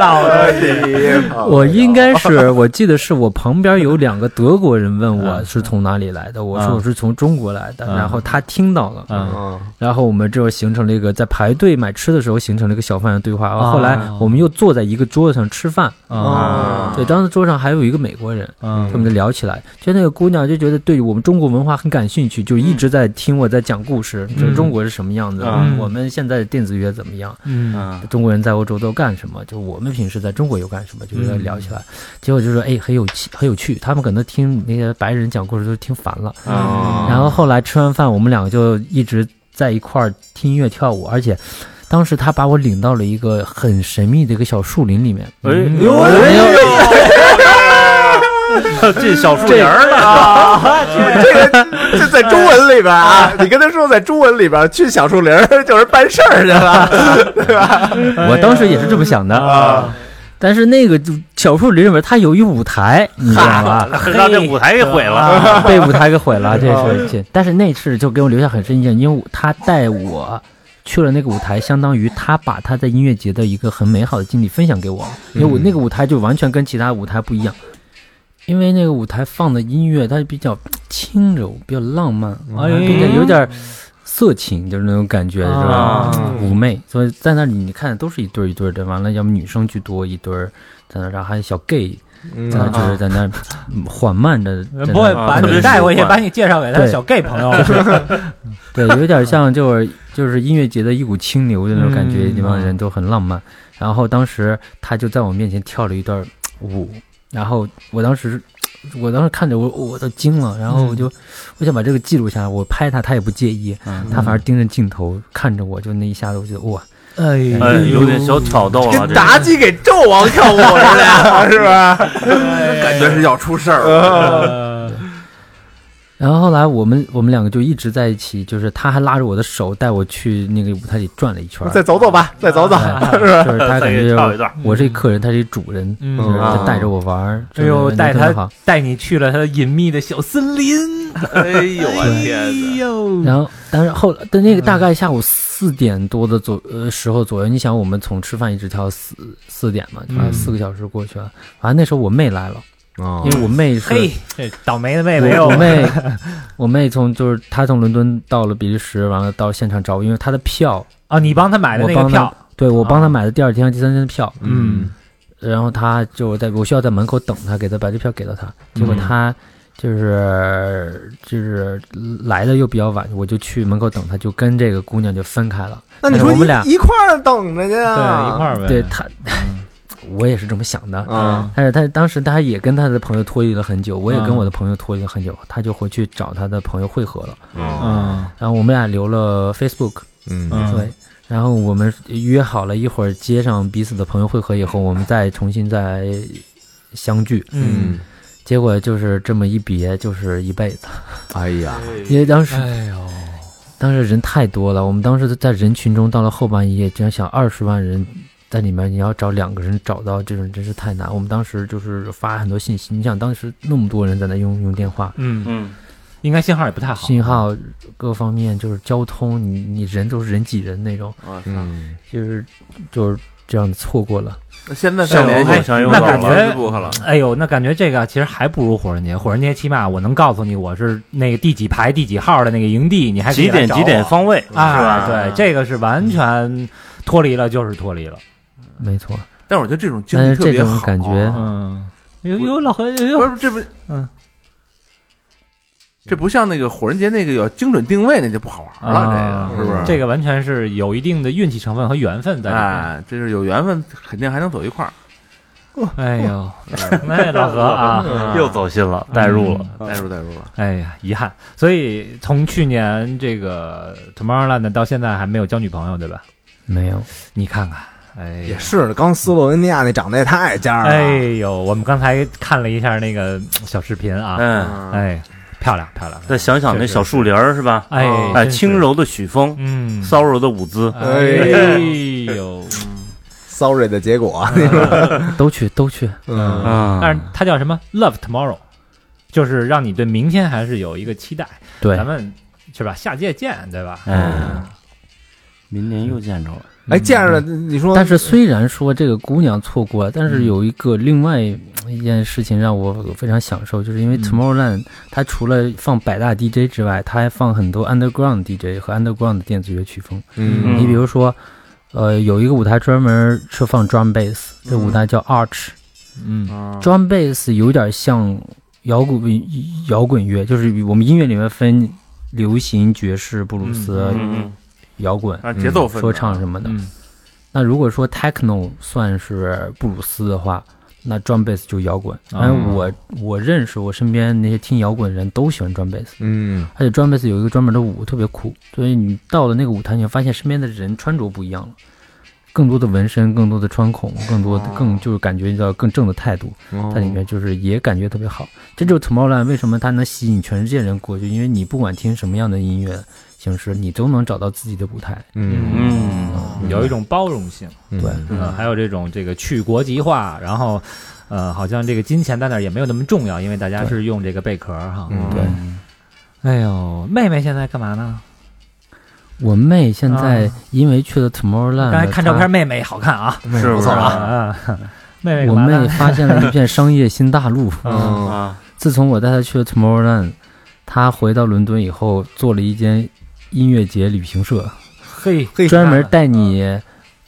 S6: 老
S3: 哎
S6: 啊
S7: 我应该 是，我记得是我旁边有两个德国人问我是从哪里来的，我说我是从中国来的，
S6: 嗯
S7: 然后他听到了，
S6: 嗯
S3: 嗯，
S7: 然后我们就形成了一个在排队买吃的时候形成了一个小范围对话，然后后来
S6: 哦
S7: 我们又坐在一个桌子上吃饭，
S6: 啊
S7: 对，当时桌上还有一个美国人，
S6: 嗯
S7: 他们就聊起来，就那个姑娘就觉得对我们中国文化很感兴趣，就一直在听我在讲故事，就是中国是什么样子，
S6: 嗯
S7: 我们现在的电子乐怎么样，
S6: 嗯
S4: 嗯
S7: 中国人在欧洲都干什么，就我们平时在中国又干什么，就是聊起来，结果就说哎很有趣很有趣，他们可能听那些白人讲故事都听烦了，
S4: 啊，
S7: 然后后来吃完饭，我们两个就一直在一块儿听音乐跳舞，而且。当时他把我领到了一个很神秘的一个小树林里面，嗯
S4: 哎
S6: 嗯
S7: 我
S4: 呦，
S7: 没有
S4: 这小树林儿了，
S5: 啊
S3: 这个 这在中文里边
S7: 哎
S3: 啊，你跟他说在中文里边去小树 林儿就是办事儿去 了，
S7: 我当时也是这么想的
S4: 哎
S7: 啊。但是那个就小树林里面，它有一舞台，你知道吗？
S4: 让这舞台给毁
S6: 哎
S4: 了。
S7: 被舞台给毁了，这
S6: 哦
S7: 是这。但是那次就给我留下很深印象，因为他带我去了那个舞台，相当于他把他在音乐节的一个很美好的经历分享给我，因
S6: 嗯
S7: 为我那个舞台就完全跟其他舞台不一样。因为那个舞台放的音乐，它比较轻柔，比较浪漫，
S6: 哎呦
S7: 并且有点色情，就是那种感觉，是吧？
S6: 啊
S7: 妩媚。所以在那里，你看都是一对儿一对儿的，完了，要么女生居多一对儿，在那，然后还有小 gay 在那，就是在那嗯缓慢的，
S6: 啊呃不会把
S4: 特别
S6: 你带回去，
S4: 喜欢
S6: 把你介绍给他的小 gay 朋友
S7: 对，有点像就是就是音乐节的一股清流的那种感觉，那帮人都很浪漫。然后当时他就在我面前跳了一段舞，然后我当时我当时看着我我都惊了，然后我就、我想把这个记录下来，我拍他他也不介意，他反而盯着镜头看着我，就那一下子我觉得哇，
S6: 哎呦
S4: 哎，有点小挑逗啊了，
S3: 跟
S4: 这
S3: 妲己给纣王跳舞似的，是吧？
S5: 感觉是要出事儿了。
S6: 呃
S7: 然后后来我们我们两个就一直在一起，就是他还拉着我的手带我去那个舞台里转了一圈儿，
S3: 再走走吧，再走走，
S7: 对就是他
S4: 再
S7: 感
S4: 给
S7: 觉
S4: 你
S7: 就
S4: 跳一
S7: 是
S4: 段，
S7: 我是一客人，他是一主人，
S6: 嗯
S7: 就是
S4: 啊
S7: 他带着我玩儿，
S6: 哎呦，
S7: 就是
S6: 带
S7: 真的好
S6: 他带你去了他隐秘的小森林，哎
S5: 哎呦我天哪！
S6: 呦，
S7: 然后，但是后来，但那个大概下午四点多的左呃时候左右，你想我们从吃饭一直跳到四四点嘛，对吧？
S6: 嗯
S7: 四个小时过去了。反正那时候我妹来了，
S3: 因
S7: 因为我妹是
S6: 哦嘿，这倒霉的妹妹
S7: 我
S6: 又
S7: 我妹，我妹从就是她从伦敦到了比利时，完了到现场找我，因为她的票，
S6: 啊，你帮他买的那
S7: 我
S6: 个
S7: 帮
S6: 票
S7: 她，，对我
S6: 哦
S7: 帮她买的第二天、和第三天的票，
S6: 嗯
S7: 然后她就在我需要在门口等她，给她把这票给到她，结果
S6: 嗯
S7: 她。就是就是来的又比较晚，我就去门口等她，就跟这个姑娘就分开了。
S3: 那你说
S7: 我们俩
S3: 一一块儿等着去
S6: 对，
S3: 啊，
S6: 一块儿呗，
S7: 对他， 我也是这么想的。
S3: 啊，
S7: 但是他当时他也跟他的朋友脱离了很久，我也跟我的朋友脱离了很久，他就回去找他的朋友汇合了。
S6: 嗯
S7: 然后我们俩留了 Facebook，
S3: 嗯
S6: 嗯，
S7: 对。然后我们约好了一会儿接上彼此的朋友汇合以后，我们再重新再相聚。
S6: 嗯，
S7: 结果就是这么一别就是一辈子，
S3: 哎呀，
S7: 因为当时
S6: 哎呦，
S7: 当时人太多了，我们当时在人群中到了后半夜，这样想二十万人在里面，你要找两个人找到这种真是太难。我们当时就是发很多信息，你想当时那么多人在那用用电话，
S6: 嗯，
S4: 嗯，
S6: 应该信号也不太啊好，
S7: 信号各方面就是交通，
S5: 啊
S7: 你你人都是人挤人那种，
S5: 我操！
S3: 嗯，
S7: 就是就是这样错过了。
S5: 现在再
S4: 上
S5: 联
S4: 油
S5: 系
S4: 上油
S5: 那
S4: 宝
S5: 感
S4: 了
S5: 觉不可了。
S6: 哎呦，那感觉这个其实还不如火人节。火人节起码我能告诉你我是那个第几排第几号的那个营地，你还可以
S4: 几点
S6: 来找
S4: 几点
S6: 我
S4: 方位，
S6: 啊？
S4: 是吧？
S6: 对，这个是完全脱离了，就是脱离了。
S7: 没错，
S5: 但是我觉得这种经
S7: 但
S6: 哎
S5: 历
S7: 是
S5: 特
S7: 这
S5: 别
S7: 种
S5: 好，
S7: 感觉，
S6: 嗯，有有老何，有
S5: 不
S6: 有
S5: 是这不
S6: 嗯。
S5: 这不像那个火人节那个有精准定位，那就不好玩了
S6: 啊，
S5: 这个是不是？
S6: 这个完全是有一定的运气成分和缘分在里面。
S5: 哎，这是有缘分，肯定还能走一块儿。
S6: 哎 呦，那老何 啊，嗯
S4: 又走心了，代入了。
S5: 代入代入了，
S6: 哎呀，遗憾。所以从去年这个 Tomorrowland 到现在还没有交女朋友，对吧？
S7: 没有，
S6: 你看看，哎呀
S3: 也是，刚斯洛文尼亚那长得也太尖儿了，
S6: 哎呦，我们刚才看了一下那个嗯小视频啊，
S4: 嗯，
S6: 哎，漂亮漂亮，
S4: 再想想那小树林儿是吧？
S6: 哎
S4: 哎，
S6: 真是
S4: 轻柔的曲风，
S6: 嗯，
S4: 骚柔的舞姿，
S6: 哎呦，
S3: sorry 的结果，
S7: 都去都去，
S3: 嗯，
S7: 啊
S4: 嗯，
S5: 啊
S6: 但是它叫什么？Love Tomorrow，就是让你对明天还是有一个期待。
S7: 对嗯
S6: 咱，们是吧？下届见，对吧？
S4: 哎，明年又见着了。
S3: 哎，见着了，你说，
S7: 但是虽然说这个姑娘错过了，但是有一个另外一件事情让我非常享受，就是因为
S6: 嗯
S7: Tomorrowland 它除了放百大 DJ 之外，它还放很多 underground DJ 和 underground 的电子乐曲风。
S3: 嗯
S4: 嗯
S7: 你比如说，呃，有一个舞台专门是放 drum bass，这舞台叫 Arch。
S6: 嗯
S5: 嗯
S7: drum bass 有点像摇滚摇滚乐，就是我们音乐里面分流行、爵士、布鲁斯、
S4: 嗯，
S7: 摇滚、
S5: 按啊节奏分的
S7: 说唱什么的。
S6: 嗯
S7: 那如果说 techno 算是布鲁斯的话，那 drum bass 就摇滚。
S6: 哦
S7: 哎，我我认识我身边那些听摇滚的人都喜欢 drum bass，
S3: 嗯，
S7: 而且 drum bass 有一个专门的舞，特别酷。所以你到了那个舞台，你会发现身边的人穿着不一样了，更多的纹身，更多的穿孔，更多的更就是感觉到更正的态度，在里面就是也感觉特别好。这就是 Tomorrowland 为什么它能吸引全世界人过去，因为你不管听什么样的音乐形式，你都能找到自己的舞台。
S3: 嗯，
S4: 嗯，
S6: 有一种包容性，
S3: 嗯
S7: 对，
S6: 嗯，还有这种这个去国际化，然后，呃，好像这个金钱在那儿也没有那么重要，因为大家是用这个贝壳儿哈。
S3: 嗯
S7: 对
S6: 哎呦，妹妹现在干嘛呢？
S7: 我妹现在
S6: 啊
S7: 因为去了 Tomorrowland，
S6: 刚才看照
S7: 她
S6: 片，妹妹好看啊，
S4: 是不
S3: 不
S4: 是
S3: 错
S5: 哎
S3: 啊，
S6: 啊，妹妹
S7: 我
S6: 干嘛
S7: 妹
S6: 呢？
S7: 发现了一片商业新大陆。
S6: 嗯
S4: 啊？
S7: 自从我带她去了 Tomorrowland，她回到伦敦以后做了一间音乐节旅行社，
S6: 嘿，
S7: 专门带你，
S6: 啊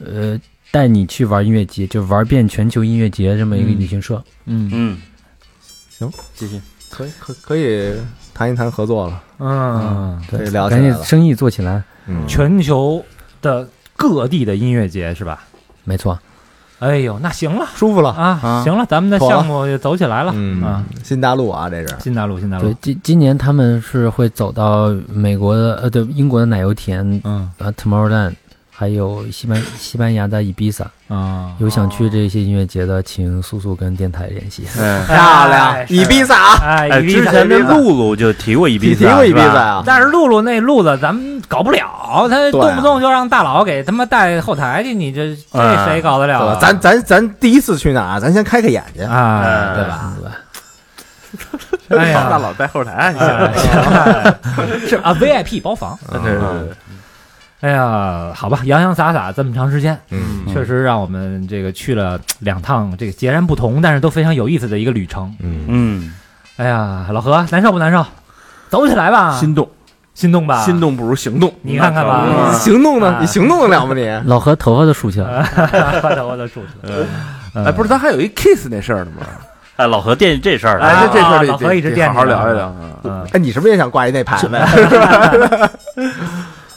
S7: 呃，带你去玩音乐节，就玩遍全球音乐节这么一个
S6: 嗯
S7: 旅行社。
S6: 嗯
S4: 嗯，
S3: 行，
S4: 继续。
S3: 可以可可以谈一谈合作了，
S6: 嗯，
S3: 可以
S7: 啊对，
S3: 聊起
S7: 赶
S3: 来
S7: 紧
S3: 了，
S7: 生意做起来，
S3: 嗯，
S6: 全球的各地的音乐节是吧？
S7: 没错。
S6: 哎呦，那行了
S3: 舒服了，
S6: 啊，行了，咱们的
S3: 妥了
S6: 项目也走起来了
S3: 嗯
S6: 啊，，
S3: 新大陆啊，这是，
S6: 新大陆，新大
S7: 对
S6: 陆，，
S7: 今今年他们是会走到美国的，呃，对，英国的奶油田，
S6: 嗯
S7: 呃，Tomorrowland，还有西班西班牙的伊比萨。
S6: 啊，
S7: 有想去这些音乐节的，请速速跟电台联系。
S4: 哎，
S3: 漂亮
S6: 哎，是
S3: 伊比萨啊，
S6: 哎，
S4: 之前的露露就提过一鼻
S3: 提
S4: 子，
S3: 提过伊比
S4: 是吧
S3: 萨啊，
S6: 但是露露那路子咱们搞不了，他
S3: 对啊
S6: 动不动就让大佬给他妈带后台去，你这这谁搞得了
S3: 对吧
S6: 啊？
S3: 咱咱咱第一次去哪儿啊，咱先开开眼去，
S6: 啊，
S4: 对
S6: 吧？哎 呀嗯
S5: 大佬在后台，啊
S6: 哎 是啊，VIP 包房。
S5: 对对
S6: 嗯
S5: 对，
S6: 哎呀，好吧，洋洋洒洒这么长时间，
S3: 嗯
S6: 确实让我们这个去了两趟这个截然不同，但是都非常有意思的一个旅程。
S3: 嗯，
S4: 嗯，
S6: 哎呀，老何难受不难受？走起来吧，
S5: 心动，
S6: 心动 吧，
S5: 心。动不如行动，
S6: 你看看吧
S5: 嗯
S3: 行动呢
S6: 啊？
S3: 你行动得了吗你？
S7: 老何头发都竖起
S6: 哎
S7: 来了，
S6: 我的我的主持，呃
S5: 哎，不是，咱还有一 kiss 那事儿呢吗？
S4: 哎，老何惦记这事儿
S6: 哎
S4: 了，
S5: 哎，这这事儿
S6: 啊老
S5: 得
S6: 何一直
S5: 得
S6: 惦
S5: 好
S6: 记
S5: 好聊
S6: 着
S5: 一聊啊。
S6: 嗯
S3: 哎，你是不是也想挂一那牌子呀？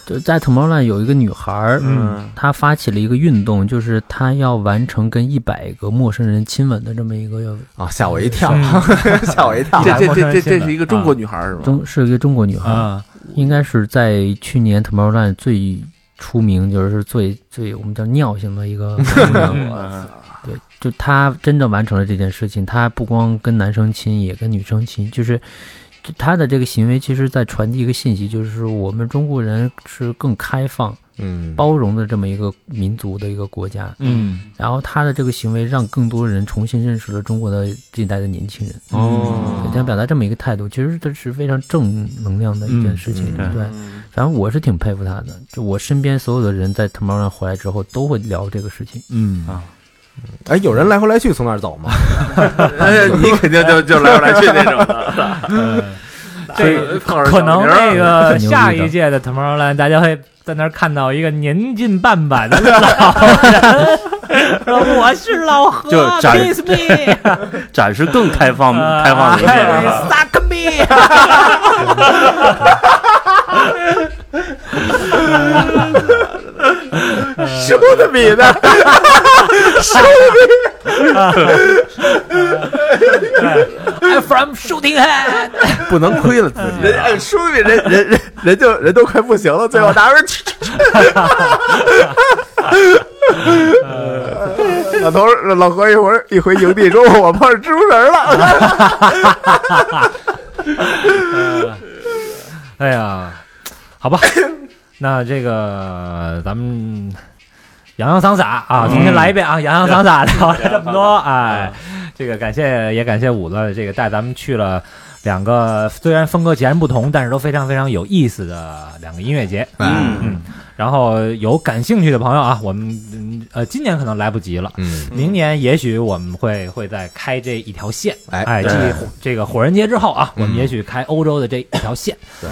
S7: 就在 Tomorrowland 有一个女孩儿，
S6: 嗯，
S7: 她发起了一个运动，就是她要完成跟一百个陌生人亲吻的这么一个
S3: 啊，吓我一跳
S6: 嗯，
S3: 吓我一跳
S6: 嗯，
S5: 这这这这这是一个中国女孩是吗？
S7: 中是一个中国女孩儿，
S6: 啊，
S7: 应该是在去年 Tomorrowland 最出名，就是最最我们叫尿性的一 个姑
S6: 呃
S7: 娘。
S4: 嗯
S7: 对，就她真正完成了这件事情，她不光跟男生亲，也跟女生亲，就是。就她的这个行为，其实在传递一个信息，就是我们中国人是更开放、
S3: 嗯，
S7: 包容的这么一个民族的一个国家。
S6: 嗯，
S7: 然后他的这个行为让更多人重新认识了中国的这一代的年轻人。
S3: 哦
S7: 对，想表达这么一个态度，其实这是非常正能量的一件事情。
S3: 嗯
S7: 对，反正我是挺佩服他的。就我身边所有的人在 Tomorrowland 回来之后都会聊这个事情。
S6: 嗯
S4: 啊
S3: 哎，有人来回来去从那儿走吗？
S5: 哎， 你肯定就就来来去那种的，
S6: 这
S5: 个碰上
S6: 可能那个
S7: 挺牛逼的
S6: 下一届的 Tomorrowland，大家会在那儿看到一个年近半百的老人，说 我是老何
S4: 就展
S6: ，Please me，
S4: 展示更开放、
S6: 呃
S4: 开放
S6: 哎
S4: 一点。
S6: ，Suck me。
S5: 收的比 的，
S6: 哎 I'm from shooting head。
S3: 不能亏了自己。
S5: 人哎收的比人人人人就人都快不行了，最后大家说去去去 老头儿老何一会儿一回营地说，我碰上蜘蛛人了。
S6: 哎呀，好吧，那这个咱们洋洋洒洒啊，重新来一遍啊，洋洋洒洒聊了这么多，哎，这个感谢也感谢五子，这个带咱们去了。两个虽然风格截然不同，但是都非常非常有意思的两个音乐节。
S3: 嗯
S6: 然后有感兴趣的朋友啊，我们嗯呃今年可能来不及了，
S3: 嗯，
S6: 明年也许我们会会再开这一条线，
S3: 哎
S6: 哎，
S4: 对
S6: 这这个火人节之后啊，我们
S3: 嗯
S6: 也许开欧洲的这一条线，
S3: 对，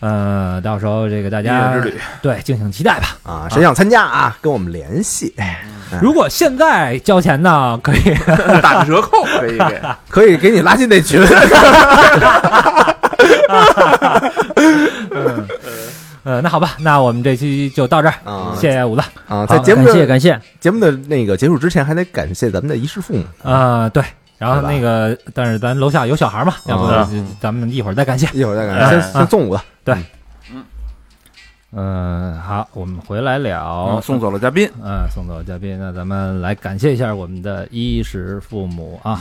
S6: 呃，到时候这个大
S5: 音
S6: 家
S5: 乐之旅
S6: 对敬请期待吧。
S3: 啊，谁想参加啊？跟我们联系，哎
S6: 如果现在交钱呢，可以
S5: 打个折扣可以给，
S3: 可以给你拉进那 啊群。
S6: 呃，那好吧，那我们这期就到这儿，
S3: 啊
S6: 谢谢五子。
S3: 啊，在
S8: 好，
S3: 节目
S8: 感谢
S3: 的
S8: 感谢，
S3: 节目的那个结束之前，还得感谢咱们的衣食父母。
S6: 呃，对，然后
S3: 好吧
S6: 那个，但是咱楼下有小孩嘛，要不
S4: 啊
S3: 嗯
S6: 咱们一会儿再感谢。
S3: 一会儿再感谢，先先送五个。
S6: 嗯，好，我们回来聊。
S5: 送走了嘉宾，
S6: 嗯，送走嘉宾，那咱们来感谢一下我们的衣食父母啊。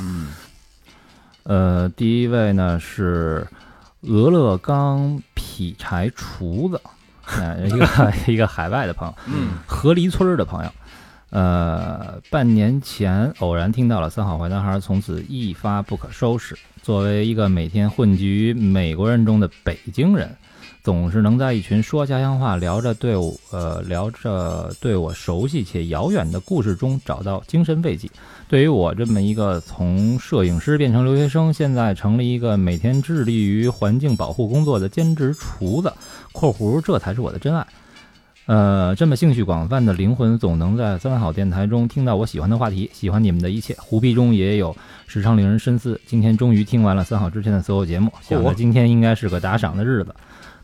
S6: 呃，第一位呢是俄勒冈劈柴厨子，呃、一个 一个海外的朋友，
S5: 嗯，
S6: 河狸村儿的朋友。呃，半年前偶然听到了《三好坏男孩》，从此一发不可收拾。作为一个每天混迹于美国人中的北京人，总是能在一群说家乡话、聊着对我呃聊着对我熟悉且遥远的故事中找到精神慰藉。对于我这么一个从摄影师变成留学生，现在成了一个每天致力于环境保护工作的兼职厨子（括弧这才是我的真爱）。呃，这么兴趣广泛的灵魂，总能在三好电台中听到我喜欢的话题，喜欢你们的一切。胡逼中也有时常令人深思。今天终于听完了三好之前的所有节目，想着今天应该是个打赏的日子。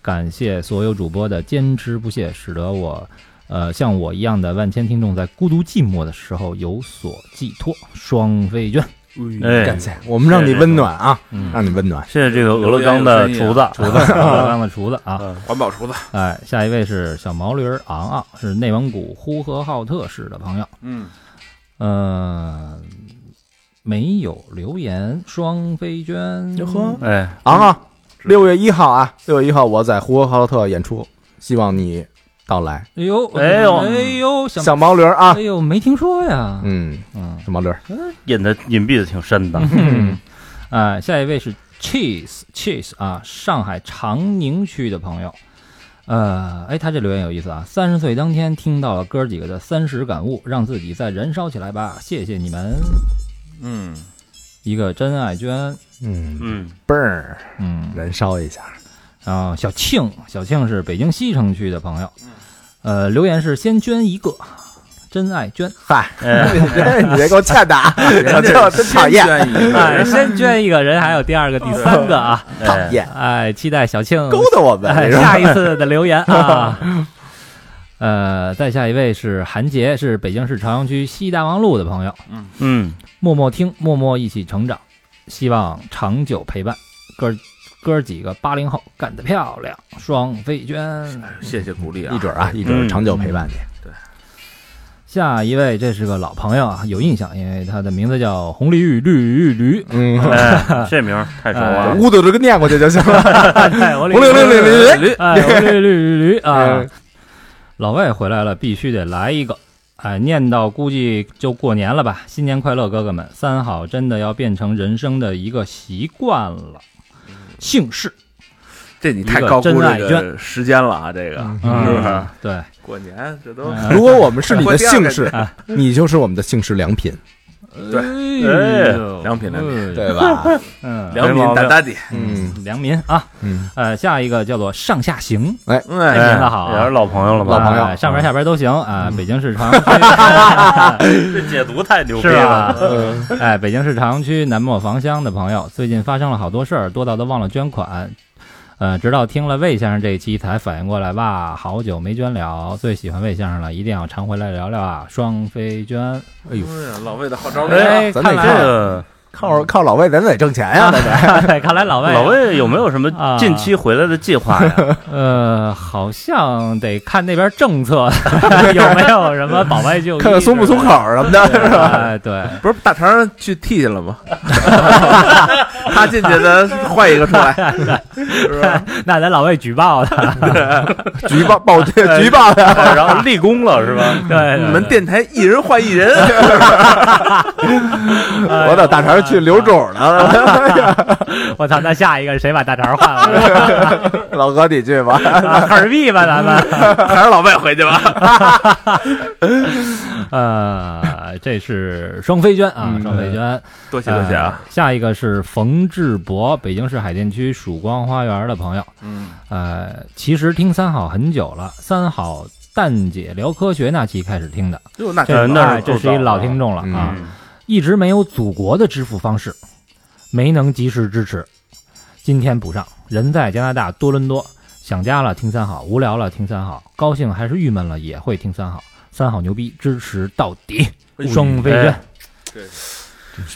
S6: 感谢所有主播的坚持不懈，使得我，呃，像我一样的万千听众在孤独寂寞的时候有所寄托。双飞娟，
S4: 哎
S3: 感谢，我们让你温暖啊，
S6: 嗯
S3: 让你温暖。
S4: 谢谢这个俄勒冈的厨子，
S6: 厨子， 刚刚的厨子啊，
S5: 环保厨子，
S6: 哎，下一位是小毛驴儿昂昂，是内蒙古呼和浩特市的朋友。
S5: 嗯，
S6: 呃，没有留言，双飞娟，
S4: 哎，
S3: 昂昂，六月一号啊，六月一号我在呼和浩特演出，希望你到来。
S6: 哎呦，
S4: 哎呦
S6: 哎呦，小，
S3: 小毛驴儿啊
S6: 哎，呦，没听说呀，
S3: 嗯，
S6: 嗯，
S3: 小毛驴儿，
S4: 隐的隐蔽的挺深的，
S6: 嗯，啊，下一位是 Cheese Cheese 啊，上海长宁区的朋友。呃，哎，他这留言有意思啊！三十岁当天听到了哥几个的三十感悟，让自己再燃烧起来吧！谢谢你们，
S5: 嗯，
S6: 一个真爱娟，
S3: 嗯，
S4: 嗯，
S3: 倍儿
S6: 嗯，
S3: 燃烧一下，
S6: 然后啊小庆，小庆是北京西城区的朋友，呃，留言是先捐一个，真爱捐，
S3: 嗨，
S4: 哎，
S5: 嗯
S3: 你别给我欠的啊，
S5: 哎
S3: 小舅真讨厌，
S5: 愿意
S6: 哎，先捐一个人，还有第二个、第三个 啊，
S3: 讨
S4: 哎
S3: 厌，
S6: 哎，期待小庆
S3: 勾搭我们，
S6: 哎
S3: 你说
S6: 下一次的留言啊。 呃，再下一位是韩杰，是北京市朝阳区西大望路的朋友，
S4: 嗯，
S6: 默默听，默默一起成长，希望长久陪伴，哥哥几个八零后干得漂亮，双飞娟。
S5: 谢谢鼓励啊
S3: 一，准儿啊，一准儿
S4: 嗯
S3: 长久陪伴你。
S6: 下一位，这是个老朋友啊，有印象，因为他的名字叫红鲤鱼绿 鱼驴。
S3: 嗯，
S4: 哎，这名儿太熟哎了，
S3: 屋头这个念过去就行 了。
S6: 哎，我
S3: 五六六六六六，
S6: 哎，红 鲤鱼绿鱼驴啊
S3: 嗯！
S6: 老外回来了，必须得来一个。哎，念叨估计就过年了吧？新年快乐，哥哥们！三好真的要变成人生的一个习惯了，姓氏
S5: 这你太
S6: 一个
S5: 高估
S6: 真爱
S5: 这个时间了啊，这个
S6: 嗯
S5: 是不是？
S3: 啊
S6: 对，
S5: 过年这都
S3: 如果我们是你的姓氏
S6: 嗯，
S3: 你就是我们的姓氏良品，
S6: 哎呦
S5: 良品良品，
S3: 对 吧？
S6: 嗯，
S5: 良
S4: 没毛
S5: 民大
S4: 病
S5: 大地，
S3: 嗯
S6: 良民啊，
S3: 嗯，
S6: 呃，下一个叫做上下行，
S5: 哎
S6: 哎
S4: 哎，
S6: 行那好啊
S4: 也是老朋友了吧？
S3: 老朋友嗯
S6: 哎上边下边都行啊。北京市朝 阳区
S4: 这解读太牛逼
S6: 是吧
S4: 了。？
S6: 哎，北京市朝阳区南磨房乡的朋友，最近发生了好多事儿，多到都忘了捐款。呃，直到听了魏先生这一期才反应过来，哇，好久没捐了，最喜欢魏先生了，一定要常回来聊聊啊！双飞捐，
S3: 哎呦，
S5: 哎呀老魏的号召力啊，
S6: 哎，
S3: 咱
S6: 看
S3: 得
S6: 来
S4: 这个
S3: 靠靠老魏，咱得挣钱呀，咱得。
S6: 对， 看来老魏
S4: 老魏有没有什么
S6: 啊
S4: 近期回来的计划呀？
S6: 呃，好像得看那边政策 有没有什么保外就医，
S3: 看看松不松口什么的，
S6: 对？哎，对，
S5: 不是大肠去替去了吗？ 他进去咱换一个出来，是不是？
S6: 那咱老魏举报他，
S3: 举报 报举报的，
S4: 哦 然后立功了是吧？
S6: 对，
S5: 你们电台一人换一人，
S3: 我到大肠去留种了。
S6: 我操，那下一个谁把大肠换了？
S3: 老哥，你去吧。
S6: 啊哈尔滨吧，咱们。
S5: 还是老魏回去吧。
S6: 呃，这是双飞娟啊，双飞娟，
S5: 多嗯谢
S3: 哎
S5: 多谢啊！
S6: 呃下一个是冯志博，北京市海淀区曙光花园的朋友。
S5: 嗯，
S6: 呃，其实听三好很久了，三好蛋姐聊科学那期开始听的，
S5: 哟，那啊
S6: 这
S4: 呃那是
S6: 哎这
S4: 够
S6: 是一
S4: 早
S6: 老
S4: 了
S6: 听众了
S3: 嗯
S6: 啊，一直没有祖国的支付方式，没能及时支持，今天补上。人在加拿大多伦多，想家了听三好，无聊了听三好，高兴还是郁闷了也会听三好。三好牛逼，支持到底，双飞
S4: 哎
S6: 娟。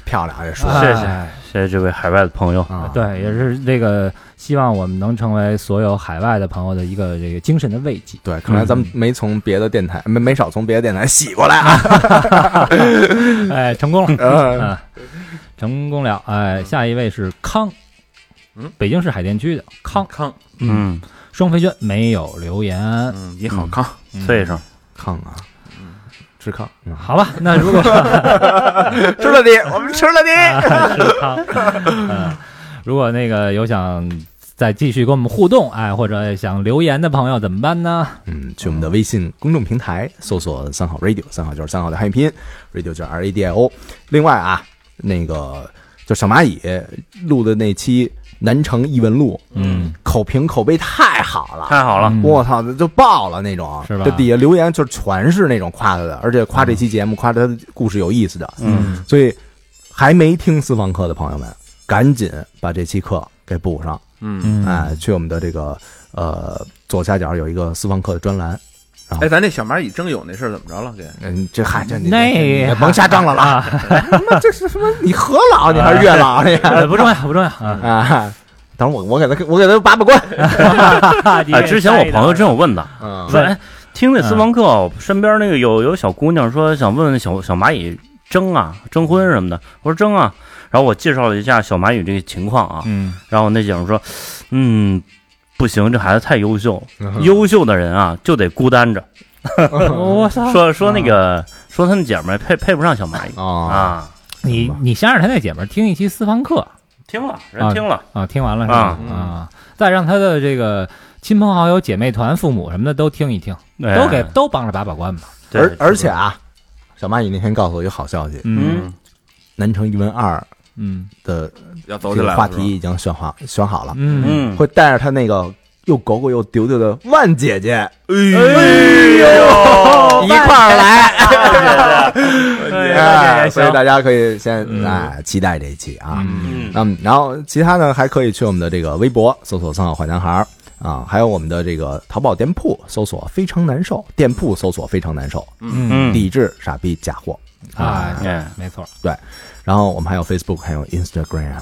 S3: 漂亮，这说
S4: 哎谢谢
S6: 哎
S4: 谢谢这位海外的朋友，
S3: 啊，
S6: 对，也是这个，希望我们能成为所有海外的朋友的一个这个精神的慰藉。
S3: 对，看来咱们没从别的电台，没没少从别的电台洗过来啊。
S6: 哎，成功了，
S3: 嗯
S6: 啊，成功了。哎，下一位是康，
S5: 嗯，
S6: 北京市海淀区的康，
S5: 康，
S4: 嗯，
S6: 双飞娟没有留言，
S5: 嗯，你好康，
S4: 脆声，
S3: 康啊，吃康，嗯
S6: 好吧，那如果
S3: 吃了你，我们吃了你。
S6: 是康， 嗯，如果那个有想再继续跟我们互动，哎，或者想留言的朋友怎么办呢？
S3: 嗯，去我们的微信公众平台搜索“三好 radio”，三好就是三好的汉语拼音，radio 就是 R A D I O。另外啊，那个就小蚂蚁录的那期《南城异闻录》，
S6: 嗯，
S3: 口评口碑太好了，
S4: 太好了，
S6: 嗯
S3: 我操，就爆了那种，
S6: 是吧
S3: 这底下留言就全是那种夸他的，而且夸这期节目、夸他的故事有意思的，
S4: 嗯，
S3: 所以还没听私房课的朋友们，赶紧把这期课给补上，
S5: 嗯，
S6: 嗯
S3: 哎，去我们的这个呃左下角有一个私房课的专栏，
S5: 哎，咱这小蚂蚁征友那事儿怎么着了？给
S3: 嗯，这嗨，这
S6: 那
S3: 甭瞎张罗了，
S6: 啊，
S3: 他妈这是什么？ 啊你何老你还是月老你
S6: 呃不重要，不重要啊。
S3: 啊？等会儿我我给他我给他把把关，
S4: 哎，之前我朋友真有问的，
S3: 嗯
S4: 说哎，听那私房课，我身边那个有有小姑娘说想问问小小蚂蚁征啊征婚什么的，我说征啊，然后我介绍了一下小蚂蚁这个情况啊，
S6: 嗯，
S4: 然后那姐们说，嗯，不行，这孩子太优秀，
S3: 嗯
S4: 优秀的人啊就得孤单着，
S6: 我操，
S4: 说说那个说他们姐们儿配配不上小蚂蚁
S3: 啊，
S4: 啊，
S6: 你你先让他那姐们儿听一期私房课
S4: 听了人听了，
S6: 啊，听完了是吧？啊，再让他的这个亲朋好友、姐妹团、父母什么的都听一听，
S4: 哎
S6: 都给都帮着把把关吧。
S4: 对
S3: 而而且啊，小蚂蚁那天告诉我一个好消息，
S4: 嗯
S3: 《南城一文二》
S6: 嗯
S3: 的
S5: 要走
S3: 这
S5: 起来了
S3: 个话
S5: 是吧
S3: 题已经选好选好了，
S6: 嗯
S4: 嗯，
S3: 会带着他那个又狗狗又丢丢的万姐姐
S4: 哎
S3: 一块儿来，
S4: 呦
S3: 哎所以大家可以先哎期待这一期啊。
S4: 嗯
S3: 嗯，然后其他呢还可以去我们的这个微博搜索“三好坏男孩”儿”啊，还有我们的这个淘宝店铺搜索“非常难受”，店铺搜索“非常难受”，
S4: 嗯
S3: 抵制傻逼假货。
S6: 啊，
S3: 嗯
S4: 哎
S6: 没错，
S3: 然后我们还有 Facebook，还有 Instagram，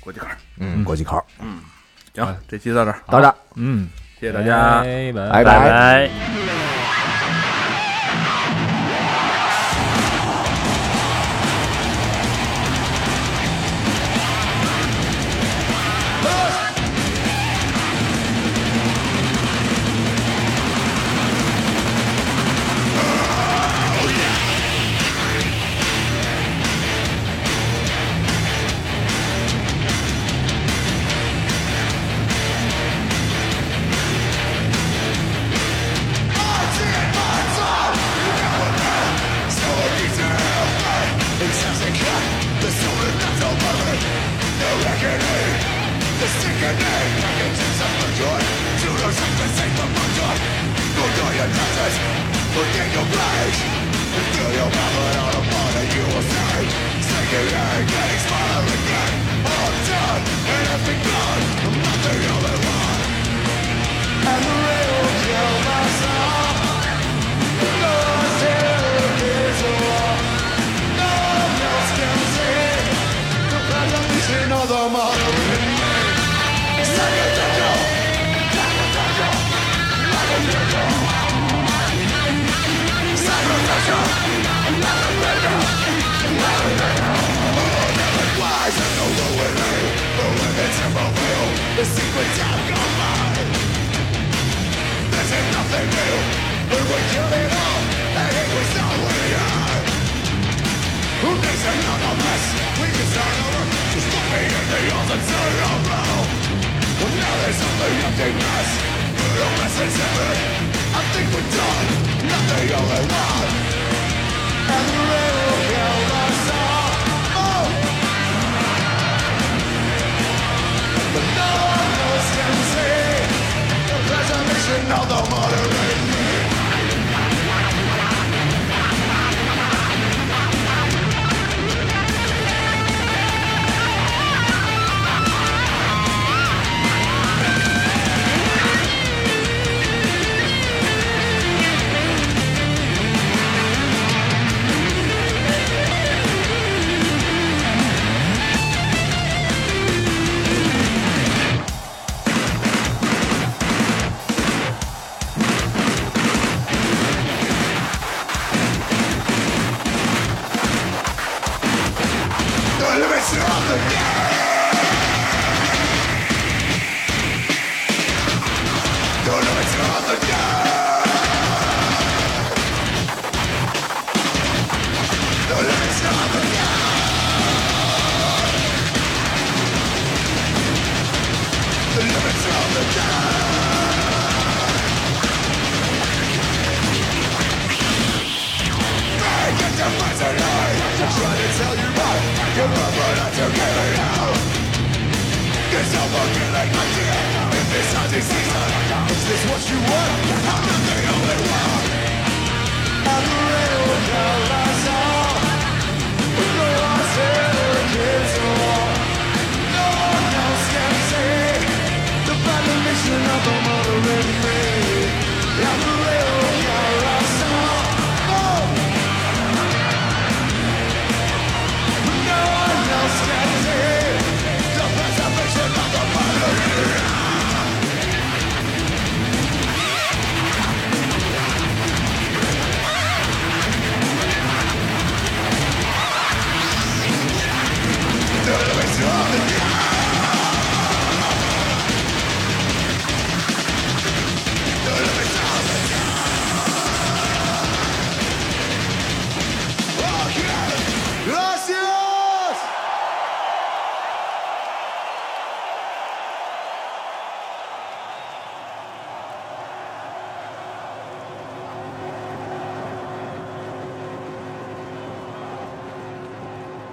S5: 国际坎儿。
S3: 嗯，国际口儿
S5: 行，这期到这儿，
S3: 到这儿，
S6: 嗯，哎
S5: 谢谢大家。
S3: 拜
S6: 拜拜
S4: 拜拜。
S9: Thank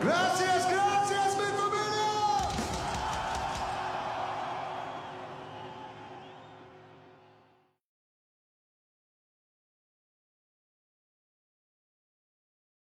S9: Gracias, gracias.